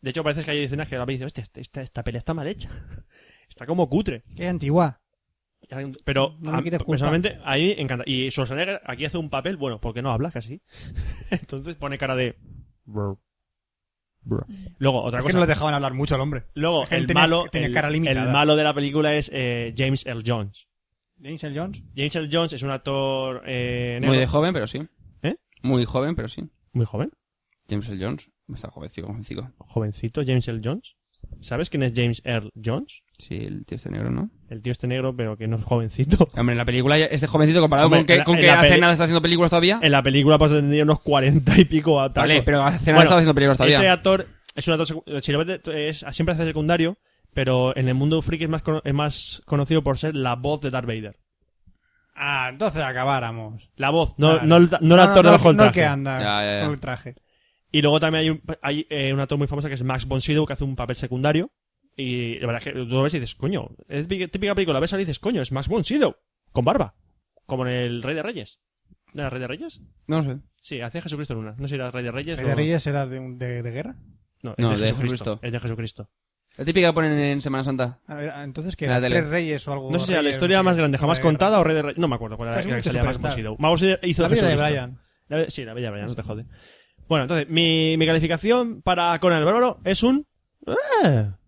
Speaker 1: De hecho, parece que hay escenas que la veis y dices, hostia, esta, esta, esta pelea está mal hecha. Está como cutre.
Speaker 3: Qué antigua.
Speaker 1: Pero
Speaker 3: No me
Speaker 1: a-
Speaker 3: quites culpa.
Speaker 1: personalmente ahí encanta. Y Schwarzenegger aquí hace un papel, bueno, porque no habla casi. Entonces pone cara de... Luego, otra
Speaker 3: Es que
Speaker 1: cosa.
Speaker 3: no le dejaban hablar mucho al hombre.
Speaker 1: Luego,
Speaker 3: Es que él
Speaker 1: el
Speaker 3: tenía-
Speaker 1: malo,
Speaker 3: tenía
Speaker 1: el,
Speaker 3: cara limitada.
Speaker 1: el malo de la película es eh, James L. Jones.
Speaker 3: James Earl Jones.
Speaker 1: James L. Jones es un actor eh, negro.
Speaker 2: Muy de joven, pero sí.
Speaker 1: ¿Eh?
Speaker 2: Muy joven, pero sí.
Speaker 1: Muy joven.
Speaker 2: James L. Jones. Está jovencico, jovencico.
Speaker 1: Jovencito, James L. Jones. ¿Sabes quién es James Earl Jones?
Speaker 2: Sí, el tío este negro, ¿no?
Speaker 1: El tío este negro, pero que no es jovencito.
Speaker 2: Hombre, en la película ya- este jovencito comparado
Speaker 1: Hombre,
Speaker 2: con que,
Speaker 1: en la-
Speaker 2: con
Speaker 1: en
Speaker 2: que
Speaker 1: la
Speaker 2: hace
Speaker 1: peli-
Speaker 2: nada está haciendo películas todavía.
Speaker 1: En la película pues tendría unos cuarenta y pico atacos.
Speaker 2: Vale, pero hace nada
Speaker 1: Bueno,
Speaker 2: está haciendo películas todavía.
Speaker 1: Ese actor es un actor secu- si lo ves de- es- siempre hace secundario, pero en el mundo friki es más, cono- es más conocido por ser la voz de Darth Vader.
Speaker 3: Ah, entonces acabáramos.
Speaker 1: La voz, no,
Speaker 3: Vale.
Speaker 1: no, el, no el actor de bajo el
Speaker 3: no el
Speaker 1: traje.
Speaker 3: que anda
Speaker 2: Ya, ya, ya.
Speaker 3: con el traje.
Speaker 1: Y luego también hay, un, hay eh, un actor muy famoso que es Max von Sydow que hace un papel secundario. Y la verdad es que tú lo ves y dices, coño, es pi- típica película, ves a y dices, coño, es Max von Sydow con barba. Como en el Rey de Reyes. ¿No era Rey de Reyes?
Speaker 2: No sé.
Speaker 1: Sí, hacía Jesucristo en una. No sé si era Rey de Reyes
Speaker 3: ¿El
Speaker 1: o...
Speaker 3: de Reyes era de, un- de, de guerra?
Speaker 1: No,
Speaker 2: No,
Speaker 1: es de,
Speaker 2: de
Speaker 1: Jesucristo.
Speaker 2: Jesucristo.
Speaker 1: Es de Jesucristo.
Speaker 2: La típica que ponen en Semana Santa.
Speaker 3: A ver, Entonces, ¿qué
Speaker 2: La
Speaker 3: Ah, era?
Speaker 2: tele.
Speaker 3: ¿Tres reyes o algo?
Speaker 1: No sé si era la
Speaker 3: Reyes,
Speaker 1: historia
Speaker 3: no sé
Speaker 1: más
Speaker 3: qué,
Speaker 1: grande jamás
Speaker 3: de guerra.
Speaker 1: contada o Rey de Reyes. No me acuerdo cuál era la
Speaker 3: Jesucristo
Speaker 1: que salía más
Speaker 3: Superstar.
Speaker 1: conocido. Vamos a ir- hizo
Speaker 3: La vida de
Speaker 1: Jesucristo.
Speaker 3: Brian.
Speaker 1: La vida- Sí, la vida de Brian, no te jode. Bueno, entonces, mi, mi calificación para Conan el Bárbaro es un... Ah.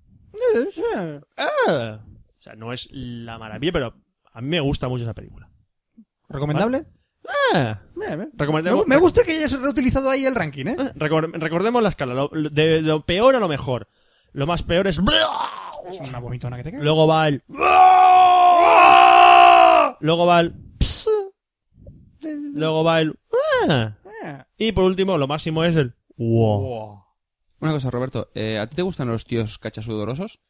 Speaker 1: Ah. O sea, no es la maravilla, pero a mí me gusta mucho esa película.
Speaker 3: ¿Recomendable?
Speaker 1: Ah.
Speaker 3: Eh, eh.
Speaker 1: Recomendemos-
Speaker 3: Me, me gusta que hayas reutilizado ahí el ranking, ¿eh?
Speaker 1: Recor- recordemos la escala, lo- lo- de lo peor a lo mejor. Lo más peor es...
Speaker 13: Es una vomitona que te cae.
Speaker 1: Luego va el.
Speaker 2: ¡Ah!
Speaker 1: Luego va el. "Ps". Luego va el. "Ah". Y por último, lo máximo es el. Wow.
Speaker 2: Una cosa, Roberto, eh, ¿a ti te gustan los tíos cachasudorosos?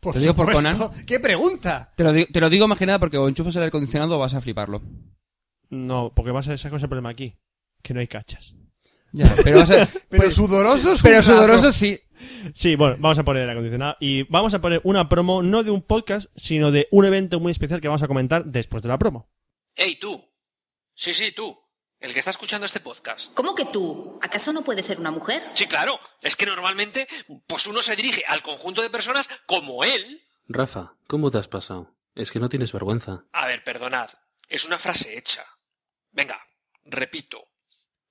Speaker 3: Por
Speaker 2: te lo digo por Conan.
Speaker 3: supuesto. ¡Qué pregunta!
Speaker 2: Te lo, di- te lo digo más que nada porque o enchufas el aire acondicionado o vas a fliparlo.
Speaker 1: No, porque vas a esa cosa el problema aquí. Que no hay cachas.
Speaker 2: Ya, pero vas a... pues,
Speaker 3: Pero sudoroso es un
Speaker 2: Pero
Speaker 3: rato.
Speaker 2: sudoroso sí.
Speaker 1: Sí, bueno, vamos a poner el acondicionado y vamos a poner una promo, no de un podcast, sino de un evento muy especial que vamos a comentar después de la promo.
Speaker 16: ¡Ey, tú! Sí, sí, tú. El que está escuchando este podcast.
Speaker 4: ¿Cómo que tú? ¿Acaso no puedes ser una mujer?
Speaker 16: Sí, claro. Es que normalmente, pues uno se dirige al conjunto de personas como él.
Speaker 17: Rafa, ¿cómo te has pasado? Es que no tienes vergüenza.
Speaker 16: A ver, perdonad. Es una frase hecha. Venga, repito.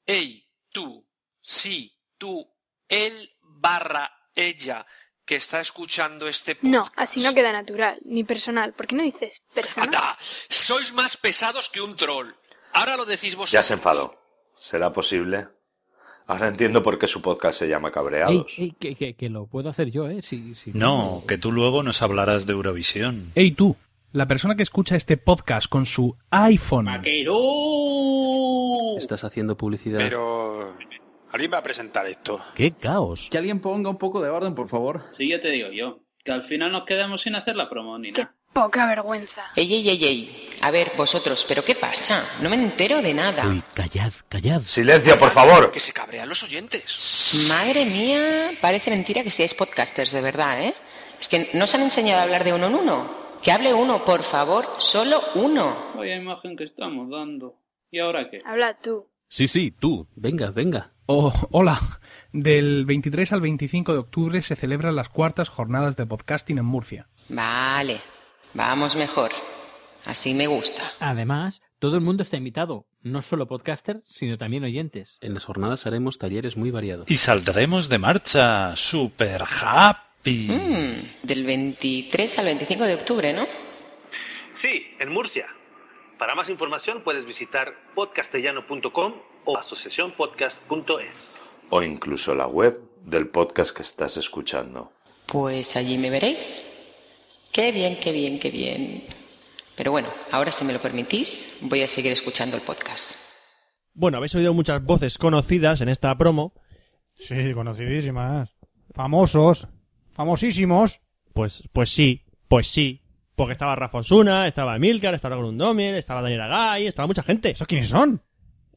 Speaker 16: ¡Ey, tú! Sí, tú. Él barra ella que está escuchando este podcast.
Speaker 18: No, así no queda natural, ni personal. ¿Por qué no dices personal?
Speaker 16: Anda, sois más pesados que un troll. Ahora lo decís vosotros.
Speaker 14: Ya se enfadó. ¿Será posible? Ahora entiendo por qué su podcast se llama Cabreados.
Speaker 19: Ey, ey, que, que- que lo puedo hacer yo, ¿eh? Si, si
Speaker 20: No, que tú luego nos hablarás de Eurovisión.
Speaker 21: Hey tú, la persona que escucha este podcast con su iPhone.
Speaker 17: Estás haciendo publicidad.
Speaker 22: Pero... ¿Alguien va a presentar esto?
Speaker 17: ¡Qué caos!
Speaker 23: Que alguien ponga un poco de orden, por favor.
Speaker 22: Sí, ya te digo yo. Que al final nos quedamos sin hacer la promo ni nada.
Speaker 18: Poca vergüenza.
Speaker 4: Ey, ey, ey, ey. A ver, vosotros, ¿pero qué pasa? No me entero de nada.
Speaker 14: callad, callad. Silencio, por favor.
Speaker 4: se cabrean los oyentes. Madre mía, parece mentira que seáis podcasters, de verdad, ¿eh? Es que no os han enseñado a hablar de uno en uno. Que hable uno, por favor, solo uno.
Speaker 22: Vaya imagen que estamos dando. ¿Y ahora qué?
Speaker 18: Habla tú.
Speaker 21: Sí, sí, tú.
Speaker 17: Venga, venga.
Speaker 21: Oh, hola. Del 23 al 25 de octubre se celebran las cuartas jornadas de podcasting en Murcia.
Speaker 4: Vale, vamos mejor. Así me gusta.
Speaker 19: Además, todo el mundo está invitado, no solo podcaster, sino también oyentes.
Speaker 17: En las jornadas haremos talleres muy variados.
Speaker 20: Y saldremos de marcha. Super happy.
Speaker 4: Mm, del 23 al 25 de octubre, ¿no?
Speaker 24: Sí, en Murcia. Para más información puedes visitar podcastellano.com o asociacionpodcast.es.
Speaker 14: O incluso la web del podcast que estás escuchando.
Speaker 4: Pues allí me veréis. Qué bien, qué bien, qué bien. Pero bueno, ahora si me lo permitís, voy a seguir escuchando el podcast.
Speaker 1: Bueno, habéis oído muchas voces conocidas en esta promo.
Speaker 13: Sí, conocidísimas. Famosos. Famosísimos.
Speaker 1: Pues, pues sí, pues sí. Porque estaba Rafa Osuna, estaba Emilcar, estaba Grundomir, estaba Daniel Agay, estaba mucha gente. ¿Esos
Speaker 13: quiénes son?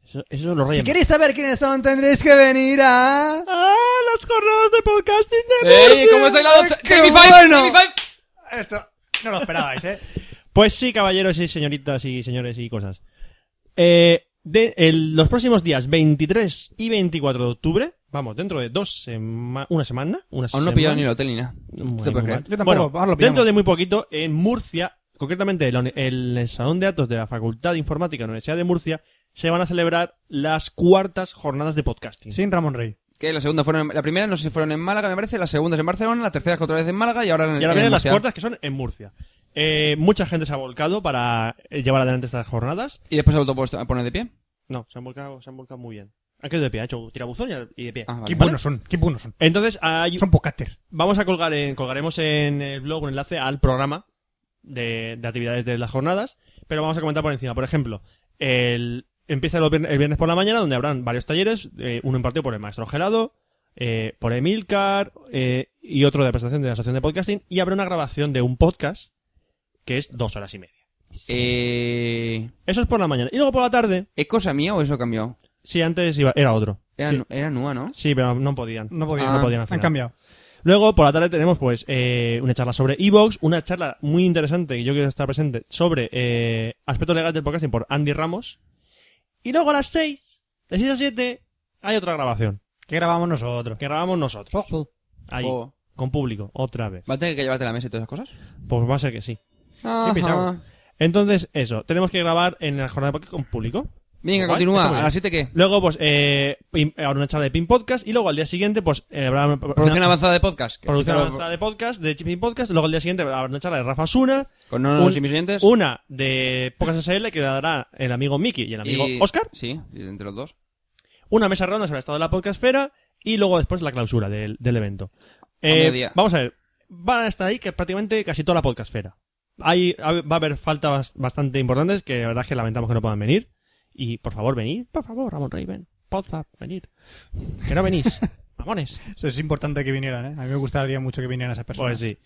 Speaker 1: Eso, esos son los reyes.
Speaker 3: Si queréis saber quiénes son, tendréis que venir a...
Speaker 1: ¡Ah, las jornadas de podcasting
Speaker 3: ¡Ey, cómo está hilado! ¡Qué bueno!
Speaker 13: Esto no lo esperabais, ¿eh?
Speaker 1: Pues sí, caballeros y señoritas y señores y cosas. Eh, de, el- los próximos días 23 y 24 de octubre, vamos, dentro de dos sema- una semana, una
Speaker 2: Aún no he
Speaker 1: semana-
Speaker 2: pillado ni el hotel ni nada.
Speaker 1: Bueno,
Speaker 2: No sé por qué.
Speaker 1: bueno. Bueno, dentro de muy poquito, en Murcia, concretamente en la uni- en el Salón de Actos de la Facultad de Informática de la Universidad de Murcia, se van a celebrar las cuartas jornadas de podcasting.
Speaker 13: Sin Ramón Rey.
Speaker 2: Que la segunda fueron, en- la primera no sé si fueron en Málaga, me parece, la segunda es en Barcelona, la tercera es otra vez en Málaga y ahora en
Speaker 1: Y ahora
Speaker 2: en
Speaker 1: vienen las
Speaker 2: Murcia.
Speaker 1: cuartas que son en Murcia. Eh, mucha gente se ha volcado para eh, llevar adelante estas jornadas.
Speaker 2: ¿Y después se ha vuelto a puesto- a poner de pie?
Speaker 1: No, se han volcado, se han volcado muy bien. Han quedado de pie, ha hecho tirabuzón y y de pie.
Speaker 2: Ah, vale.
Speaker 13: Qué
Speaker 1: ¿Vale?
Speaker 13: buenos son, qué buenos son.
Speaker 1: Entonces, son
Speaker 13: podcasters.
Speaker 1: Vamos a colgar en, colgaremos en el blog un enlace al programa de, de actividades de las jornadas, pero vamos a comentar por encima. Por ejemplo, el, empieza el vier- el viernes por la mañana, donde habrán varios talleres, eh, uno impartido por el maestro Gelado, eh, por Emilcar, eh, y otro de presentación de la Asociación de Podcasting, y habrá una grabación de un podcast que es dos horas y media.
Speaker 2: Eh...
Speaker 1: Eso es por la mañana. Y luego por la tarde.
Speaker 2: ¿Es cosa mía o eso ha cambiado?
Speaker 1: Sí, antes iba, era otro.
Speaker 2: Era,
Speaker 1: Sí.
Speaker 2: era Nua, ¿no?
Speaker 1: Sí, pero no podían.
Speaker 2: No podían.
Speaker 1: no
Speaker 2: Ah,
Speaker 1: podían al
Speaker 2: han
Speaker 1: final.
Speaker 2: cambiado.
Speaker 1: Luego, por la tarde tenemos pues eh, una charla sobre Evox, una charla muy interesante que yo quiero estar presente sobre eh, aspectos legales del podcasting por Andy Ramos. Y luego a las 6, de 6 a 7, hay otra grabación.
Speaker 13: Que grabamos nosotros.
Speaker 1: Que grabamos nosotros. Ahí,
Speaker 2: Ojo.
Speaker 1: con público, otra vez.
Speaker 2: ¿Va a tener que llevarte la mesa y todas esas cosas?
Speaker 1: Pues va a ser que sí.
Speaker 2: Ajá.
Speaker 1: Qué pisados. Entonces, eso, tenemos que grabar en la jornada de podcast con público.
Speaker 2: Venga,
Speaker 1: Guay,
Speaker 2: continúa.
Speaker 1: está
Speaker 2: ¿A
Speaker 1: muy bien.
Speaker 2: las siete qué?
Speaker 1: Luego, pues, eh, pim- habrá una charla de Pin Podcast y luego al día siguiente, pues, eh, habrá una-
Speaker 2: Producción
Speaker 1: una-
Speaker 2: avanzada de podcast.
Speaker 1: Producción
Speaker 2: Claro.
Speaker 1: avanzada de podcast, de Pin Podcast. Luego al día siguiente habrá una charla de Rafa Suna.
Speaker 2: Con no, no,
Speaker 1: un-
Speaker 2: sin mis oyentes.
Speaker 1: Una de Podcast SL que dará el amigo Miki y el amigo
Speaker 2: Y-
Speaker 1: Oscar.
Speaker 2: Sí, entre los dos.
Speaker 1: Una mesa redonda sobre el estado de la podcastfera y luego después la clausura del, del evento. Eh,
Speaker 2: mediodía.
Speaker 1: vamos a ver. van a estar ahí que prácticamente casi toda la podcastfera. Hay, va a haber faltas bastante importantes que la verdad es que lamentamos que no puedan venir. Y por favor, venid, por favor, Ramón Rey, ven. Podzap, venid. Que no venís. Mamones.
Speaker 3: Eso es importante que vinieran, ¿eh? A mí me gustaría mucho que vinieran esas
Speaker 1: Pues
Speaker 3: personas.
Speaker 1: sí.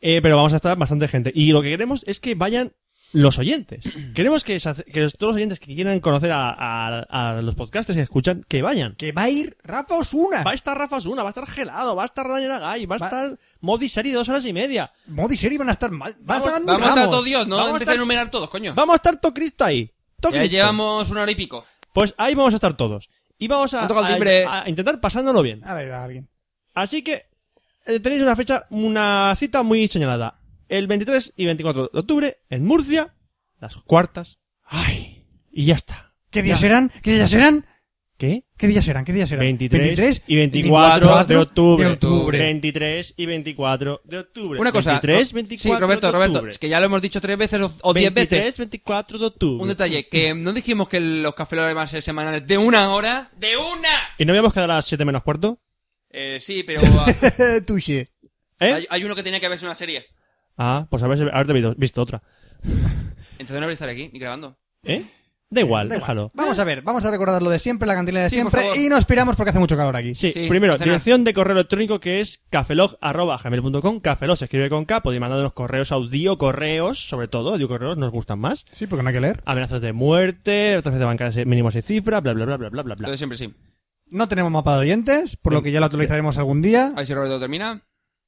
Speaker 1: Eh, pero vamos a estar bastante gente. Y lo que queremos es que vayan los oyentes. Queremos que, se- que los- todos los oyentes que quieran conocer a, a- a los podcasters que escuchan, que vayan.
Speaker 3: Que va a ir Rafa Osuna.
Speaker 1: Va a estar Rafa Osuna, va a estar Gelado, va a estar Daniel Agay, va a estar Modi Seri dos horas y media.
Speaker 3: Modi Seri van a estar mal. Va a estar Andy
Speaker 2: Vamos a estar
Speaker 3: Ramos.
Speaker 2: todos Dios, ¿no?
Speaker 1: Vamos a
Speaker 2: Empecé a
Speaker 1: estar-
Speaker 2: enumerar todos, coño.
Speaker 1: Vamos a estar todo Cristo ahí. Todo
Speaker 2: Ya
Speaker 1: Cristo.
Speaker 2: llevamos una hora y pico.
Speaker 1: Pues ahí vamos a estar todos. Y vamos a,
Speaker 2: Ha tocado el
Speaker 1: a-
Speaker 2: timbre.
Speaker 1: a intentar pasándolo bien.
Speaker 3: Ahora irá alguien.
Speaker 1: Así que eh, tenéis una fecha, una cita muy señalada. El 23 y 24 de octubre en Murcia, las cuartas. Ay, y ya está.
Speaker 3: ¿Qué días
Speaker 1: Ya.
Speaker 3: serán? ¿Qué días serán?
Speaker 1: ¿Qué?
Speaker 3: ¿Qué días serán? ¿Qué días serán?
Speaker 1: 23, y 24, de, octubre. 23 y 24 de octubre.
Speaker 2: Una cosa.
Speaker 1: 23,
Speaker 2: Ro-
Speaker 1: 24
Speaker 2: sí, Roberto,
Speaker 1: de octubre.
Speaker 2: Roberto. Es que ya lo hemos dicho tres veces o- o diez
Speaker 1: 23,
Speaker 2: veces.
Speaker 1: 24 de octubre.
Speaker 2: Un detalle, que no dijimos que los cafelores van a ser semanales de una hora. ¡De una!
Speaker 1: ¿Y no habíamos quedado a las 7 menos cuarto?
Speaker 2: Eh, sí, pero
Speaker 3: Touché.
Speaker 1: ¿Eh?
Speaker 2: hay, hay uno que tenía que haberse una serie.
Speaker 1: Ah, pues haberse- haberte visto, visto otra.
Speaker 2: Entonces no voy a estar aquí ni grabando.
Speaker 1: ¿Eh? Da igual,
Speaker 3: Da igual.
Speaker 1: déjalo.
Speaker 3: Vamos a ver, vamos a recordar lo de siempre, la cantina de
Speaker 2: Sí, por
Speaker 3: siempre
Speaker 2: favor.
Speaker 3: y nos piramos porque hace mucho calor aquí.
Speaker 1: Sí,
Speaker 2: Sí,
Speaker 1: primero,
Speaker 2: cenar.
Speaker 1: dirección de correo electrónico que es cafelog.gmail.com. Cafelog se escribe con K, podéis mandarnos correos audio, correos, sobre todo, audio correos nos gustan más.
Speaker 3: Sí, porque no hay que leer.
Speaker 1: Amenazas de muerte, otras veces bancarias mínimo seis cifras, bla, bla, bla, bla, bla, bla.
Speaker 2: Lo
Speaker 1: bla.
Speaker 2: de siempre, sí.
Speaker 3: No tenemos mapa de oyentes, por lo que ya lo actualizaremos algún día.
Speaker 2: A ver si Roberto termina.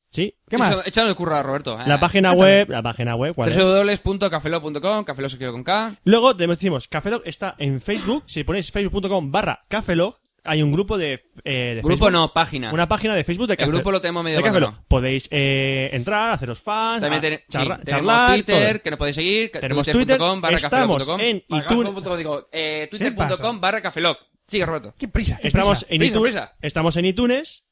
Speaker 1: Sí.
Speaker 3: ¿Qué más?
Speaker 2: Echa- Échale el curro a Roberto. eh.
Speaker 1: La página web, la página web, ¿cuál es?
Speaker 2: www.cafelo.com, cafelo se escribe con K.
Speaker 1: Luego decimos, Cafelog está en Facebook. Si ponéis facebook.com barra Cafelog, hay un grupo de, eh, de
Speaker 2: Grupo
Speaker 1: Facebook.
Speaker 2: no, página.
Speaker 1: Una página de Facebook de
Speaker 2: El
Speaker 1: Cafelog.
Speaker 2: grupo lo tenemos medio
Speaker 1: de Cafelog.
Speaker 2: abandonado.
Speaker 1: Podéis eh, entrar, haceros fans,
Speaker 2: También
Speaker 1: a-
Speaker 2: ten- sí,
Speaker 1: Ah, charla-
Speaker 2: tenemos
Speaker 1: charlar,
Speaker 2: Twitter,
Speaker 1: todo.
Speaker 2: que nos podéis seguir. ca-
Speaker 1: Tenemos
Speaker 2: twitter.com
Speaker 1: Twitter,
Speaker 2: barra
Speaker 1: estamos
Speaker 2: cafeloc.com.
Speaker 1: en
Speaker 2: Barra
Speaker 1: iTunes.
Speaker 2: cafeloc.com, digo, eh,
Speaker 3: pasa?
Speaker 2: Twitter.com barra cafeloc. Sigue, Roberto.
Speaker 3: ¡Qué prisa! qué
Speaker 1: Estamos
Speaker 3: prisa!
Speaker 1: en,
Speaker 2: prisa,
Speaker 1: iTunes,
Speaker 2: prisa.
Speaker 1: estamos en iTunes,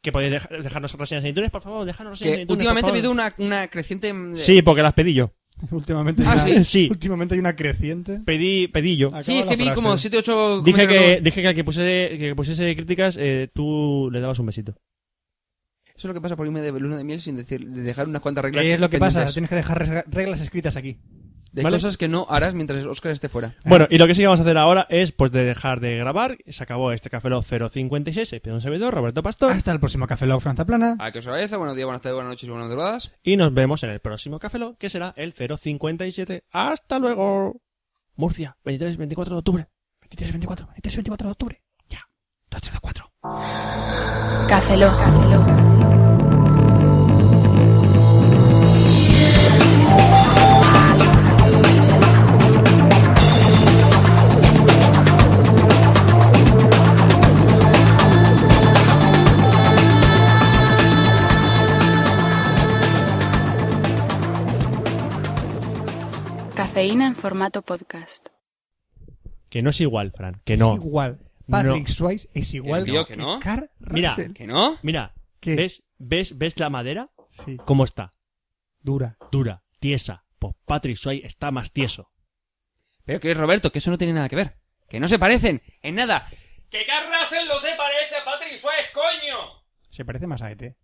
Speaker 1: que podéis dej- dejarnos reseñas en iTunes, por favor, dejarnos reseñas en
Speaker 2: Que
Speaker 1: iTunes.
Speaker 2: últimamente
Speaker 1: por
Speaker 2: me dio
Speaker 1: favor.
Speaker 2: una, una creciente... mm,
Speaker 1: Sí, porque las pedí yo.
Speaker 3: Últimamente,
Speaker 2: Ah,
Speaker 3: hay una,
Speaker 2: sí.
Speaker 1: Sí.
Speaker 3: últimamente hay una creciente.
Speaker 1: Pedí, pedí yo.
Speaker 3: Acaba
Speaker 2: Sí, es
Speaker 3: la
Speaker 2: que vi
Speaker 3: frase.
Speaker 2: como 7 8
Speaker 1: Dije que, dije que al que pusiese, que pusiese críticas, eh, tú le dabas un besito.
Speaker 2: Eso es lo que pasa por irme de luna de miel sin decir, de dejar unas cuantas reglas.
Speaker 3: ¿Qué es lo que
Speaker 2: pendientes
Speaker 3: pasa? Tienes que dejar reg- reglas escritas aquí.
Speaker 2: De
Speaker 1: ¿Vale?
Speaker 2: cosas que no harás mientras Oscar esté fuera.
Speaker 3: Ah.
Speaker 1: Bueno, y lo que sí que vamos a hacer ahora es pues de dejar de grabar. Se acabó este Café Lock 056, se pide un servidor, Roberto Pastor,
Speaker 3: Hasta el próximo Café Log Franza Plana.
Speaker 2: A Ah, que os agradezco. Buenos días, buenas tardes, buenas noches y buenas madrugadas.
Speaker 1: y nos vemos en el próximo Café Lock, que será el 057. ¡Hasta luego! Murcia, 23, 24 de octubre. 23, 24, 23, 24 de octubre. Ya. 2, 3, 2, 4.
Speaker 4: Café Lock. Café Lock. Cafeína en formato podcast.
Speaker 1: Que no es igual, Fran. Que no.
Speaker 3: Es igual. Patrick
Speaker 1: No.
Speaker 3: Swayze es igual
Speaker 2: Que no, que no.
Speaker 3: Carl
Speaker 1: Mira.
Speaker 3: Russell.
Speaker 2: ¿Que no?
Speaker 1: Mira,
Speaker 3: ¿Qué?
Speaker 1: ¿ves, ves, ¿ves la madera?
Speaker 3: Sí,
Speaker 1: ¿Cómo está?
Speaker 3: dura.
Speaker 1: Dura, tiesa. Pues Patrick Swayze está más tieso.
Speaker 2: Pero que es Roberto, que eso no tiene nada que ver. Que no se parecen en nada. ¡Que Carl Russell no se parece a E Patrick Suárez, coño!
Speaker 3: Se parece más a ET.